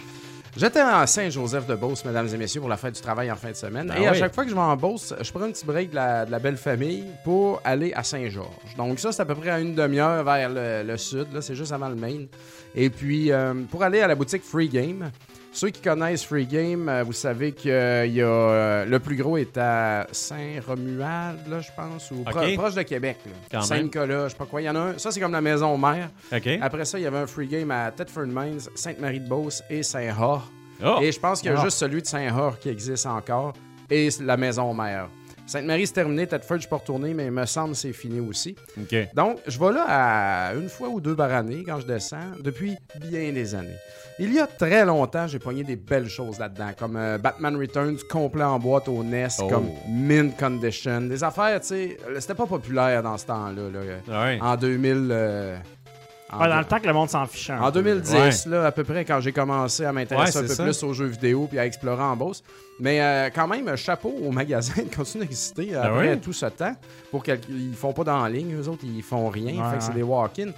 J'étais en Saint-Joseph-de-Beauce, mesdames et messieurs, pour la fête du travail en fin de semaine.
Ah
et à
oui.
chaque fois que je vais en Beauce, je prends un petit break de la, de la belle famille pour aller à Saint-Georges. Donc ça, c'est à peu près à une demi-heure vers le, le sud. Là, c'est juste avant le Maine. Et puis, euh, pour aller à la boutique Free Game, Ceux qui connaissent Free Game, euh, vous savez que euh, il y a, euh, le plus gros est à Saint-Romuald, là, je pense, ou pro-
Ok.
proche de Québec. là.
Quand
Saint-Nicolas, je sais pas quoi. Il y en a un. Ça, c'est comme la maison mère.
OK.
Après ça, il y avait un Free Game à Thetford Mines, Sainte-Marie-de-Beauce et Saint-Hor.
Oh,
Et je pense qu'il y a
Ah.
juste celui de Saint-Hor qui existe encore et la maison mère. Sainte-Marie, c'est terminé. Thetford, je peux retourner, mais il me semble que c'est fini aussi.
OK.
Donc, je vais là à une fois ou deux par année quand je descends, depuis bien des années. Il y a très longtemps, j'ai pogné des belles choses là-dedans, comme euh, Batman Returns complet en boîte au NES,
Oh.
comme Mint Condition, des affaires, tu sais, c'était pas populaire dans ce temps-là, là, euh,
Ouais.
en 2000... euh, en
Ah,
deux-
dans le temps que le monde s'en fiche. un
en
peu.
2010, là, à peu près, quand j'ai commencé à m'intéresser
Ouais,
un peu
c'est ça.
plus aux jeux vidéo puis à explorer en bourse. Mais euh, quand même, chapeau au magasin de continuer d'exister
Ah
après
ouais?
tout ce temps. Pour quel- Ils font pas dans la ligne, eux autres, ils font rien.
Ouais,
fait que c'est
ouais.
des walk-in.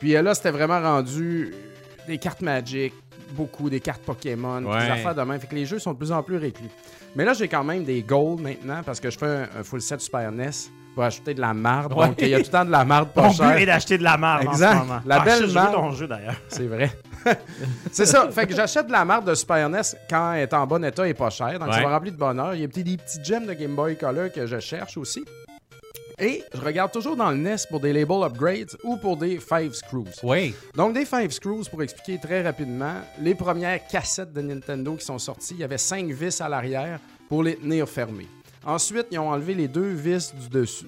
Puis euh, là, c'était vraiment rendu euh, des cartes Magic, beaucoup des cartes Pokémon,
Ouais.
des affaires de même. Fait que les jeux sont de plus en plus réclus. Mais là, j'ai quand même des gold maintenant parce que je fais un, un full set Super NES pour acheter de la marde.
Ouais.
Donc, il y a tout le temps de la marde pas
Mon but
chère.
est d'acheter de la marde en
Exact.
ce moment.
La
Ah,
belle
je sais, je
marde.
joue ton jeu d'ailleurs.
C'est vrai. c'est ça. Fait que j'achète de la marque de Super NES quand elle est en bon état et pas chère. Donc, ça
Ouais.
va remplir de bonheur. Il y a peut-être des petits gems de Game Boy Color que je cherche aussi. Et je regarde toujours dans le NES pour des label upgrades ou pour des five screws.
Oui.
Donc, des Five Screws, pour expliquer très rapidement, les premières cassettes de Nintendo qui sont sorties, il y avait cinq vis à l'arrière pour les tenir fermés. Ensuite, ils ont enlevé les deux vis du dessus,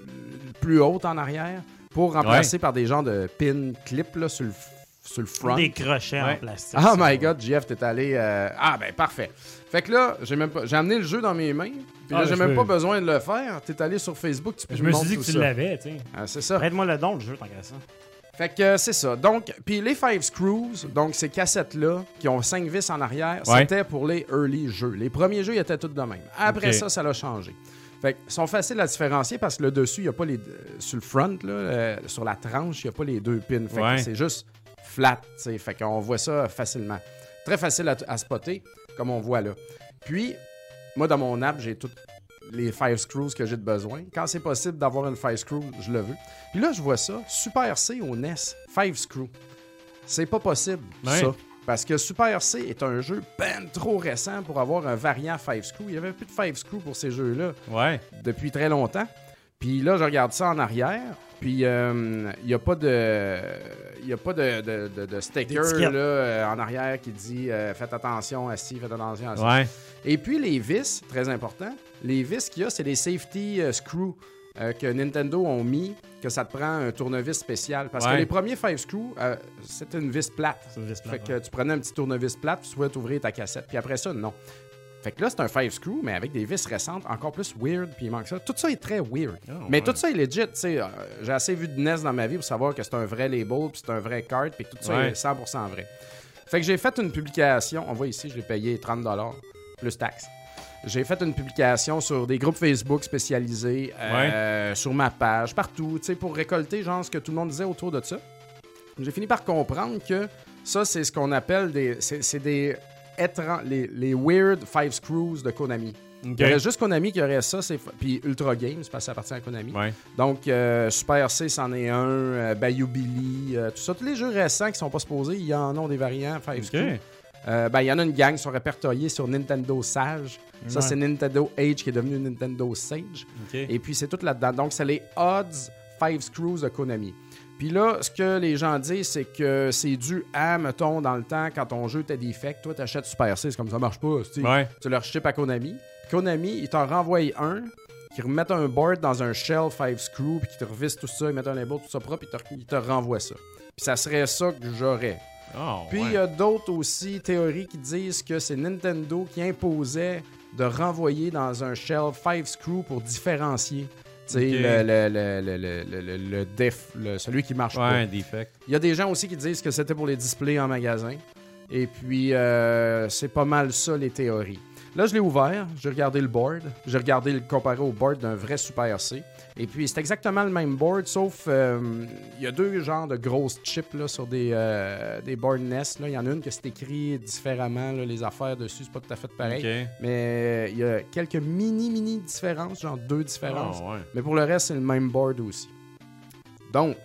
plus hautes en arrière, pour remplacer par des genres de pin clip là, sur, le, f- sur le front.
Des crochets en
Ouais.
plastique.
Ah
ça.
my god, JF, t'es allé. euh, Ah ben parfait. Fait que là, j'ai même pas... j'ai amené le jeu dans mes mains. Puis
Ah,
là,
ben,
j'ai
je
même
peux-
pas besoin de le faire. T'es allé sur Facebook, tu peux
Je
me
me suis
montrer
dit que
tout
tu
ça.
l'avais, tu sais.
Ah, c'est ça.
Prête-moi le don, le jeu, tant qu'à ça.
Fait que euh, c'est ça. Donc, puis les Five Screws, donc ces cassettes-là, qui ont cinq vis en arrière,
Ouais.
c'était pour les early jeux. Les premiers jeux, ils étaient tous de même. Après
Ok.
ça, ça l'a changé. Fait que, ils sont faciles à différencier parce que le dessus, il n'y a pas les. Sur le front, là, euh, sur la tranche, il n'y a pas les deux pins. Fait que
Ouais.
c'est juste flat, tu sais. Fait qu'on voit ça facilement. Très facile à, à spotter, comme on voit là. Puis, moi, dans mon app, j'ai toutes les five screws que j'ai de besoin. Quand c'est possible d'avoir une five screw, je le veux. Puis là, je vois ça. Super C au NES, five screw. C'est pas possible,
Ouais.
ça. Parce que Super C est un jeu ben trop récent pour avoir un variant five screw. Il n'y avait plus de five screw pour ces jeux-là
Ouais.
depuis très longtemps. Puis là, je regarde ça en arrière. Puis euh, il n'y a pas de, il y a pas de, de, de- de sticker là,
D'étiquette.
euh, en arrière qui dit euh, faites attention à ci, faites attention à ça.
Ouais.
Et puis les vis, très important, les vis qu'il y a, c'est des safety euh, screws euh, que Nintendo ont mis, que ça te prend un tournevis spécial. Parce que
Ouais.
les premiers five screws, euh, c'était une vis plate.
C'est une vis plate,
Fait que tu prenais un petit tournevis plate, tu souhaites ouvrir ta cassette. Puis après ça, non. Fait que là, c'est un five screw, mais avec des vis récentes, encore plus weird, puis il manque ça. Tout ça est très weird. mais tout ça est legit, tu sais. euh, J'ai assez vu de NES dans ma vie pour savoir que c'est un vrai label, puis c'est un vrai card, puis tout ça
Ouais.
est 100% vrai. Fait que j'ai fait une publication. On voit ici, je l'ai payé 30 plus taxes. J'ai fait une publication sur des groupes Facebook spécialisés, euh, sur ma page, partout, tu sais, pour récolter genre ce que tout le monde disait autour de ça. J'ai fini par comprendre que ça, c'est ce qu'on appelle des. C'est c'est des. étran- les, les Weird Five Screws de Konami.
OK.
Il y aurait juste Konami qui aurait ça, c'est- puis Ultra Games, parce que ça appartient à Konami.
Ouais.
Donc, euh, Super C, c'en est un, euh, Bayou Billy, euh, tout ça. Tous les jeux récents qui sont pas supposés, il y en a des variants Five
OK.
Screws. Euh, ben, il y en a une gang qui sont répertoriés sur Nintendo Sage. Ça,
Ouais.
c'est Nintendo Age qui est devenu Nintendo Sage.
OK.
Et puis, c'est tout là-dedans. Donc, c'est les odds Five Screws de Konami. Puis là, ce que les gens disent, c'est que c'est dû à, mettons, dans le temps, quand ton jeu était defect, toi, t'achètes Super C, c'est comme ça marche pas. c'est-tu.
Ouais.
Tu leur ship à Konami. Puis Konami, ils t'en renvoient un, qui remettent un board dans un shell Five Screw, puis qui te revissent tout ça, ils mettent un label, tout ça propre, puis ils te- ils te renvoient ça. Puis ça serait ça que j'aurais.
Oh,
Puis il
ouais.
y a d'autres aussi théories qui disent que c'est Nintendo qui imposait de renvoyer dans un shell 5 screw pour différencier. Tu sais,
Ok.
le, le, le, le, le, le- le def, le- celui qui marche
Ouais,
pas.
un defect.
Il y a des gens aussi qui disent que c'était pour les displays en magasin. Et puis, euh, c'est pas mal ça, les théories. Là, je l'ai ouvert, j'ai regardé le board, j'ai regardé le comparé au board d'un vrai Super C. Et puis, c'est exactement le même board, sauf euh, il y a deux genres de grosses chips là, sur des, euh, des boards NES. là. Il y en a une que c'est écrit différemment, là, les affaires dessus, c'est pas tout à fait pareil.
OK.
Mais euh, il y a quelques mini-mini différences, genre deux
Ben
différences.
Oh, ouais.
Mais pour le reste, c'est le même board aussi. Donc,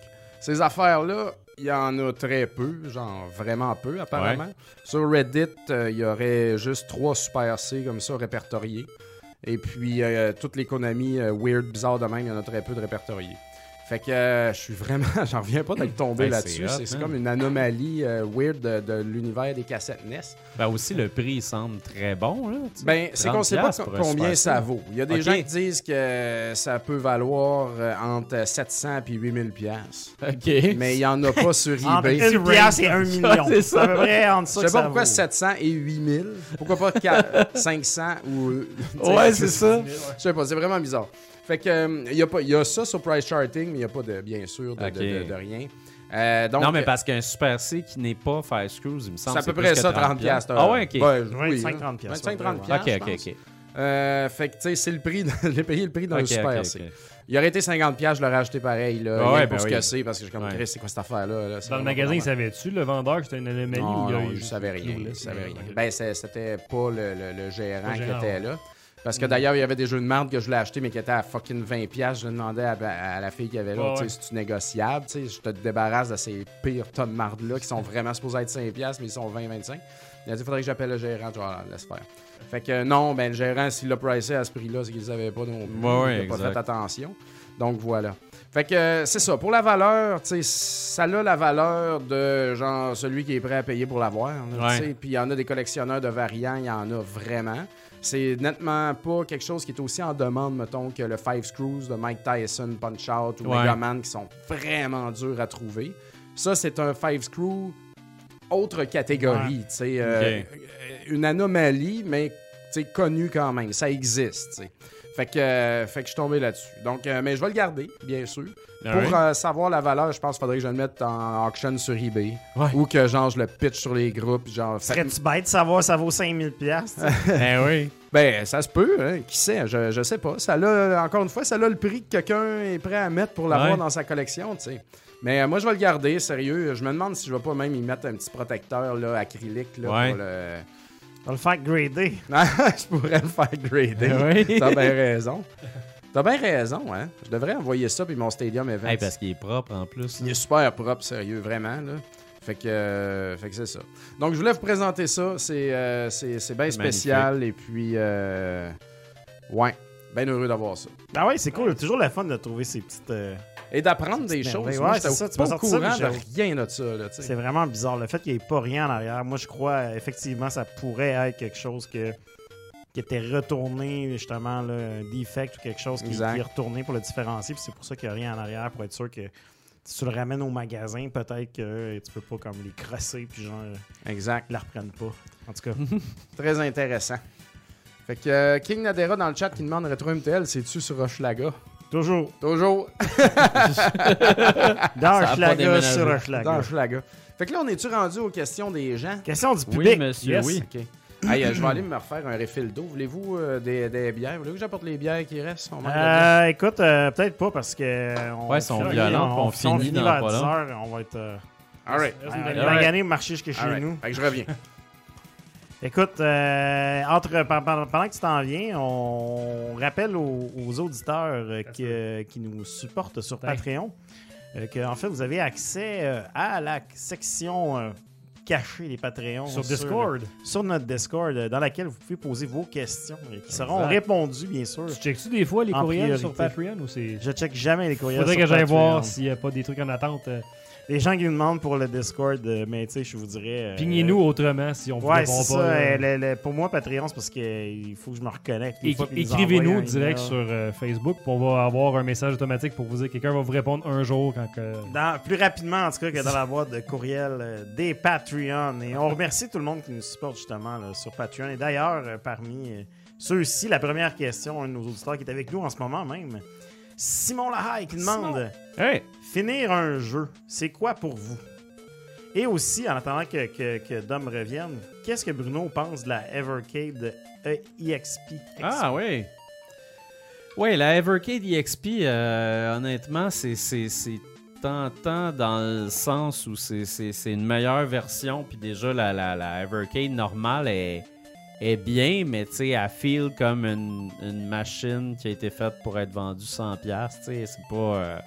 ces affaires-là, Il y en a très peu, genre vraiment peu apparemment. Sur Reddit, euh, il y aurait juste trois Super C comme ça répertoriés. Et puis, euh, toute l'économie euh, weird, bizarre de même, il y en a très peu de répertoriés. Fait que euh, je suis vraiment, j'en reviens pas d'être tombé
Hey, c'est
là-dessus.
hot,
C'est c'est
man.
comme une anomalie euh, weird de, de l'univers des cassettes E NES.
Ben aussi, le prix semble très bon. Là, tu-
Ben, c'est qu'on sait pas
30$
co-
pour un
combien
Super
ça
C.
vaut. Il y a des
Ok.
gens qui disent que ça peut valoir euh, entre 700 et 8000 pièces,
OK.
mais il y en a pas sur
Entre
eBay.
une pièce et un million.
c'est
C'est à peu près entre ça
Je sais
que
pas
ça
pourquoi
vaut.
700 et 8000. Pourquoi pas quatre- 500 ou. euh, tu sais,
Ouais, c'est ça.
Je sais pas, c'est vraiment bizarre. Fait que, euh, il y, a pas- il y a ça sur Price Charting, mais il n'y a pas, de, bien sûr, de, de-
Ok.
de- de rien. Euh, donc,
non, mais parce qu'un Super C qui n'est pas Fire Screws, il me
c'est
semble.
à peu
plus
près
que
ça, 30
piastres.
piastres.
Ah ouais, OK.
Ben, oui,
25, 30 piastres,
25, 30
ouais,
piastres,
OK,
je
OK,
pense.
OK.
Euh, fait que, tu sais, c'est le prix, de- j'ai payé le prix d'un
OK,
Super
OK,
C.
OK.
Il aurait été 50 piastres, je l'aurais acheté pareil, là,
Ah
rien
ouais,
pour
ben
ce
oui.
que c'est, parce que je suis comme,
Ouais.
Chris, c'est quoi cette affaire-là? là? C'est
Dans le
vraiment
magasin, il
pas
savait-tu, le vendeur, que c'était une anomalie
normal.
ou il a
Non, non,
juste-
je savais rien,
il a-
je savais rien.
Ok.
Ben, c'est- c'était pas le, le- le gérant
Pas
qui
gérant,
était
ouais. Mm.
là. Parce que d'ailleurs, il y avait des jeux de merde que je voulais acheter, mais qui étaient à fucking 20 piastres. Je le demandais à, à la fille qui avait là,
Ouais,
tu
ouais.
sais, c'est-tu négociable? Tu sais, je te débarrasse de ces pires tas de marde-là qui sont vraiment supposés être 5 piastres, mais ils sont 20, 25. Il a dit, faudrait que j'appelle le gérant. Je dis, Ah, laisse faire. Fait que euh, non, ben, le gérant, s'il l'a pricé à ce prix-là, c'est qu'il savait pas non plus.
Ouais, ouais,
il a pas
exact.
fait attention. Donc voilà. Fait que euh, c'est ça. Pour la valeur, tu sais, ça a la valeur de genre celui qui est prêt à payer pour l'avoir. là,
Ouais.
tu sais. Puis il y en a des collectionneurs de variants, il y en a vraiment. C'est nettement pas quelque chose qui est aussi en demande, mettons, que le Five Screws de Mike Tyson, Punch Out ou
Ouais.
Megaman qui sont vraiment durs à trouver. Ça, c'est un Five Screw autre catégorie, tu sais, euh,
Ok.
une anomalie, mais tu sais, connue quand même, ça existe. tu sais. Fait que, euh, fait que je suis tombé là-dessus. Donc, euh, mais je vais le garder, bien sûr. Pour euh, savoir la valeur, je pense qu'il faudrait que je le mette en auction sur eBay.
Ouais.
Ou que genre je le pitch sur les groupes. Genre, fait-
Serais-tu bête de savoir ça vaut 5000 piastres?
Ben oui.
Ben, ça se peut, hein, qui sait, je, je sais pas. Ça l'a- encore une fois, ça a le prix que quelqu'un est prêt à mettre pour l'avoir
Ouais.
dans sa collection, tu sais. Mais euh, moi, je vais le garder, sérieux. Je me demande si je vais pas même y mettre un petit protecteur là, acrylique là,
Ouais.
pour le.
On va le faire grader.
Non, Ah, je pourrais le faire grader.
Ah
oui.
T'as bien raison. T'as bien raison, hein. Je devrais envoyer ça puis mon stadium event.
Hey, parce qu'il est propre en plus.
Il est super propre, sérieux, vraiment, là. Fait que, euh, fait que c'est ça. Donc, je voulais vous présenter ça. C'est, euh, c'est, c'est bien spécial. Et puis, euh, ouais, bien heureux d'avoir ça.
Ah ouais, c'est cool. Toujours le fun de trouver ces petites. euh,
Et d'apprendre des
C'est
choses.
merveilleux.
Moi,
Ouais,
j'étais
c'est ça, tu
pas
m'as
au
sorti ça,
courant
mais
de
j'ai-
rien de ça, là, tu sais.
C'est vraiment bizarre. Le fait qu'il n'y ait pas rien en arrière, moi, je crois, euh, effectivement, ça pourrait être quelque chose que, qui était retourné, justement, là, un defect ou quelque chose qui, qui
Exact.
est retourné pour le différencier. Puis c'est pour ça qu'il n'y a rien en arrière, pour être sûr que si tu le ramènes au magasin, peut-être que tu peux pas comme les crosser, puis genre,
Exact.
ils la reprennent pas. En tout cas,
Très intéressant. Fait que euh, King Nadera dans le chat qui demande Retro MTL, c'est-tu sur Rochelaga?
toujours
Toujours.
dans
a pas
un flaga
déménagé.
sur un
Dans
flaga.
Hochelaga. Fait que là, on est-tu rendu aux questions des gens?
Question du public.
Oui, monsieur,
Yes.
oui.
OK. Hey, euh, je vais aller me refaire un refill d'eau. Voulez-vous euh, des, des bières? Voulez-vous que j'apporte les bières qui restent? On manque de bière.
Euh, écoute, euh, peut-être pas parce que. euh, On
Ouais, ils sont
finit-
violents, puis on
on
finit dans
vers
pas
10
long.
heures, on va être. euh,
All right.
Reste une
Euh,
belle
le
bière.
magané marché jusque chez
All right.
nous.
Fait que je reviens.
Écoute, euh, entre, par- par- pendant que tu t'en viens, on rappelle aux, aux auditeurs euh,
Ça
qui,
se peut.
euh, qui nous supportent sur
Ouais.
Patreon euh, que, en fait, vous avez accès euh, à la section euh, cachée des Patreons
Sur Discord.
sur notre Discord, euh, dans laquelle vous pouvez poser vos questions euh, qui seront
Exact.
répondues, bien sûr.
Tu checkes-tu des fois les
En
courriels
priorité.
sur Patreon ou c'est.
Je check jamais les courriels.
Faudrait
sur
que j'aille
Patreon.
voir s'il n'y a pas des trucs en attente. euh,
Les gens qui nous demandent pour le Discord, euh, mais tu sais, je vous dirais. euh,
Pignez-nous autrement si on vous
Ouais,
répond
c'est
pas.
ça.
euh,
euh, le- le- pour moi, Patreon, c'est parce qu'il faut que je me reconnecte. Des
éc-
fois, puis ils nous envoient
Écrivez-nous
un
direct
email.
sur euh, Facebook, puis on va avoir un message automatique pour vous dire que quelqu'un va vous répondre un jour quand que.
Dans- plus rapidement, en tout cas, que dans la boîte de courriel euh, des Patreon. Et on remercie tout le monde qui nous supporte, justement, là, sur Patreon. Et d'ailleurs, euh, parmi euh, ceux-ci, la première question, un de nos auditeurs qui est avec nous en ce moment même, Simon Lahaye, qui demande
Hey.
Finir un jeu, c'est quoi pour vous Et aussi, en attendant que, que- que Dom revienne, qu'est-ce que Bruno pense de la Evercade E EXP
Ah oui. Oui, la Evercade EXP, euh, honnêtement, c'est- c'est c'est tentant dans le sens où c'est- c'est c'est une meilleure version. Puis déjà, la, la, la Evercade normale est, est bien, mais tu sais, elle feel comme une, une machine qui a été faite pour être vendue 100$. Tu sais, c'est pas. euh,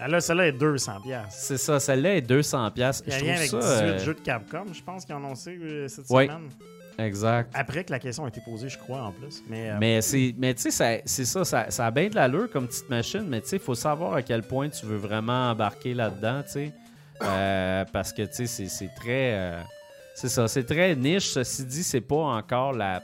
Ah là, celle-là est 200$. piastres.
C'est ça, celle-là est 200$. piastres.
Il y a
Je
rien avec
trouve
18
ça. euh,
jeux de Capcom, je pense qu'ils ont annoncé euh, cette
Ouais.
semaine.
Exact.
Après que la question a été posée, je crois, en plus. Mais, euh,
Mais c'est, mais tu sais, ça- c'est ça, ça, ça a bien de l'allure comme petite machine, mais tu sais, faut savoir à quel point tu veux vraiment embarquer là-dedans, tu sais, Euh, parce que tu sais, c'est, c'est très, euh, c'est ça, c'est très niche. Ceci dit, c'est pas encore la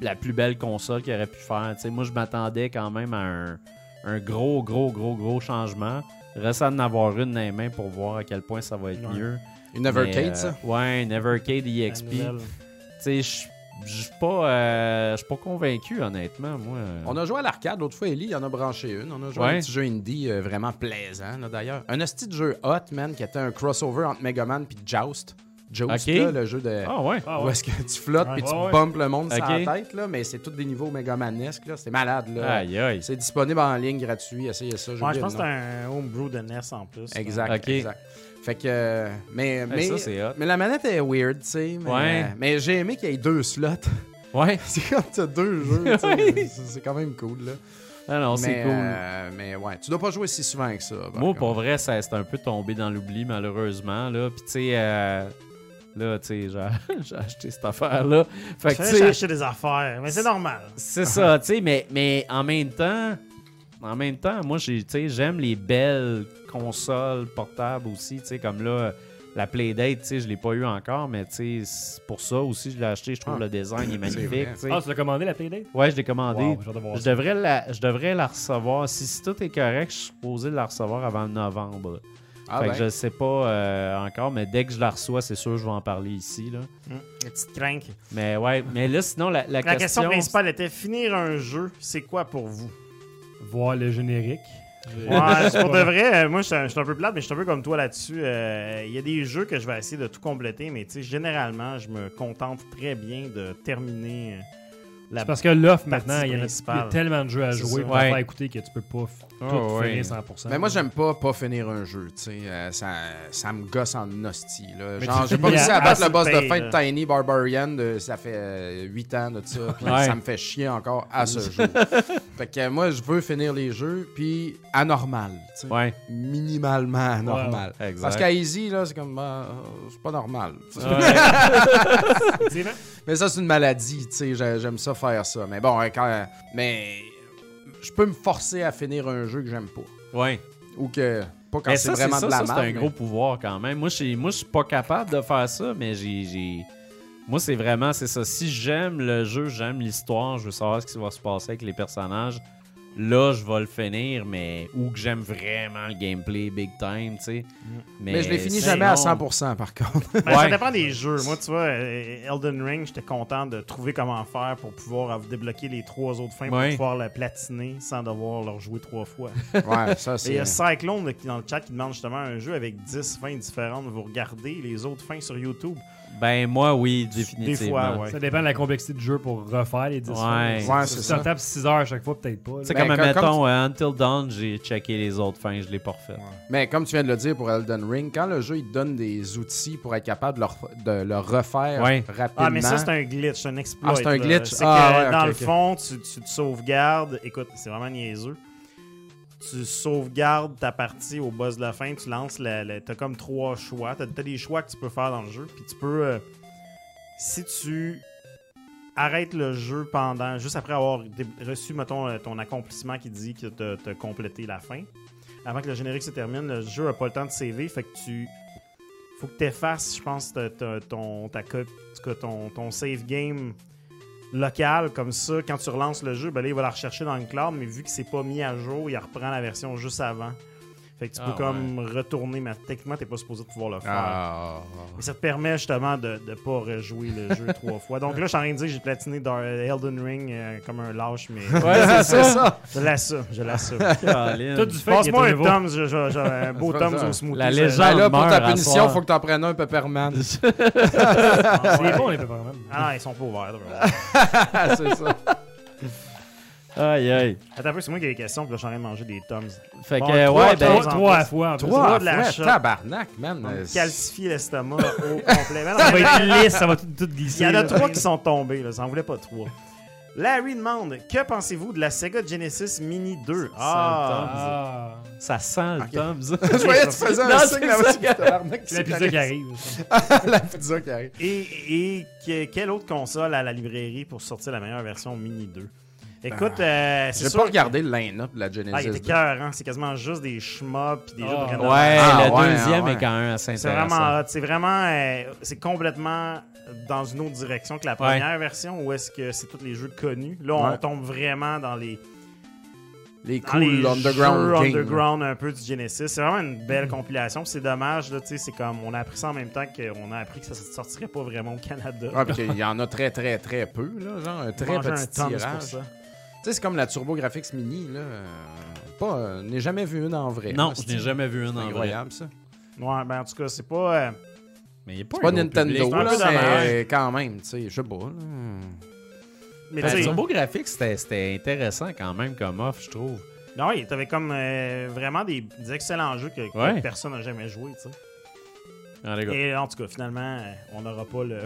la plus belle console qu'il aurait pu faire. tu sais. moi, je m'attendais quand même à un, un gros, gros, gros, gros changement. Reste à en avoir une dans les mains pour voir à quel point ça va être
Ouais.
mieux.
Une
Mais,
Evercade,
euh,
ça?
Ouais, une Evercade
la
EXP.
nouvelle-
E Tu sais, je je suis pas, euh, je suis pas convaincu, honnêtement, moi.
On a joué à l'arcade. L'autre fois, Ellie, il en a branché une. On a joué à
Ouais.
un petit jeu indie euh, vraiment plaisant, là, d'ailleurs. Un hostie de jeu hot, man, qui était un crossover entre Megaman et Joust. Joust,
Ok.
là, le jeu de...
Ah ouais?
Ah
Où
ouais.
est-ce que tu flottes
Ouais,
puis tu
ouais, ouais.
bumpes le monde sur
Ok.
la tête, là, mais c'est tous des niveaux mégamanesques. là. C'est malade. Là.
Aïe aïe.
C'est disponible en ligne gratuit. Essayez ça. j'ai
Ouais,
oublié
je pense
le
que
nom.
c'est un homebrew de NES en plus.
Exact,
Ok.
exact. Fait que. euh, Mais, mais,
ça, c'est hot.
mais la manette est weird, tu sais. Mais,
Ouais.
euh, mais j'ai aimé qu'il y ait deux slots.
Ouais.
c'est comme t'as deux jeux. tu sais,
Ouais.
c'est- C'est quand même cool, là.
Ah non, c'est
mais,
cool.
euh, mais ouais, tu dois pas jouer si souvent que ça. par
moi,
contre.
pour vrai, ça c'est un peu tombé dans l'oubli, malheureusement. Là. Puis, tu sais, euh, là, tu sais, j'ai- j'ai acheté cette affaire-là. Fait que, tu
J'ai
sais,
acheté des affaires, mais c'est normal.
C'est ça, tu sais, mais, mais en même temps, en même temps, moi, j'ai- tu sais, j'aime les belles consoles portables aussi, tu sais, comme là, la Playdate, tu sais, je l'ai pas eu encore, mais tu sais, c'est pour ça aussi, je l'ai acheté, je trouve
Ah.
le design est magnifique,
vrai.
tu sais.
Ah, tu l'as commandé la Playdate?
Ouais, je l'ai commandé.
Wow, j'ai hâte de voir
je,
ça.
devrais la, je devrais la recevoir. Si, si tout est correct, je suis supposé la recevoir avant le novembre. là.
Ah
fait
ben,
que je sais pas euh, encore, mais dès que je la reçois, c'est sûr que je vais en parler ici. Là.
Une petite crank.
Mais ouais, mais là, sinon, la, la
La question principale était finir un jeu, c'est quoi pour vous
Voir le générique.
Ouais, c'est pour de vrai, euh, moi, je suis un- je suis un peu plate, mais je suis un peu comme toi là-dessus. Euh, Il y a des jeux que je vais essayer de tout compléter, mais tu sais, généralement, je me contente très bien de terminer euh, la
C'est parce que l'offre
partie
maintenant, il y, en a,
principale.
il y a tellement de jeux à
C'est
jouer
ça.
pour
Ouais.
faire écouter que tu peux pas f- tout
Ah ouais.
finir 100%.
mais Ben, moi, j'aime pas pas finir un jeu. tu sais. Euh, ça, ça me gosse en hostie. Là.
Mais
Genre,
tu
j'ai pas
finis
réussi
à-
à battre
à
le boss de
souper,
fin de
là.
Tiny Barbarian. de- ça fait 8 ans de ça. puis
Ouais.
Ça me fait chier encore à ce jour. fait que euh, moi, je veux finir les jeux, puis anormal. tu sais.
Ouais.
Minimalement anormal.
Ouais, ouais. Exact.
Parce qu'à Easy, là, c'est comme. euh, c'est pas normal.
Effectivement.
Mais ça, c'est une maladie, tu sais, j'ai- j'aime ça faire ça. Mais bon, hein, quand... Mais je peux me forcer à finir un jeu que j'aime pas.
ouais.
Ou que... Pas quand
Mais
c'est
ça, c'est
vraiment
ça,
de la
ça, c'est
merde.
un gros pouvoir quand même. Moi, je moi, je suis pas capable de faire ça, mais j'ai. j'ai- Moi, c'est vraiment, c'est ça. Si j'aime le jeu, j'aime l'histoire, je veux savoir ce qui va se passer avec les personnages, là, je vais le finir, mais. Ou que j'aime vraiment le gameplay big time, tu sais.
Mm. Mais, je les finis
sinon-
jamais à 100% par contre.
Ben, Ça
Ouais.
dépend des jeux. Moi, tu vois, euh, Elden Ring, j'étais content de trouver comment faire pour pouvoir euh, débloquer les trois autres fins
Ouais.
pour pouvoir la platiner sans devoir leur jouer trois fois.
ouais, ça
Et il y
c'est...
a Cyclone de- qui, dans le chat qui demande justement un jeu avec 10 fins différentes. Vous regardez les autres fins sur YouTube.
Ben, moi, oui,
Des
définitivement.
fois, ouais.
Ça dépend de la complexité du jeu pour refaire les 10
Ouais.
fois.
Ouais, c'est
Si
ça.
ça tape 6 heures à chaque fois, peut-être pas. là.
C'est
Ben,
comme,
comme-
mettons,
comme
euh, Until Dawn, j'ai checké les autres fins, je l'ai pas refait.
Mais comme tu viens de le dire pour Elden Ring, quand le jeu il te donne des outils pour être capable de le, ref- de le refaire
Ouais.
rapidement...
Ah, mais ça, c'est un glitch, c'est un exploit.
Ah, c'est un
là.
glitch.
C'est
Ah,
que
ouais, ok,
dans le
ok.
fond, tu, tu te sauvegardes. Écoute, c'est vraiment niaiseux. Tu sauvegardes ta partie au boss de la fin. Tu lances. La, la- t'as comme trois choix. T'as, t'as des choix que tu peux faire dans le jeu. Puis tu peux. euh, si tu arrêtes le jeu pendant. Juste après avoir dé- reçu, mettons, euh, ton accomplissement qui dit que t'as, t'as complété la fin. Avant que le générique se termine, le jeu a pas le temps de sauver. Fait que tu faut que tu effaces, je pense, ta- ta- ton, ta copie- en tout cas, ton, ton save game local. Comme ça, quand tu relances le jeu, ben là, il va la rechercher dans le cloud, mais vu que c'est pas mis à jour, il reprend la version juste avant. Fait que tu
Ah,
peux comme retourner, mais techniquement, t'es pas supposé pouvoir le faire.
Ah.
Mais ça te permet justement de ne pas rejouer le jeu trois fois. Donc là, je suis en train de dire que j'ai platiné Dar- Elden Ring euh, comme un lâche, mais
Ouais,
C'est ça!
je l'assume, je l'assume.
Caroline.
Tout du fait qu'il est
Passe-moi
au
un
niveau-
Tom's, je- je- je- un beau
C'est pas
Tom's
ça.
au smoothie.
La
ça-
légende.
Ben là, pour
meurt
ta
à
punition,
soir.
faut que t'en prennes un Pepperman.
C'est bon, les Pepperman.
Ah, non, ils sont pas ouverts. là.
Ah, c'est ça.
Aïe, aïe.
Attends un peu, c'est moi qui ai les questions, puis là, je suis en train de manger des Toms.
Fait
Bon,
que,
trois,
ouais, ben.
trois,
Trois trois fois. en plus.
Trois
de la
fois,
shot.
tabarnak, man.
On
Euh,
me calcifie l'estomac au complet. Mais non,
Ça va
mais
être lisse, ça va tout, tout glisser.
Il y en a
là.
trois qui sont tombés, là. Ça en voulait pas trois. Larry demande Que pensez-vous de la Sega Genesis Mini 2 Ah
Ah.
Ça sent le Tom's.
Je voyais que tu faisais un
Non,
signe
c'est
là-bas.
ça.
sur le tabarnak,
La
c'est
pizza
correct.
qui arrive.
La pizza qui arrive.
Et, et que- quelle autre console à la librairie pour sortir la meilleure version Mini 2 Écoute, euh, c'est
Ah. J'ai
sûr.
pas regardé le line-up de la
Ah, il était
Genesis.
cœur, hein? C'est quasiment juste des schmobs puis des jeux de
Ah.
rénovation.
Ouais,
Ah,
le
ouais,
deuxième
ah, ouais.
est quand même assez
C'est
intéressant.
vraiment hot. C'est vraiment. euh, c'est complètement dans une autre direction que la première version où est-ce que c'est tous les jeux connus. Là, on
Ouais.
tombe vraiment dans les,
les
dans Ah, les
cool Underground Mm.
jeux
King. là.
underground un peu du Genesis. C'est vraiment une belle compilation. puis C'est dommage, là, tu sais, c'est comme on a appris ça en même temps qu'on a appris que ça ne sortirait pas vraiment au Canada.
Ah, puis qu'il y en a très, très, très peu, là, genre un très
Manger un
petit
Tom's pour
tirage.
ça.
Tu sais, c'est comme la Turbo Graphics Mini, là. euh, Pas, euh, n'ai jamais vu une en vrai.
Non,
là,
je
c'est-
n'ai jamais vu un
C'est
en vrai.
incroyable, ça.
Ouais, ben en tout cas, c'est pas. euh,
Mais il est
C'est pas
un gros
Nintendo,
public.
un
là,
peu dommage.
c'est quand même, tu sais, je sais pas. là.
Mais
Ben,
tu sais,
Turbo Graphics, c'était- c'était intéressant quand même comme offre, je trouve.
non, ouais, ben t'avais comme euh, vraiment des, des excellents jeux que, que
Ouais.
personne n'a jamais joué, tu sais.
Ah, les gars.
Et en tout cas, finalement, euh, on n'aura pas le.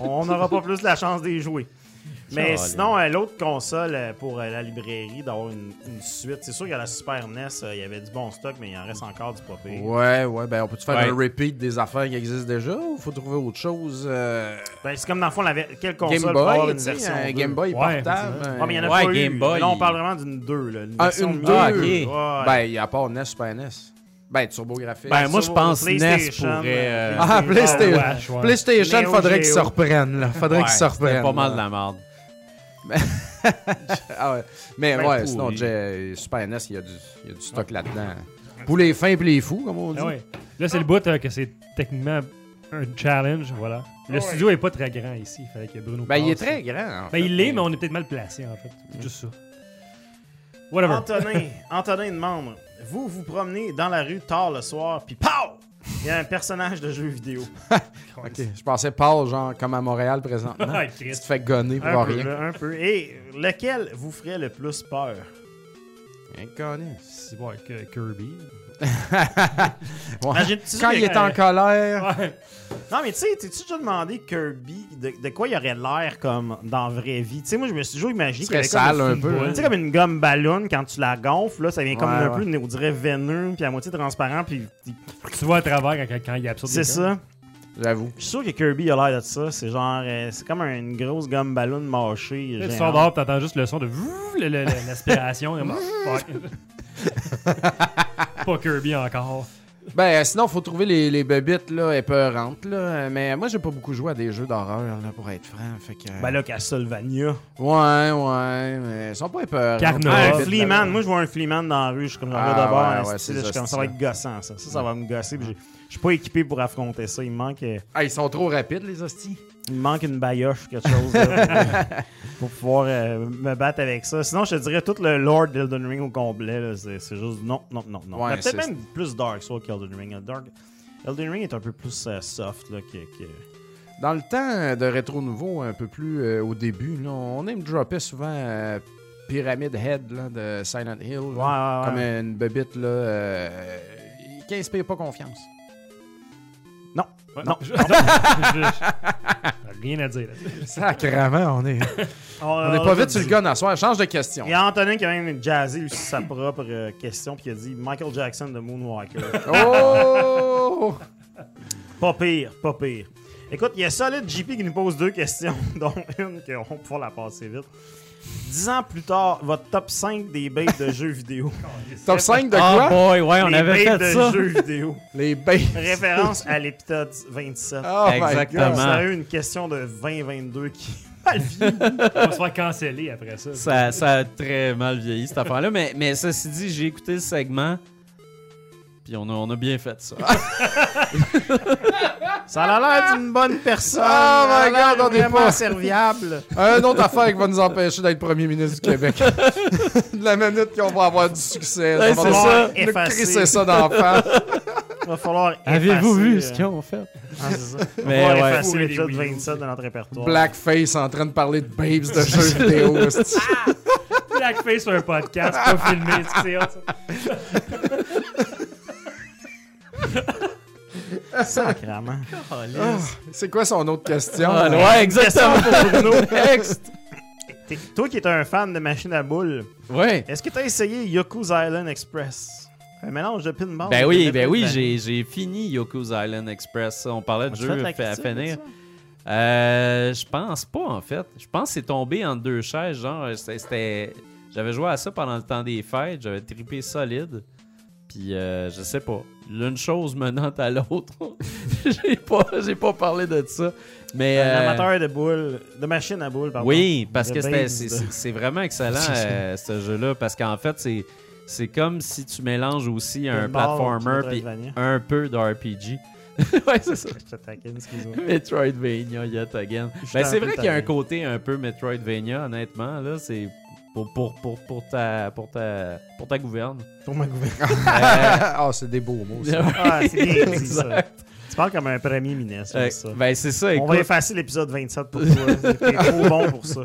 on n'aura pas plus la chance d'y jouer. Mais
Ça va
sinon, euh, l'autre console euh, pour euh, la librairie, d'avoir une, une suite, c'est sûr qu'à la Super NES, euh, il y avait du bon stock, mais il en reste encore du pas pire.
Ouais, ouais, ben on peut-tu faire
Ouais.
un repeat des affaires qui existent déjà ou faut trouver autre chose? euh,
Ben, c'est comme dans le fond, la ver- quelle console
Game
peut avoir
Boy,
une
tu sais,
version
un
2?
Game Boy
Ouais,
portable.
Ouais, mais il y en a
Ouais,
pas
Game
eu.
Boy.
Là, on parle vraiment d'une 2. Là, une
Ah,
version
une
mini.
2.
Ouais.
Ben, il y a pas NES, Super NES. Ben, Turbo Graphics.
Ah, Ben, moi, je
sur
pense NES
PlayStation,
pourrait, euh,
euh,
Ah, PlayStation.
ouais.
Wesh, ouais.
PlayStation,
Neo
faudrait qu'ils se
Geo.
reprennent, là. Faudrait qu'ils se
c'était
reprennent.
pas mal de
là.
la merde.
Ah ouais. Mais
Ben,
ouais,
pourri.
sinon, Jay- Super NES, il y, a du- il y a du stock là-dedans. Pour les fins et les fous, comme
Ben
on dit.
Ah ouais. Là, c'est le bout euh, que c'est techniquement un challenge, voilà. Le studio est pas très grand ici, il fallait que Bruno
Ben, il
Ah,
est
passe.
très grand. en
Ben,
fait.
il l'est, mais on est peut-être mal placé, en fait. C'est juste ça. Whatever.
Antonin, Antonin demande Vous vous promenez dans la rue tard le soir, puis POW Il y a un personnage de jeu vidéo.
Ok, je pensais pas, genre, comme à Montréal présentement.
Ah,
tu
Chris.
te fais gonner pour
Un peu,
Ah, rien.
là, un peu. Et lequel vous ferait le plus peur
Rien que gonner.
C'est bon, avec euh, Kirby.
Ouais.
Imagine-tu euh,
Quand
que-
il est en colère.
Ouais.
Non, mais tu sais, t'es-tu déjà demandé Kirby de, de quoi il aurait l'air comme dans la vraie vie? Tu sais, moi, je me suis toujours imaginé qu'il y
Très
avait comme
sale
une-
un peu. hein.
Tu sais, comme une gomme ballon, quand tu la gonfles, là, ça vient comme
Ouais,
un
ouais.
peu, on dirait veineux, puis à moitié transparent, puis puis-
Tu vois à travers quand, quand il absorbe
c'est
quelqu'un.
ça.
J'avoue.
Je suis sûr que Kirby a l'air de ça. C'est genre, euh, c'est comme une grosse gomme ballon mâchée.
Là, tu
géante.
sors dehors, t'entends juste le son de vroom, le- le- le- l'aspiration. et on- Fuck. Pas Kirby encore.
Ben, euh, sinon, faut trouver les, les bébites, là, épeurantes, là. Euh, Mais moi, j'ai pas beaucoup joué à des jeux d'horreur, là, pour être franc. Fait que...
Ben là, Castlevania.
Ouais, ouais, mais ils sont pas épeurantes.
Carnot.
Ah,
les
un
bébites, là.
Fleeman. Moi, je vois un Fleeman dans la rue. Je suis comme, j'en
Ah,
ai d'abord.
ouais,
un
ouais,
style,
c'est Mm.
je suis comme, ça va être gossant, ça. Ça, ça va me gosser. puis j'ai- Je suis pas équipé pour affronter ça. Il me manque, euh,
Ah, ils sont trop rapides, les hosties.
il me manque une bailloche ou quelque chose là, pour, pour pouvoir euh, me battre avec ça. Sinon, je te dirais tout le Lord d'Elden Ring au complet. là, C'est c'est juste non, non, non, non.
Ouais,
Mais Peut-être
c'est-
même plus Dark Souls qu'Elden Ring. Dark- Elden Ring est un peu plus euh, soft là, que. que-
Dans le temps de Rétro Nouveau, un peu plus euh, au début, là, on aime dropper souvent euh, Pyramid Head là, de Silent Hill. là,
Ouais, ouais,
comme
ouais.
une bébite là, euh, qui inspire pas confiance.
Non. Je- je- Rien à dire. là-dessus.
Sacrement, on est.
Ah,
On est pas vite sur le gun à soir. Change de question.
Il y a Antonin qui a même jazzé aussi sa propre euh, question, puis il a dit Michael Jackson de Moonwalker.
Oh!
Pas pire, pas pire. Écoute, il y a Solid JP qui nous pose deux questions, dont une qu'on va pouvoir la passer vite. Dix ans plus tard, votre top 5 des baites de jeux vidéo.
Top 5 de
Ah
quoi?
boy, ouais, on
Les
avait
baites
fait
de
ça.
jeux vidéo.
Les baies.
Référence à l'épisode 27.
Oh my
Exactement.
God.
Ça a eu une question de 2022 qui mal vieillit.
On va se faire canceller après ça.
ça. ça a très mal vieilli, cette affaire-là. Mais, mais ceci dit, j'ai écouté le segment. Puis on a, on a bien fait ça.
Ah,
Ça a l'air d'une bonne personne.
Oh
Ça a
my
l'air
God, on est
vraiment
pas-
serviable.
Un autre affaire qui va nous empêcher d'être premier ministre du Québec. De la minute qu'on va avoir du succès.
Ouais,
on
c'est
va
ça.
nous
Effacer.
crisser ça d'en face.
Il va falloir.
Avez-vous
effacer,
vu
euh,
ce qu'ils ont fait?
Ah, c'est ça.
Mais
On va
ouais.
effacer
Fourrer des
l'épisode
Wii U.
27 de notre répertoire.
Blackface en train de parler de babes de jeux vidéo. esti.
Blackface sur un podcast, pas filmé, tu sais, hein, ça.
Sacrément.
Ah,
Oh.
C'est quoi son autre question?
Ah, ouais, exactement.
Question pour Bruno. T'es- Toi qui es un fan de machine à boules,
Ouais.
est-ce que t'as essayé Yoku's Island Express? Un mélange de pinball.
Ben
et
oui,
de
ben oui,
pinball.
j'ai j'ai fini Yoku's Island Express. On parlait de
As-tu
jeu
fait la
fait à
critique de
finir.
ça?
Euh, je pense pas, en fait. Je pense que c'est tombé entre deux chaises. Genre, c'était- c'était. J'avais joué à ça pendant le temps des fêtes. J'avais trippé solide. Puis, euh, je sais pas. L'une chose menant à l'autre. j'ai pas, j'ai pas parlé de ça. Mais.
Un
euh,
amateur de boules, de machine à boules, pardon.
Oui, parce
De
que c'était-
base,
c'est
de-
c'est- c'est vraiment excellent, euh, ce jeu-là. Parce qu'en fait, c'est. C'est comme si tu mélanges aussi un
Pinball,
platformer puis
Metroidvania.
un peu d'RPG. ouais, c'est ça.
Je te taquine, excuse-moi.
Metroidvania yet again.
Je
Ben,
t'en
c'est
prie,
vrai qu'il y a
t'as
un
raison.
côté un peu Metroidvania, honnêtement. Là, c'est pour, pour, pour, pour, ta, pour, ta, pour ta gouverne.
Pour ma gouverne.
Ah, c'est des beaux mots. ça.
Ah, c'est bien dit, ça.
Exact.
Tu parles comme un premier ministre,
Euh,
c'est ça.
ben, c'est ça,
On va
écoute.
effacer l'épisode 27 pour toi. T'es trop bon pour ça.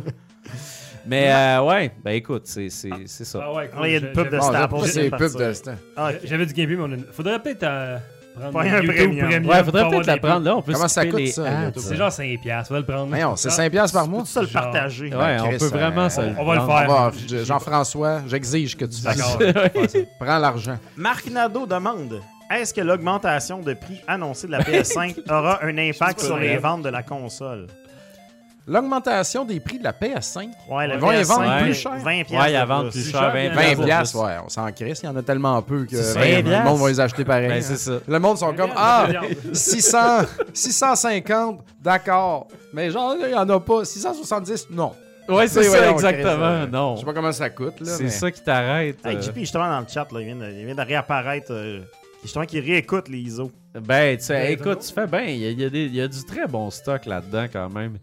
Mais euh, ouais, ben écoute, c'est c'est- c'est ça.
Ah ouais, cool,
Ah, il y a une
je-
pub
j'avais-
de
Ah, là,
Staples,
c'est
c'est
pub
parti.
de Stan.
Ah, ok.
J'avais du gameplay, mais on a- faudrait peut-être euh, prendre
Pas un
YouTube
premium.
Ouais, faudrait
pour
peut-être la
avoir
prendre là. On peut
Comment ça
skipper
coûte,
les Ah,
ça,
ads.
YouTube?
des- C'est genre 5$, piastres, on va le prendre.
Voyons, c'est
Ah,
5$ piastres par mois.
Tout ça le
Genre.
partager.
Ouais, on
Chris,
peut
euh,
vraiment ça.
on va le
prendre.
faire.
Bon,
J'ai-
je- Jean-François, j'exige que tu fasses
D'accord.
ça. Prends l'argent.
Marc Nadeau demande Est-ce que l'augmentation de prix annoncée de la PS5 aura un impact sur les ventes de la console
L'augmentation des prix de la PS5.
Ouais, la
Ils vont les
PS5,
vendre plus
ouais,
cher.
20 piastres
Ouais, il y a
de
vente
plus.
plus
C'est
cher,
cher,
20
bien.
20
pour
Ben, piastres, ouais, on s'en crisse, il y en a tellement peu que
C'est
20,
20
le monde va les acheter pareil.
Ben, c'est ça.
Le monde sont comme ah 600 650, d'accord. Mais genre là, il y en a pas 670, non.
Ouais, c'est
Oui,
ça,
voyons,
exactement.
Chris, euh,
Non.
Je sais pas comment ça coûte là,
C'est
mais-
ça qui t'arrête.
Hey,
euh.
JP, justement, dans le chat, là, il, vient de, il vient de réapparaître. euh, justement, qu'il réécoute les ISO.
Ben, tu sais,
Ben,
écoute, tu fais bien. Il y a, il y a des- il y a du très bon stock là-dedans quand même.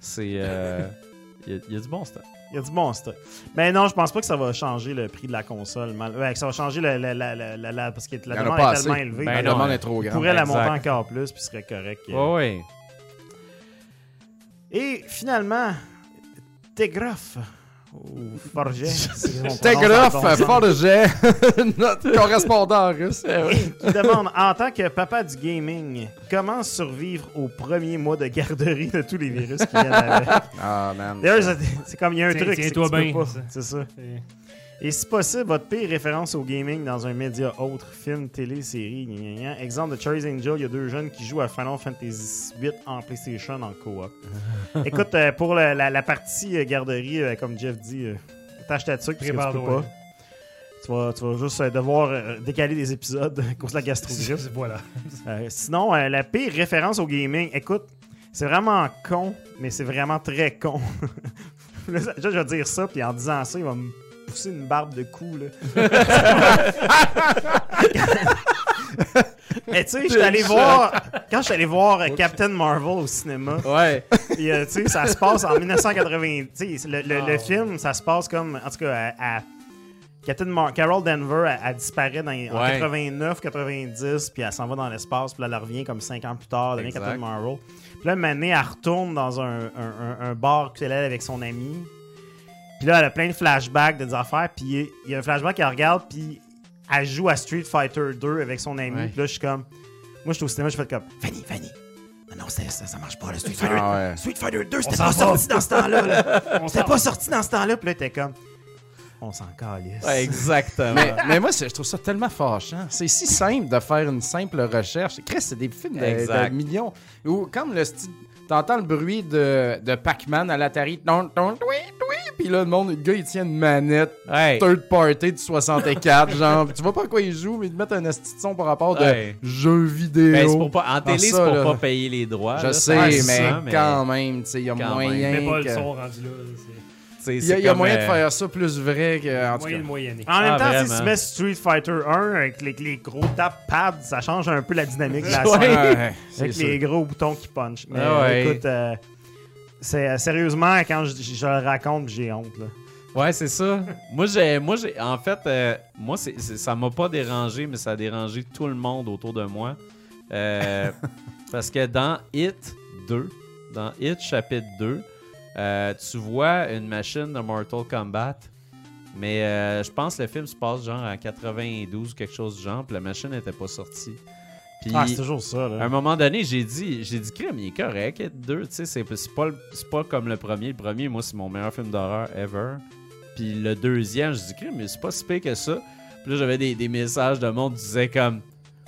C'est. euh, Il y, a- il y a du bon stock.
Il y a du bon stock. Mais non, je pense pas que ça va changer le prix de la console. mal- ouais, que ça va changer la, la, la, la, la- la- parce que
il
la
y en a
demande
pas
est
assez.
tellement élevée.
La
Ben non,
demande
hein.
est trop
on
grande.
pourrait la
exact.
monter encore plus, puis ce serait correct. euh.
Ouais, ouais.
Et finalement, Tegroff. Ou Forget. si on prononce
Tegroff
le bon nom.
euh, Forget, notre correspondant russe.
Eh
qui demande En tant que papa du gaming, comment survivre au premier mois de garderie de tous les virus qui viennent avec
Ah man.
D'ailleurs, c'est- C'est comme il y a un
Tiens-
truc. c'est que
tiens-toi
tu peux
bien,
pas.
ça.
C'est ça. Et si possible, votre pire référence au gaming dans un média autre, film, télé, série, gna gna gna. Exemple de Charlie's Angel, il y a deux jeunes qui jouent à Final Fantasy VIII en PlayStation en co-op. Écoute, euh, pour la, la- la partie euh, garderie, euh, comme Jeff dit, euh, tâche ta tuque parce que tu peux
Prépare-toi.
pas. Tu vas, tu vas juste euh, devoir euh, décaler des épisodes à cause de la gastrogrype.
Voilà.
Euh, sinon, euh, la pire référence au gaming, écoute, c'est vraiment con, mais c'est vraiment très con. Là, ça- je vais dire ça, puis en disant ça, il va me pousser une barbe de cou. Là. mais tu sais, je suis allé voir, quand je suis allé voir euh, Captain Marvel au cinéma,
Ouais.
puis, euh, tu sais, ça se passe en 1980. tu sais, Le, le- le
Ah, ouais.
film, ça se passe comme. En tout cas, à. à- Captain Mar- Carol Denver, elle, elle disparaît dans, les- en
Ouais.
89, 90, puis elle s'en va dans l'espace, puis là, elle revient comme 5 ans plus tard, devient
Exact.
Captain Marvel. Puis là, une année, elle retourne dans un, un- un- un bar qu'elle est avec son ami. Puis là, elle a plein de flashbacks, des affaires, puis il y a un flashback qu'elle regarde, puis elle joue à Street Fighter 2 avec son ami.
Ouais.
Puis là, je suis comme. Moi, je suis au cinéma, je fais comme Fanny, Fanny. Ah Non, non, c'est- ça, ça marche pas, le Street Fighter.
Ah ouais.
Street Fighter 2, c'était
s'en
pas
va.
sorti dans ce temps-là. là.
On
C'était
s'en-
pas sorti dans ce temps-là. Puis là, t'es comme. On s'en calisse.
Ouais, exactement.
Mais, mais moi, c'est- je trouve ça tellement fâchant. C'est si simple de faire une simple recherche. Chris, c'est des films de,
Exact.
de millions. Ou comme le style. T'entends le bruit de, de Pac-Man à l'Atari. Ton, ton, oui, oui. Puis là, le monde, le gars, il tient une manette
Ouais.
third party du 64. genre, tu vois pas à quoi il joue, mais ils te mettent un esti de son par rapport de
Ouais.
jeux vidéo.
Ben, c'est pour pas, en télé, c'est
ça,
pour
là.
pas payer les droits.
Je
là,
sais,
ça,
mais,
c'est ça,
quand même, tu sais, il y a
Quand
moyen.
Mais pas le
que-
son rendu là. c'est-
tu sais,
Il y a,
c'est
il y a
comme,
moyen
euh,
de faire ça plus vrai que. En tout
Moyen de
cas.
moyenner.
En même
Ah,
temps, si
vraiment.
tu mets Street Fighter 1 avec les, les gros tap pads, ça change un peu la dynamique de la
Ouais.
scène.
Ouais, c'est
Avec
sûr.
les gros boutons qui punchent. Mais
Ah ouais.
euh, écoute, euh, c'est, euh, sérieusement, quand je, je- je le raconte, j'ai honte. Là.
Ouais, c'est ça. moi, j'ai, moi, j'ai, en fait, euh, moi, c'est, c'est- ça m'a pas dérangé, mais ça a dérangé tout le monde autour de moi. Euh, parce que dans Hit 2, dans Hit chapitre 2, euh, tu vois une machine de Mortal Kombat. Mais euh, je pense que le film se passe genre en 92 quelque chose du genre, puis la machine n'était pas sortie. Puis,
Ah, c'est toujours ça, là.
à un moment donné, j'ai dit, j'ai dit, crème, il est correct, It 2, tu sais, c'est c'est pas, le- c'est pas comme le premier. Le premier, moi, c'est mon meilleur film d'horreur ever. Puis le deuxième, j'ai dit, crème, mais c'est pas si pire que ça. Puis là, j'avais des, des messages de monde qui disaient comme,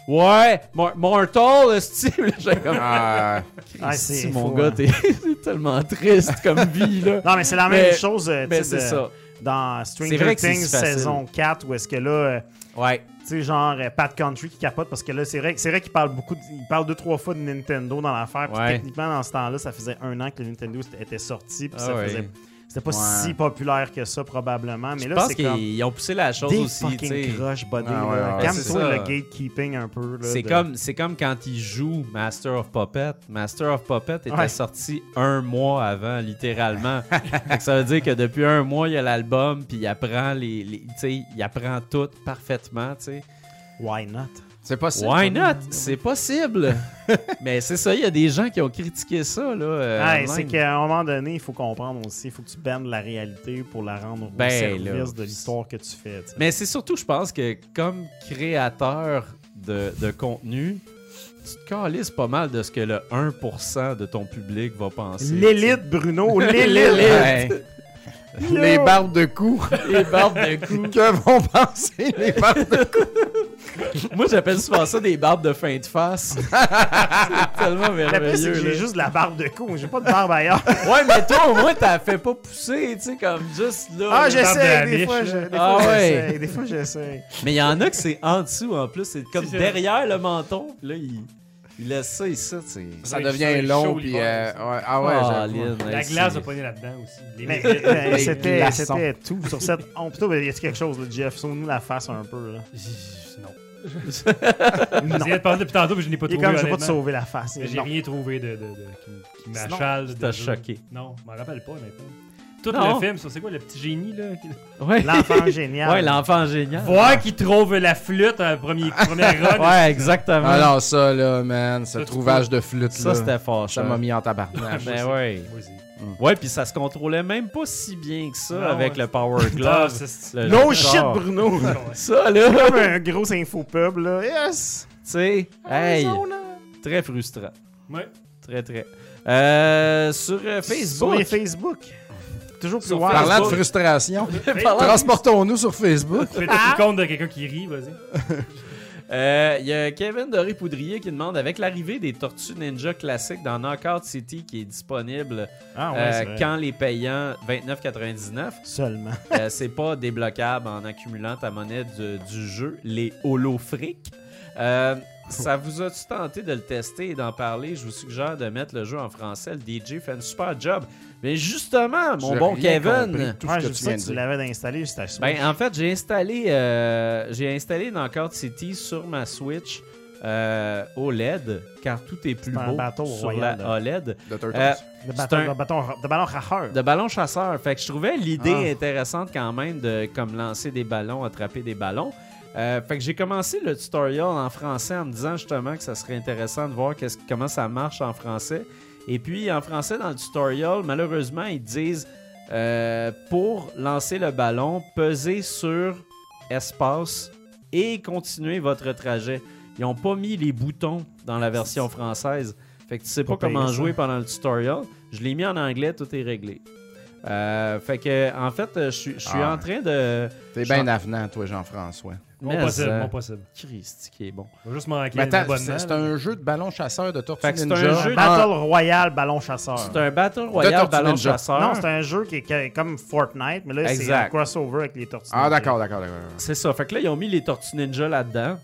ouais, Mor- Mortal, style. J'étais comme,
Ah,
Ah,
si,
c'est
mon
fou,
gars,
hein.
t'es t'es tellement triste comme vie, là.
Non, mais c'est la même
Mais-
chose euh, tu
Mais c'est
sais, de-
ça.
dans
C'est vrai
Stranger
que c'est
Things
si facile.
saison 4 où est-ce que là, euh,
Ouais.
tu sais, genre euh, Pat Country qui capote parce que là, c'est vrai, c'est vrai qu'il parle beaucoup, de- il parle deux, trois fois de Nintendo dans l'affaire. Puis
Ouais.
techniquement, dans ce temps-là, ça faisait un an que le Nintendo était- était sorti. Puis
Ah
ça
ouais.
faisait. C'était pas
Ouais.
si populaire que ça, probablement. Mais
Je
là,
pense
c'est comme.
qu'ils ont poussé la chose
Des
aussi, tu sais.
fucking crush, buddy.
Ah ouais,
là.
ouais, ouais.
C'est
Calme-toi
ça.
le gatekeeping un peu. là,
C'est
de-
comme, c'est comme quand ils jouent Master of Puppet. Master of Puppet était
Ouais.
sorti un mois avant, littéralement. Fait que ça veut dire que depuis un mois, il y a l'album, puis il apprend les, les- tu sais, il apprend tout parfaitement, tu sais.
Why not?
c'est possible.
Why not? C'est possible. Mais c'est ça, il y a des gens qui ont critiqué ça là. euh,
Ouais,
online.
Ah, c'est qu'à un moment donné, il faut comprendre aussi. Il faut que tu bandes la réalité pour la rendre
Ben,
au service
là.
de l'histoire que tu fais. tu sais.
Mais c'est surtout, je pense que comme créateur de, de contenu, tu te calises pas mal de ce que le 1% de ton public va penser.
L'élite, Bruno, l'élite!
Ouais. Les barbes de cou.
Les barbes de cou.
que vont penser les barbes de
Moi, j'appelle souvent ça des barbes de fin de face. c'est tellement
La pire, c'est
merveilleux.
que j'ai
là.
juste de la barbe de cou. J'ai pas de barbe ailleurs.
Ouais, mais toi, au moins, t'as fait pas pousser, tu sais, comme juste là.
Ah,
là.
j'essaie.
barbe de
Des,
la
fois,
biche,
je- des
Ah
fois,
ouais.
j'essaie. Des fois, j'essaie.
Mais il y en a que c'est en dessous, en plus. C'est comme
C'est ça.
derrière le menton. Puis là, il, il laisse ça et ça, tu sais.
Ça
Oui,
devient
c'est
long,
chaud
puis...
l'hiver,
euh, ouais, ah ouais,
Ah,
j'avoue.
Lynn,
La
hey,
glace
c'est-
a pogné là-dedans aussi. Les
Mais,
mérites.
mais
Les
c'était
glaçons.
c'était tout sur cette. On, plutôt, y a quelque chose, là, Jeff? Sauve-nous la face un peu. Là.
J- Non.
Non.
J'essayais de parler depuis tantôt, mais je n'ai pas
Il est
trouvé.
comme, je vais pas te
honnêtement.
sauver la face.
Mais J'ai
Non.
rien trouvé de, de, de- qui, qui
Sinon,
m'achale. de
t'as
jeu.
choqué.
Non, je m'en rappelle pas, honnêtement. Tout
Non.
le film, sur- c'est quoi le petit génie, là qui-
Ouais.
L'enfant génial.
Ouais, l'enfant génial.
Voir qu'il trouve la flûte à premier, première run.
Ouais, exactement.
Ah non, ça, là, man, ce
Ça, tu
trouvage de flûte,
ça,
là,
c'était fort.
ça m'a mis en tabarnak.
Ben ouais.
Moi aussi.
Ouais, puis ça se contrôlait même pas si bien que ça
Non,
avec
ouais.
le Power
Ah,
Glove.
c'est- c'est-
le-
No
le-
shit, Bruno.
Ça, là.
comme un gros infopub, là. Yes!
Tu sais, hey,
Arizona.
très frustrant.
Ouais.
Très, très. Euh, sur euh, Facebook.
Sur les Facebook. Toujours plus
Sur
wild.
Parlant de
Facebook.
frustration,
Parlant-
transportons-nous sur Facebook.
Fais un compte de quelqu'un qui rit, vas-y.
Euh, Il y a Kevin Doré-Poudrier qui demande avec l'arrivée des Tortues Ninja classiques dans Knockout City qui est disponible
Ah ouais,
euh,
c'est vrai.
quand les payants 29,99,
Seulement.
euh, c'est pas débloquable en accumulant ta monnaie du, du jeu, les holofrics. Euh, ça vous a-tu tenté de le tester et d'en parler? Je vous suggère de mettre le jeu en français. Le DJ fait un super job. Mais justement, mon
J'ai
bon
rien
Kevin,
compris, Tout
Ouais,
ce
je
que tu
sais
viens
que
de
tu
dire.
l'avais installé juste à Switch.
Ben, en fait, j'ai installé, euh, j'ai installé Knockout City sur ma Switch euh, OLED, car tout est plus
C'est un
beau
bateau
sur
royal,
la OLED.
De Turtles.
Euh,
de
c'est
bâton,
un-
de bâton- de ballon racheur.
de ballon chasseur. Fait que je trouvais l'idée
Ah.
intéressante quand même de comme lancer des ballons, attraper des ballons. Euh, fait que j'ai commencé le tutoriel en français en me disant justement que ça serait intéressant de voir qu'est-ce- comment ça marche en français. Et puis en français dans le tutoriel, malheureusement ils disent euh, pour lancer le ballon, pesez sur espace et continuez votre trajet. Ils n'ont pas mis les boutons dans la version française. Fait que tu sais pas,
Pas payé,
comment
ça.
jouer pendant le tutorial. Je l'ai mis en anglais, tout est réglé. Euh, fait que, en fait, euh, je suis je suis
Ah.
en train de.
T'es
Jean-
bien avenant, toi, Jean-François.
Mon
Mais,
possible,
euh,
mon possible.
Christ, qui est bon.
Je vais juste manquer
Mais
un
attends, c'est
abonnement.
c'est
là.
un jeu de ballon chasseur de Tortue
Fait que c'est
Ninja.
un jeu
Un
de-
Battle Royale ballon chasseur.
C'est un Battle Royale
Ah. Tortue
ballon
Ninja.
chasseur.
Non, c'est un jeu qui est qui est comme Fortnite, mais là, c'est
Exact.
un crossover avec les tortues.
Ah, d'accord, d'accord, d'accord.
C'est ça. Fait que là, ils ont mis les Tortues Ninja là-dedans.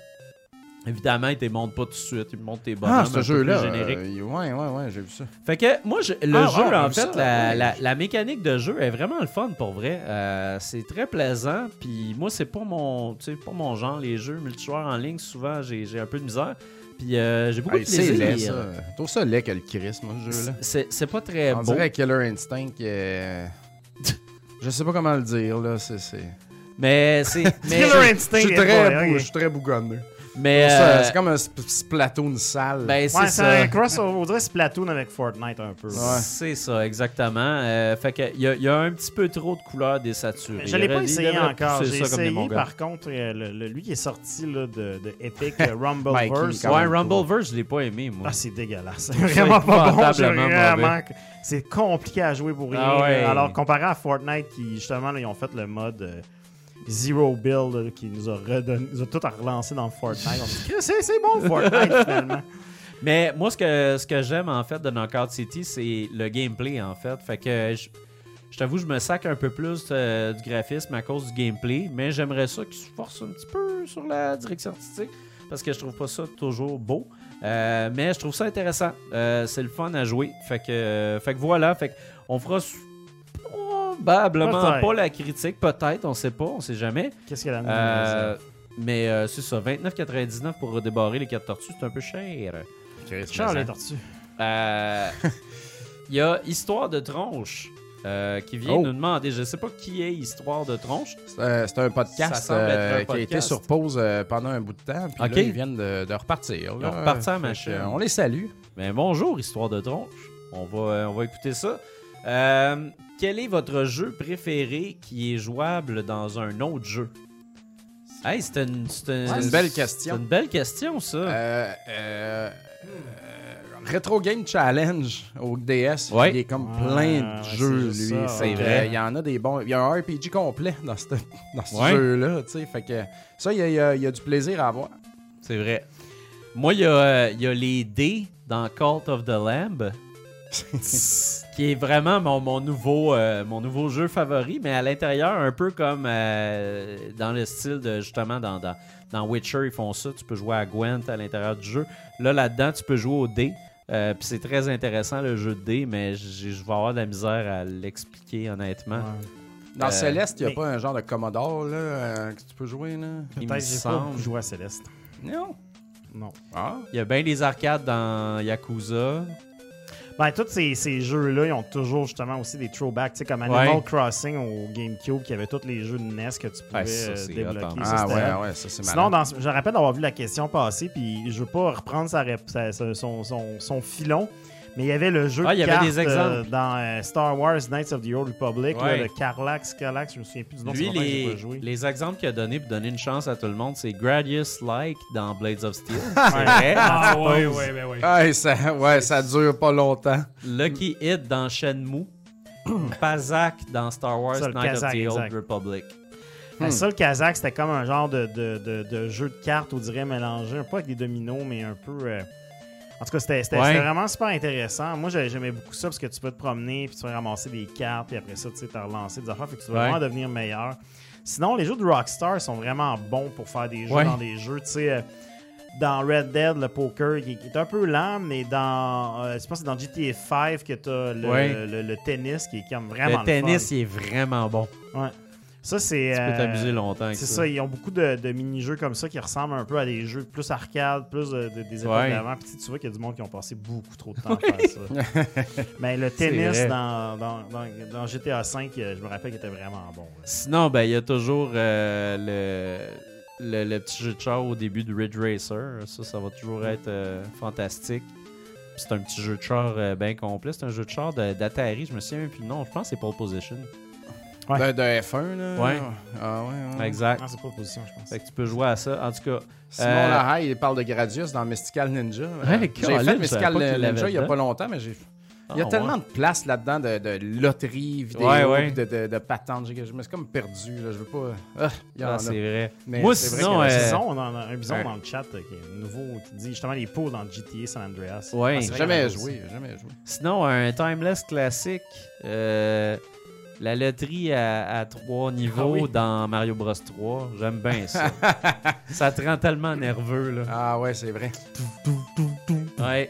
Évidemment, ils te les montrent pas tout de suite. Ils te montrent tes bonhommes.
Ah,
un
ce
peu
jeu-là.
plus
euh,
génériques.
il- ouais, ouais, ouais, j'ai vu ça.
Fait que moi, je- le
Ah,
jeu,
ah,
en
comme
fait,
ça,
la,
oui.
la- la mécanique de jeu est vraiment le fun pour vrai. Euh, c'est très plaisant. Puis moi, c'est pas mon, tu sais, pas mon genre les jeux multijoueurs en ligne. Souvent, j'ai j'ai un peu de misère. Puis euh, j'ai beaucoup
Hey,
de
c'est
plaisir.
laid, ça. Tout ça laid que le Chris, moi, ce jeu-là.
C'est c'est pas très
On
beau.
dirait Killer Instinct qui est... Je sais pas comment le dire, là. C'est... c'est-
Mais c'est. mais-
Killer Instinct.
Je suis
est
très
bon,
bou-
ok.
je suis très bougonneux.
Mais
Ça,
euh,
C'est comme un sp- Splatoon sale.
ben, c'est
Ouais, c'est
ça.
un crossover. On dirait Splatoon avec Fortnite un peu.
C'est ça, exactement. Euh, fait que il y, a- il y a un petit peu trop de couleurs désaturées.
Mais Je l'ai pas
Ils
essayé
devraient
encore.
pousser
J'ai
ça comme des
essayé,
Mongols.
par contre, euh, le- le- lui qui est sorti là, de, de Epic
Mikey,
euh, Rumbleverse.
quand
Ouais,
même pas.
Rumbleverse, je l'ai pas aimé, moi.
Ah, c'est dégueulasse. C'est vraiment pas bon. j'ai
épouvantablement
vraiment- C'est compliqué à jouer pour rien.
Ah ouais.
là. Alors, comparé à Fortnite, qui justement, là, ils ont fait le mode euh, Zero Build là, qui nous a, redonné, nous a tout relancé dans Fortnite. On s'est dit, c'est c'est bon, Fortnite, finalement.
Mais moi, ce que, ce que j'aime en fait de Knockout City, c'est le gameplay en fait. Fait que je, je t'avoue, je me sac un peu plus euh, du graphisme à cause du gameplay, mais j'aimerais ça qu'il se force un petit peu sur la direction artistique parce que je trouve pas ça toujours beau. Euh, mais je trouve ça intéressant. Euh, c'est le fun à jouer. Fait que, euh, fait que voilà. Fait que on fera s- probablement
Peut-être.
pas la critique, peut-être, on sait pas, on sait jamais.
Qu'est-ce qu'elle a mis
Euh, mais euh, c'est ça, 29,99 pour débarrer les 4 tortues, c'est un peu cher.
Charles les tortues.
Euh, Il y a Histoire de Tronche euh, qui vient
Oh.
nous demander. Je sais pas qui est Histoire de Tronche.
C'est euh, c'est un
Ça
podcast
semble être un
euh, qui a
podcast.
été sur pause euh, pendant un bout de temps. Puis
Ok.
là, ils viennent de, de repartir.
Ils
là.
ont reparti à ma
Fait que,
chaîne.
euh, on les salue.
Mais bonjour, Histoire de Tronche. On va, euh, on va écouter ça. Euh, quel est votre jeu préféré qui est jouable dans un autre jeu? Hey, c'est une, c'est une-
C'est une belle question.
C'est une belle question, ça.
Euh, euh, euh, Retro Game Challenge au DS.
Ouais.
Il est comme
Ah,
plein
ouais,
de jeux,
c'est
lui.
juste ça,
Fait
ouais.
que, euh,
vrai.
Il y en a des bons. Il y a un RPG complet dans, cette- dans ce
Ouais.
jeu-là. tu sais. Fait que ça, il y a, il y a- il y a du plaisir à avoir.
C'est vrai. Moi, il y, a, euh, il y a les dés dans Cult of the Lamb, qui est vraiment mon, mon nouveau, euh, mon nouveau jeu favori, mais à l'intérieur, un peu comme euh, dans le style de justement dans, dans, dans Witcher, ils font ça. Tu peux jouer à Gwent à l'intérieur du jeu. Là, là-dedans, tu peux jouer aux dés. Euh, Puis c'est très intéressant le jeu de dés, mais j'ai- je vais avoir de la misère à l'expliquer honnêtement.
hein.
Dans
Euh,
Céleste, il n'y a
mais-
pas un genre de Commodore là, euh, que tu peux jouer. Là.
Il me
Peut-être j'ai pas
semble.
beaucoup joué à Céleste.
Non.
Non.
Ah.
Il y a bien des arcades dans Yakuza.
Ben, tous ces, ces jeux-là, ils ont toujours justement aussi des throwbacks. Tu sais, comme
Ouais.
Animal Crossing au GameCube, qui avait tous les jeux de NES que tu pouvais
Ouais, ça,
euh,
c'est
débloquer.
hot, hein.
Ça,
Ah
c'était hot.
ouais, ouais, ça c'est malade.
Sinon, dans, ce- je rappelle d'avoir vu la question passer, puis je veux pas reprendre sa, rép- sa- sa- son, son- son filon, mais il y avait le jeu
Ah,
de
il y avait
cartes,
des exemples.
euh, dans euh, Star Wars Knights of the Old Republic, là,
Ouais.
le Carlax, Carlax, je me souviens plus du nom,
Lui,
c'est longtemps que j'ai
les,
pas joué.
les exemples qu'il a donnés pour donner une chance à tout le monde, c'est Gradius Like dans Blades of Steel.
Ouais.
Ah, ouais, ouais, ouais, ouais.
Ouais, ça, ouais, ça dure pas longtemps.
Lucky Hit dans Shenmue. Pazak dans Star Wars
Ça, le
Knight of
Kazakh,
the Old
exact.
Republic. Hmm.
Ben, Ça, le Kazakh, c'était comme un genre de, de- de- de jeu de cartes, on dirait mélangé, un peu avec des dominos, mais un peu. euh, En tout cas, c'était c'était-
Ouais.
c'était vraiment super intéressant. Moi, j'ai- j'aimais beaucoup ça parce que tu peux te promener, puis tu peux ramasser des cartes, puis après ça, tu sais, t'as relancé des affaires, fait que tu vas
Ouais.
vraiment devenir meilleur. Sinon, les jeux de Rockstar sont vraiment bons pour faire des jeux
Ouais.
dans des jeux, tu sais. euh, dans Red Dead, le poker qui qui est un peu lent, mais dans, euh, je pense que c'est dans GTA 5 que t'as le,
Ouais.
le- le tennis qui est comme vraiment
Le
le
tennis, il est vraiment bon.
fun. Ouais. Ça, c'est.
Tu peux
euh,
t'amuser longtemps avec
c'est
ça.
ça, ils ont beaucoup de, de mini-jeux comme ça qui ressemblent un peu à des jeux plus arcade, plus de- de- des époques
Ouais.
d'avant. Puis tu sais, tu vois qu'il y a du monde qui ont passé beaucoup trop de temps à faire ça. Mais le
vrai.
tennis dans, dans, dans- dans GTA V, euh, je me rappelle qu'il était vraiment bon. là.
Sinon, ben, il y a toujours euh, le, le, le petit jeu de char au début de Ridge Racer. Ça, ça va toujours être euh, fantastique. Puis C'est un petit jeu de char euh, bien complet. C'est un jeu de char de- d'Atari. Je me souviens même plus du nom. Je pense que c'est Pole Position.
De, de F1, là.
Ouais.
Ah
Hum,
ouais, ouais.
Exact.
Non, c'est pas position, je pense.
Fait que tu peux jouer à ça. En tout cas,
Simon
Euh,
Lahaye, il parle de Gradius dans Mystical Ninja.
Ouais,
j'ai
Colin,
fait
je savais
Mystical
pas qu'il l'avait
Ninja il y a
dedans.
pas longtemps, mais j'ai... Il y a
Ah,
tellement
ouais.
de place là-dedans de, de loterie, vidéo,
Ouais, ouais.
De, de, de patentes. J'ai- Je me suis comme perdu. Là. Je veux pas. Ah, il y en
Ah,
a.
c'est vrai.
Mais
Moi,
c'est vrai
sinon,
que-
Un
euh,
bison, on en a un bison
ouais.
dans le chat euh, qui est nouveau, qui dit justement les pots dans GTA San Andreas.
Ouais.
Ah, c'est
Jamais
vrai qu'il y en a aussi.
joué, jamais joué.
Sinon, un timeless classique, euh, la loterie à, à trois niveaux
Ah oui.
dans Mario Bros 3. J'aime bien ça. ça te rend tellement nerveux, là.
Ah ouais, c'est vrai.
Ouais.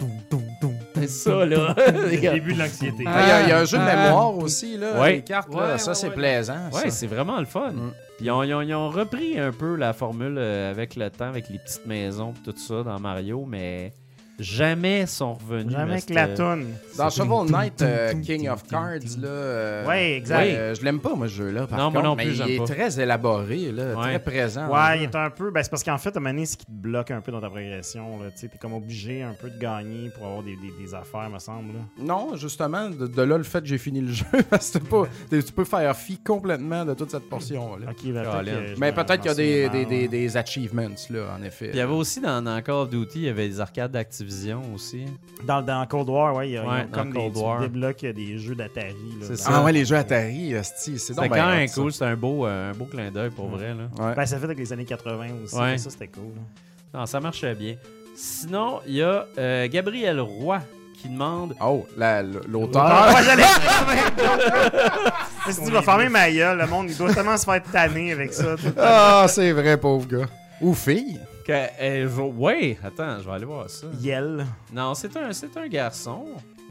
C'est ça, là.
C'est le début de l'anxiété.
Ah, Il y a- il y, a un jeu de
Ah.
mémoire aussi, là,
Ouais.
les cartes,
Ouais,
là.
ouais,
ça, c'est
ouais.
plaisant.
Ouais,
ça.
c'est vraiment le fun.
Mm.
Puis ils ont, ils ont- ils ont repris un peu la formule euh, avec le temps, avec les petites maisons et tout ça dans Mario, mais Jamais sont revenus.
Jamais
mais
que la
c'était-
toune.
Dans Shovel Knight, euh, King of Cards, là. euh,
Ouais, exact.
euh, je l'aime pas, moi, ce jeu-là. Par
Non, moi
contre,
non plus,
mais
j'aime
Il est
pas.
très élaboré, là,
Ouais.
très présent.
Ah.
Ouais, il est un peu. Ben, c'est parce qu'en fait, à un moment donné, ce qui te bloque un peu dans ta progression, là, tu sais, t'es comme obligé un peu de gagner pour avoir des, des- des affaires, me semble. là.
Non, justement, de, de là le fait que j'ai fini le jeu, parce que t'es pas, t'es- tu peux faire fi complètement de toute cette portion-là.
Ok, ben,
Colin.
peut-être que je
Mais
me-
peut-être qu'il y a
je me
des,
souviens
des,
mal,
des,
ouais.
des achievements, là, en effet.
Puis il y avait aussi dans, dans Call of Duty, il y avait des arcades d'Activision aussi.
Dans, dans Cold War, ouais, il y a, il y a
Ouais,
comme
dans
des,
Cold War.
tu débloques des jeux d'Atari. là.
C'est ça.
Ah ouais, les jeux Atari, hostie, c'est
C'était
donc
euh, quand
bien
même
hot, ça.
cool, c'était un beau, euh, un beau clin d'œil pour
Ouais.
vrai. Là.
Ouais.
Ben, ça fait avec les années 80 aussi.
Ouais.
mais Ça, c'était cool. là.
Non, ça marchait bien. Sinon, il y a euh, Gabriel Roy qui demande
Oh, la- l'auteur.
Ouais, j'allais. Je me suis dit, va fermer ma gueule. Le monde, il doit tellement se faire tanner avec ça. tout le temps.
Ah, c'est vrai, pauvre gars. Ou fille.
que. euh, je- ouais, attends, je vais aller voir ça.
Yel.
Non, c'est un, c'est un garçon.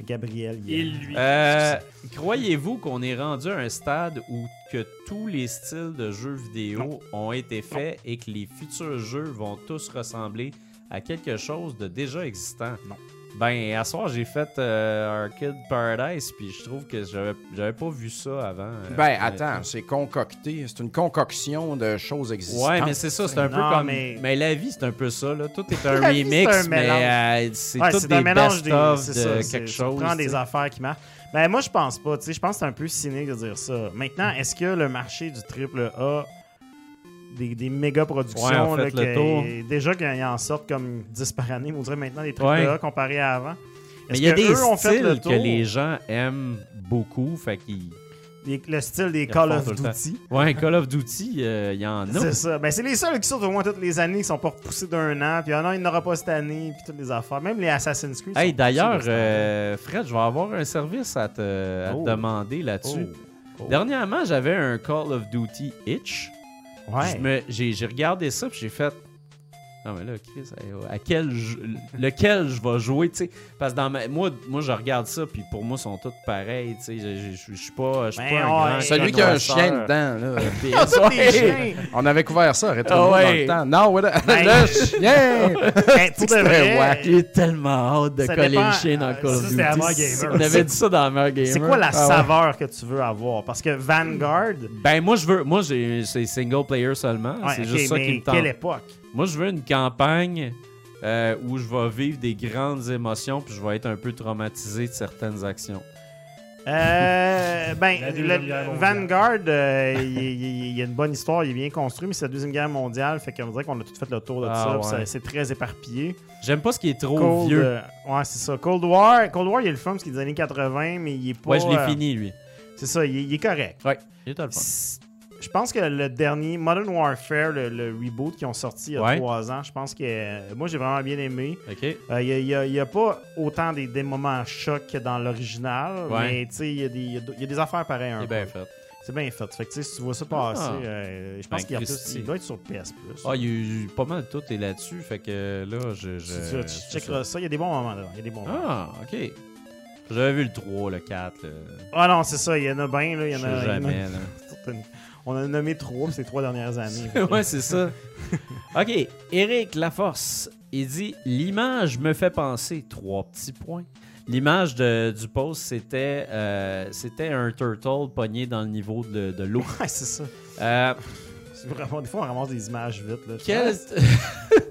Gabriel. Yel.
Il lui.
Euh, Croyez-vous qu'on est rendu à un stade où que tous les styles de jeux vidéo ont été faits et que les futurs jeux vont tous ressembler à quelque chose de déjà existant?
Non.
Ben, à soir, j'ai fait euh, Arcade Paradise, puis je trouve que j'avais j'avais pas vu ça avant. euh,
Ben,
honnêtement.
attends, c'est concocté. C'est une concoction de choses existantes.
Ouais, mais c'est ça, c'est un peu
Non,
comme.
mais-
Mais... la vie, c'est un peu ça, là. Tout est un
La vie,
remix,
c'est un
mais euh, c'est
Ouais,
tout
c'est
des
un mélange des.
best-of
c'est
de
ça, c'est-
quelque
tu
chose.
prends
tu
des
sais.
affaires qui marchent. Ben, moi, je pense pas. Tu sais, je pense que c'est un peu cynique de dire ça. Maintenant, est-ce que le marché du triple A. Des, des méga productions
Ouais, en
là,
fait, le
que-
tour.
déjà qu'ils en sortent comme 10 par année, on dirait maintenant des triple A
Ouais.
comparés à avant.
Mais
Est-ce
il y a
que
des
eux ont fait le
styles que
tour?
les gens aiment beaucoup, fait qu'ils.
Les- le style des
Ils
Call
refont
of
tout le temps.
Duty.
Ouais, Call of Duty, euh, il y en a.
C'est ça. Ben, c'est les seuls qui sortent au moins toutes les années qui sont pas repoussés d'un an. Puis ah non, il n'aura pas cette année. Puis toutes les affaires. Même les Assassin's Creed.
Hey,
sont
d'ailleurs,
repoussés de cette année.
euh, Fred, je vais avoir un service à te, à te
Oh.
demander là-dessus.
Oh.
Dernièrement, j'avais un Call of Duty Itch.
Ouais.
Je me- J'ai j'ai regardé ça puis j'ai fait. Non, mais là, Chris, hey, oh, à quel jeu- lequel je vais jouer, tu sais. Parce que dans ma- moi, moi, je regarde ça, puis pour moi, ils sont tous pareils, tu sais. Je- Je je- je suis pas, je suis
Ben,
pas un
ouais.
grand
Celui qui a un
connoisseur.
chien dedans, là.
Puis-
Des chiens.
On avait couvert ça, rétro
Ah
dans
ouais.
le temps. Non, ouais, le,
Ben-
le chien!
Ben, pour de vrai,
J'ai tellement hâte de
Ça
coller
dépend,
le chien dans
euh,
Call of
ça,
Duty.
c'était avant Gamer.
On avait dit ça dans Hammer Gamer.
c'est quoi la
Ah ouais.
saveur que tu veux avoir? Parce que Vanguard,
Ben moi je veux moi j'ai c'est single player seulement,
ouais,
c'est
ok,
juste ça
mais
qui me tente.
quelle époque?
Moi je veux une campagne euh, où je vais vivre des grandes émotions puis je vais être un peu traumatisé de certaines actions.
Euh, ben,
La Deuxième
le-
Guerre mondiale.
Vanguard, euh, il il- il y a une bonne histoire, il est bien construit, mais c'est la Deuxième Guerre mondiale, fait qu'on dirait qu'on a tout fait le tour de
Ah,
ça,
ouais.
puis ça- c'est très éparpillé.
J'aime pas ce qui est trop
Cold,
vieux.
euh, ouais, c'est ça. Cold War, Cold War, il est le fun parce qu'il est des années 80, mais il est pas.
ouais, je l'ai
euh,
fini lui.
C'est ça, il est, il est correct.
Ouais, il est le fun.
C'est- Je pense que le dernier, Modern Warfare, le, le reboot qu'ils ont sorti il y a
Ouais.
trois ans, je pense que euh, moi j'ai vraiment bien aimé.
OK.
Euh, Il n'y a, pas autant des, des moments chocs que dans l'original,
Ouais.
mais tu sais, il y, a des- il y a d- il y a des affaires pareilles. un
Il est
peu.
bien fait.
C'est bien fait. Fait que tu sais, si tu vois ça passer,
Ah.
euh, je
Ben,
pense qu'il y a
Christy.
plus- il doit être sur PS Plus.
Ah, il y a eu pas mal de tout est là-dessus, fait que là je, je
tu, tu- tu
c'est
checkeras ça, il y a des bons moments dedans. Il y a des bons
ça.
moments.
Ah, OK. J'avais vu le 3, le 4, le...
Ah non, c'est ça, il y en a bien, là, il y
je
en
sais
a. il y en a-
jamais là.
On a nommé trois ces trois dernières années.
ouais, c'est ça. OK, Eric Laforce, il dit l'image me fait penser trois petits points. L'image de- du post, c'était euh, c'était un turtle pogné dans le niveau de, de l'eau.
Ouais, c'est ça.
Euh,
C'est vraiment- des fois, on ramasse des images vite. Là.
quel...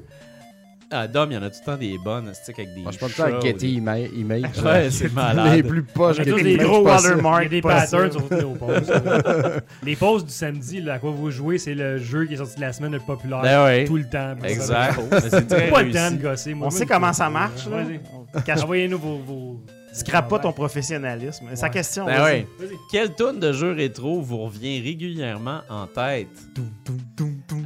ah, Dom, il y en a tout le temps des bonnes, stick avec des
Moi, je pense que
chats,
Getty
des-
Ima- Image.
Ouais, c'est
Les
malade.
plus poches
On a
Getty
tous
Des
Images
gros
possibles.
watermarks.
Il y a des patterns sur toutes nos pauses. les pauses du samedi, là, à quoi vous jouez, c'est le jeu qui est sorti de la semaine le populaire
Ben ouais.
tout le temps.
Exact. Mais c'est très
Pas le temps de
réussi.
gosser. moi.
On
Moi,
sait
une-
comment ça marche. là.
hein. Vas-y.
Cache-
Envoyez-nous vos. vos... Ah
Scrape pas
vos-
ton professionnalisme. Sa question.
Ben
vas-y.
ouais. Quelle tourne de jeu rétro vous revient régulièrement en tête?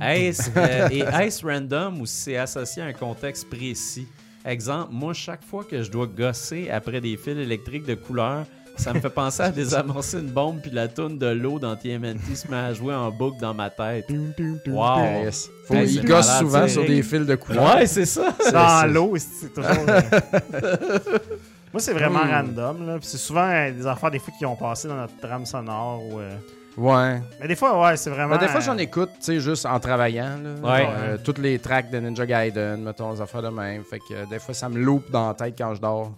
Est-ce, euh, et est-ce random ou si c'est associé à un contexte précis? Exemple, moi, chaque fois que je dois gosser après des fils électriques de couleur, ça me fait penser à désamorcer une bombe puis la tourne de l'eau dans TMNT se met à jouer en boucle dans ma tête. Wow!
Ah, yes. Faut-
Hey,
ils
c'est
gossent
malade,
souvent
c'est-
sur des fils de couleur.
Ouais, c'est ça!
dans
c'est-
l'eau, c'est toujours. euh,
Hmm.
Moi, c'est vraiment random. là. Puis C'est souvent euh, des affaires des fois qui ont passé dans notre trame sonore. ou, euh,
Ouais.
Mais des fois, ouais, c'est vraiment.
Ben, des fois, j'en écoute, tu sais, juste en travaillant. là.
Ouais.
Euh, toutes les tracks de Ninja Gaiden, mettons, les affaires de même. Fait que euh, des fois, ça me loupe dans la tête quand je dors.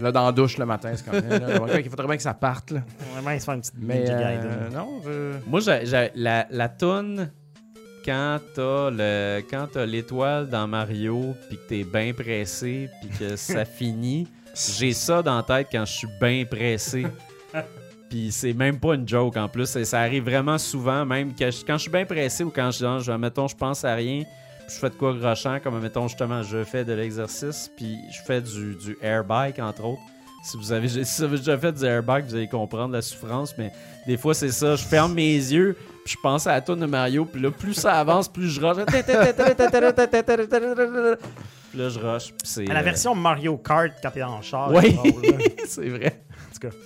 Là, dans la douche le matin, c'est comme. eh, là, le gars, il faudrait bien que ça parte, là.
euh, Vraiment, ils se font une petite
Mais.
Ninja
euh,
Gaiden.
non, je-
Moi, j'ai, j'ai- la, la toune, quand t'as, le, quand t'as l'étoile dans Mario, puis que t'es bien pressé, puis que ça finit, j'ai ça dans la tête quand je suis bien pressé. Puis c'est même pas une joke en plus. Et ça arrive vraiment souvent, même que je- quand je suis bien pressé ou quand je, genre, je- mettons, je pense à rien, puis je fais de quoi rochant, comme mettons justement, je fais de l'exercice, puis je fais du, du airbike entre autres. Si vous avez, si vous avez déjà fait du airbike, vous allez comprendre la souffrance, mais des fois, c'est ça. Je ferme mes yeux, puis je pense à la tourne de Mario, puis là, plus ça avance, plus je rush. Puis là, je rush, puis c'est...
À la
euh,
version Mario Kart quand t'es en char.
Ouais.
c'est drôle, là.
c'est vrai.
en tout cas.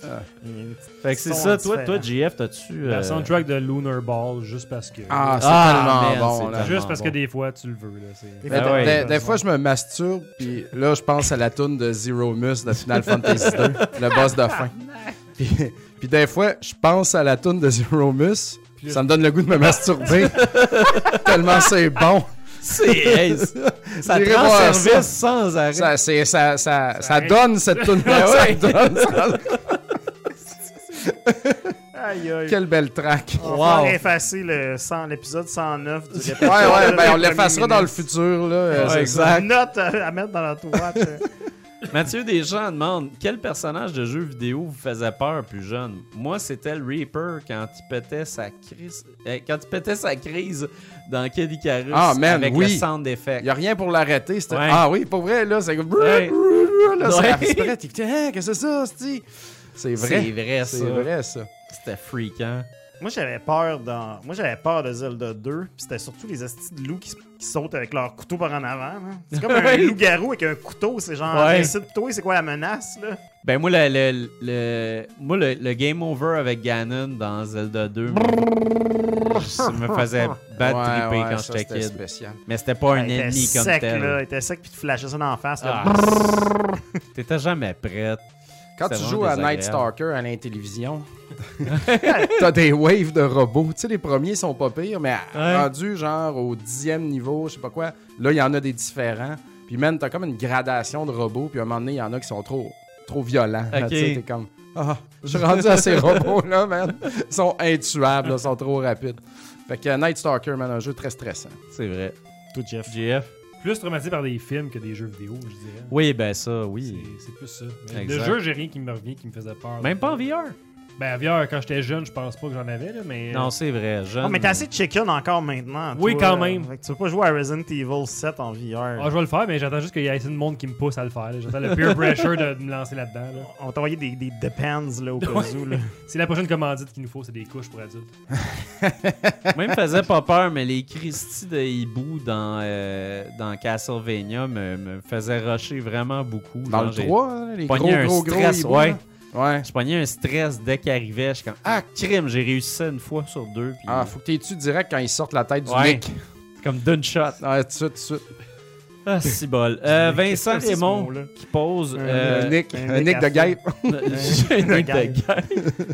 Il y a une petite-
Fait que c'est
Ils sont
ça. Toi, toi,
différents.
JF, t'as-tu... euh,
La soundtrack de Lunar Ball, juste parce que.
Ah, c'est
Ah, man,
tellement bon,
c'est
là.
tellement
juste parce
bon.
que des fois, tu le veux. Là, c'est-
Des
Mais
Ben
des-
ouais.
des, des fois, je me masturbe, puis là, je pense à la toune de Zero Mus de Final Fantasy II, le boss de fin. Puis, puis des fois, je pense à la toune de Zero Mus, ça me donne le goût de me masturber. Tellement c'est bon.
C'est... hey, c'est- ça te
J'irai
rend
voir
service
ça.
sans arrêt.
Ça, c'est- ça, ça, ça
arrête.
donne cette toune là
Ben Ouais.
Aïe, aïe.
Quelle belle track.
On va
Wow.
effacer le 100 l'épisode 109 du
Ouais,
répertoire.
ouais, ben on
Premier
l'effacera dans le
ministre.
futur, là. euh,
Ouais,
c'est
exact.
ça.
Note à, à mettre dans l'entourage.
Mathieu Deschamps demande quel personnage de jeu vidéo vous faisait peur plus jeune. Moi, c'était le Reaper quand il pétait sa crise, euh, quand il pétait sa crise dans Kid Icarus
Ah, man,
avec
oui.
le sound effect.
Il a rien pour l'arrêter. c'était-
Ouais.
Ah oui, pour vrai, là, c'est comme.
Ouais.
Là, ça
Ouais.
aspirate, t'es- Hein, Qu'est-ce que c'est ça, c'ti? C'est
C'est
vrai.
vrai ça.
C'est vrai, ça.
C'était freakant.
Moi, j'avais peur dans... Moi, j'avais peur de Zelda 2, puis c'était surtout les astis de loups qui, s- qui sautent avec leur couteau par en avant. là. C'est comme un
Ouais.
loup-garou avec un couteau, c'est genre...
Ouais.
Décide toi, c'est quoi la menace, là?
Ben moi le, le, le- moi le, le game over avec Ganon dans Zelda 2 me- ça me faisait bad
Ouais,
tripper
ouais,
quand
ça,
j'étais
c'était
kid.
spécial.
Mais c'était pas un
Il était
ennemi comme
sec,
tel.
là. Il était sec, puis tu flashais ça dans la face. là.
Ah, T'étais jamais prête.
Quand
C'est
tu
vraiment
joues à Night
désagréable.
Stalker à la télévision, t'as des waves de robots. Tu sais, les premiers sont pas pires, mais
Ouais.
rendu genre au dixième niveau, je sais pas quoi, là, il y en a des différents. Puis même, t'as comme une gradation de robots, puis à un moment donné, il y en a qui sont trop, trop violents. là,
Ok.
tu sais, T'es comme, ah, je suis rendu à ces robots-là, man. Ils sont intuables, là, ils sont trop rapides. Fait que Night Stalker, man, un jeu très stressant.
C'est vrai.
Tout Jeff.
JF
Plus traumatisé par des films que des jeux vidéo, je dirais.
Oui, ben ça, oui.
C'est- C'est plus ça. Mais
Exact.
De jeu, j'ai rien qui me revient, qui me faisait peur.
Même pas en VR.
Ben, avieur, quand j'étais jeune, je pense pas que j'en avais, là, mais.
Non, c'est vrai. Jeune,
Oh, mais t'es assez chicken encore maintenant.
Oui,
toi,
quand
là.
même.
Fait que tu veux pas jouer à Resident Evil 7 en VR.
Ah, je vais le faire, mais j'attends juste qu'il y ait assez de monde qui me pousse à le faire. là. J'attends le peer pressure de, de me lancer là-dedans. là.
On t'a envoyé des, des depends là, au cas où. Là.
C'est la prochaine commandite qu'il nous faut, c'est des couches pour adultes.
Moi, il me faisait pas peur, mais les Christie de Hibou dans, euh, dans Castlevania me, me faisaient rusher vraiment beaucoup.
Dans
Genre,
le
j'ai
3, hein, les gros,
pogné un
gros, gros,
stress,
hiboux,
ouais.
là. Ouais.
Je pognais un stress dès qu'il arrivait. Je suis comme, ah, crime, j'ai réussi ça une fois sur deux. Puis,
Ah, faut que t'es tu direct quand ils sortent la tête du
Ouais.
mec.
Comme d'une shot.
Ouais, tout de suite, tout de suite.
Ah, si bol. Euh, Vincent
C'est ce
Raymond
mot-là.
qui pose.
un
euh,
Nick,
un
un
Nick
Nick de
à fond.
guêpe.
J'ai une
De
idée
guêpe.
de guêpe.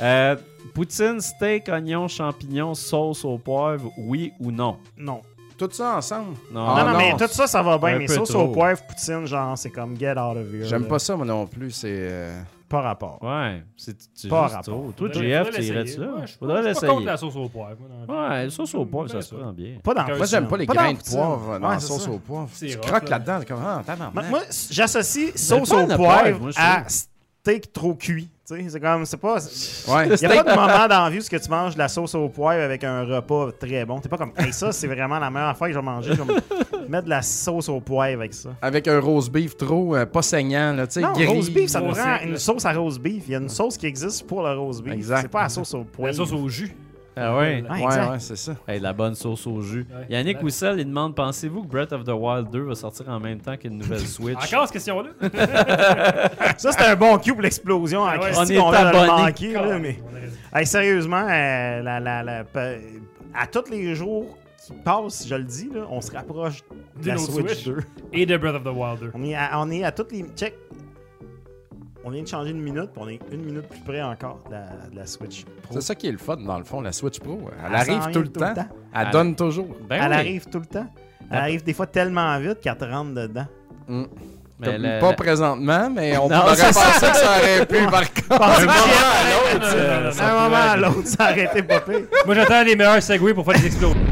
Euh, Poutine, steak, oignon, champignons, sauce au poivre, oui ou non?
Non.
Tout ça ensemble.
Non,
Ah
non, non,
non,
mais tout ça, ça va bien.
un
Mais
peu
sauce
trop.
au poivre, poutine, genre, c'est comme get out of here.
J'aime
là.
pas ça, moi non plus. C'est. euh,
Pas rapport.
Ouais, c'est c'est
Pas
juste
rapport.
trop. Toi,
Faudrait-
JF,
faudrait
tu
l'essayer.
irais-tu là?
Ouais, je suis pas-
Faudrait
je suis pas contre
l'essaie.
la sauce au poivre. moi, dans la vie.
Ouais, sauce au poivre, ça
Ouais,
se prend bien.
Pas dans
Moi,
Moi, j'aime pas les grains de
poutine.
poivre dans
Ouais,
la
c'est
sauce
ça.
au poivre.
C'est
Tu
rough,
croques
là.
là-dedans. t'es comme, ah,
Moi,
tabarnak.
moi, j'associe sauce
pain
au
de
poivre
poivre, moi, je
à steak trop cuit. Tu sais, c'est comme, c'est pas.
Ouais.
Il n'y a pas de moment dans la vie où ce que tu manges de la sauce au poivre avec un repas très bon. T'es pas comme, hey, ça, c'est vraiment la meilleure affaire que je vais manger. Je vais me- mettre de la sauce au poivre avec ça.
Avec un rose beef trop euh, pas saignant, là, tu sais,
Non,
gris.
rose beef, ça nous
gris,
rend
sec,
une
là.
sauce à rose beef. Il y a une sauce qui existe pour le rose beef.
Exact.
C'est pas la sauce au poivre.
La sauce au jus.
Ah ouais.
Ah,
Ouais,
exact.
ouais, c'est ça.
Hey, de la bonne sauce au jus.
Ouais.
Yannick
Ouais.
Wissel, il demande Pensez-vous que Breath of the Wild 2 va sortir en même temps qu'une nouvelle Switch
Encore cette question-là.
Ça, c'était un bon cube pour l'explosion. en
Ah ouais.
Christie,
On
qu'on
est
l'a
abonné.
manqué,
Ah,
là, mais... Hey, sérieusement, euh, la, la- la- pe- à tous les jours qui passent, je le dis, là, on se rapproche de
D'une
la
autre
Switch
Switch.
2.
Et de Breath of the Wilder.
On est à, on est à toutes les. Check. on vient de changer une minute, puis on est une minute plus près encore de la, de la Switch Pro.
C'est ça qui est le fun, dans le fond, la Switch Pro. Elle,
Elle s'en
arrive
vient
tout le temps. Elle
Elle-
donne toujours.
Ben
Elle
oui.
arrive tout le temps. Elle arrive des fois tellement vite qu'elle te rentre dedans.
Mais
Comme-
la-
Pas
la-
présentement, mais on
Non,
pourrait
c'est
penser que ça aurait pu, par contre.
Parce que
Non, non, non, non,
à un
non.
Euh,
moment à l'autre, ça arrêtait pas pire.
Moi, j'attends les meilleurs segways pour faire des explosions.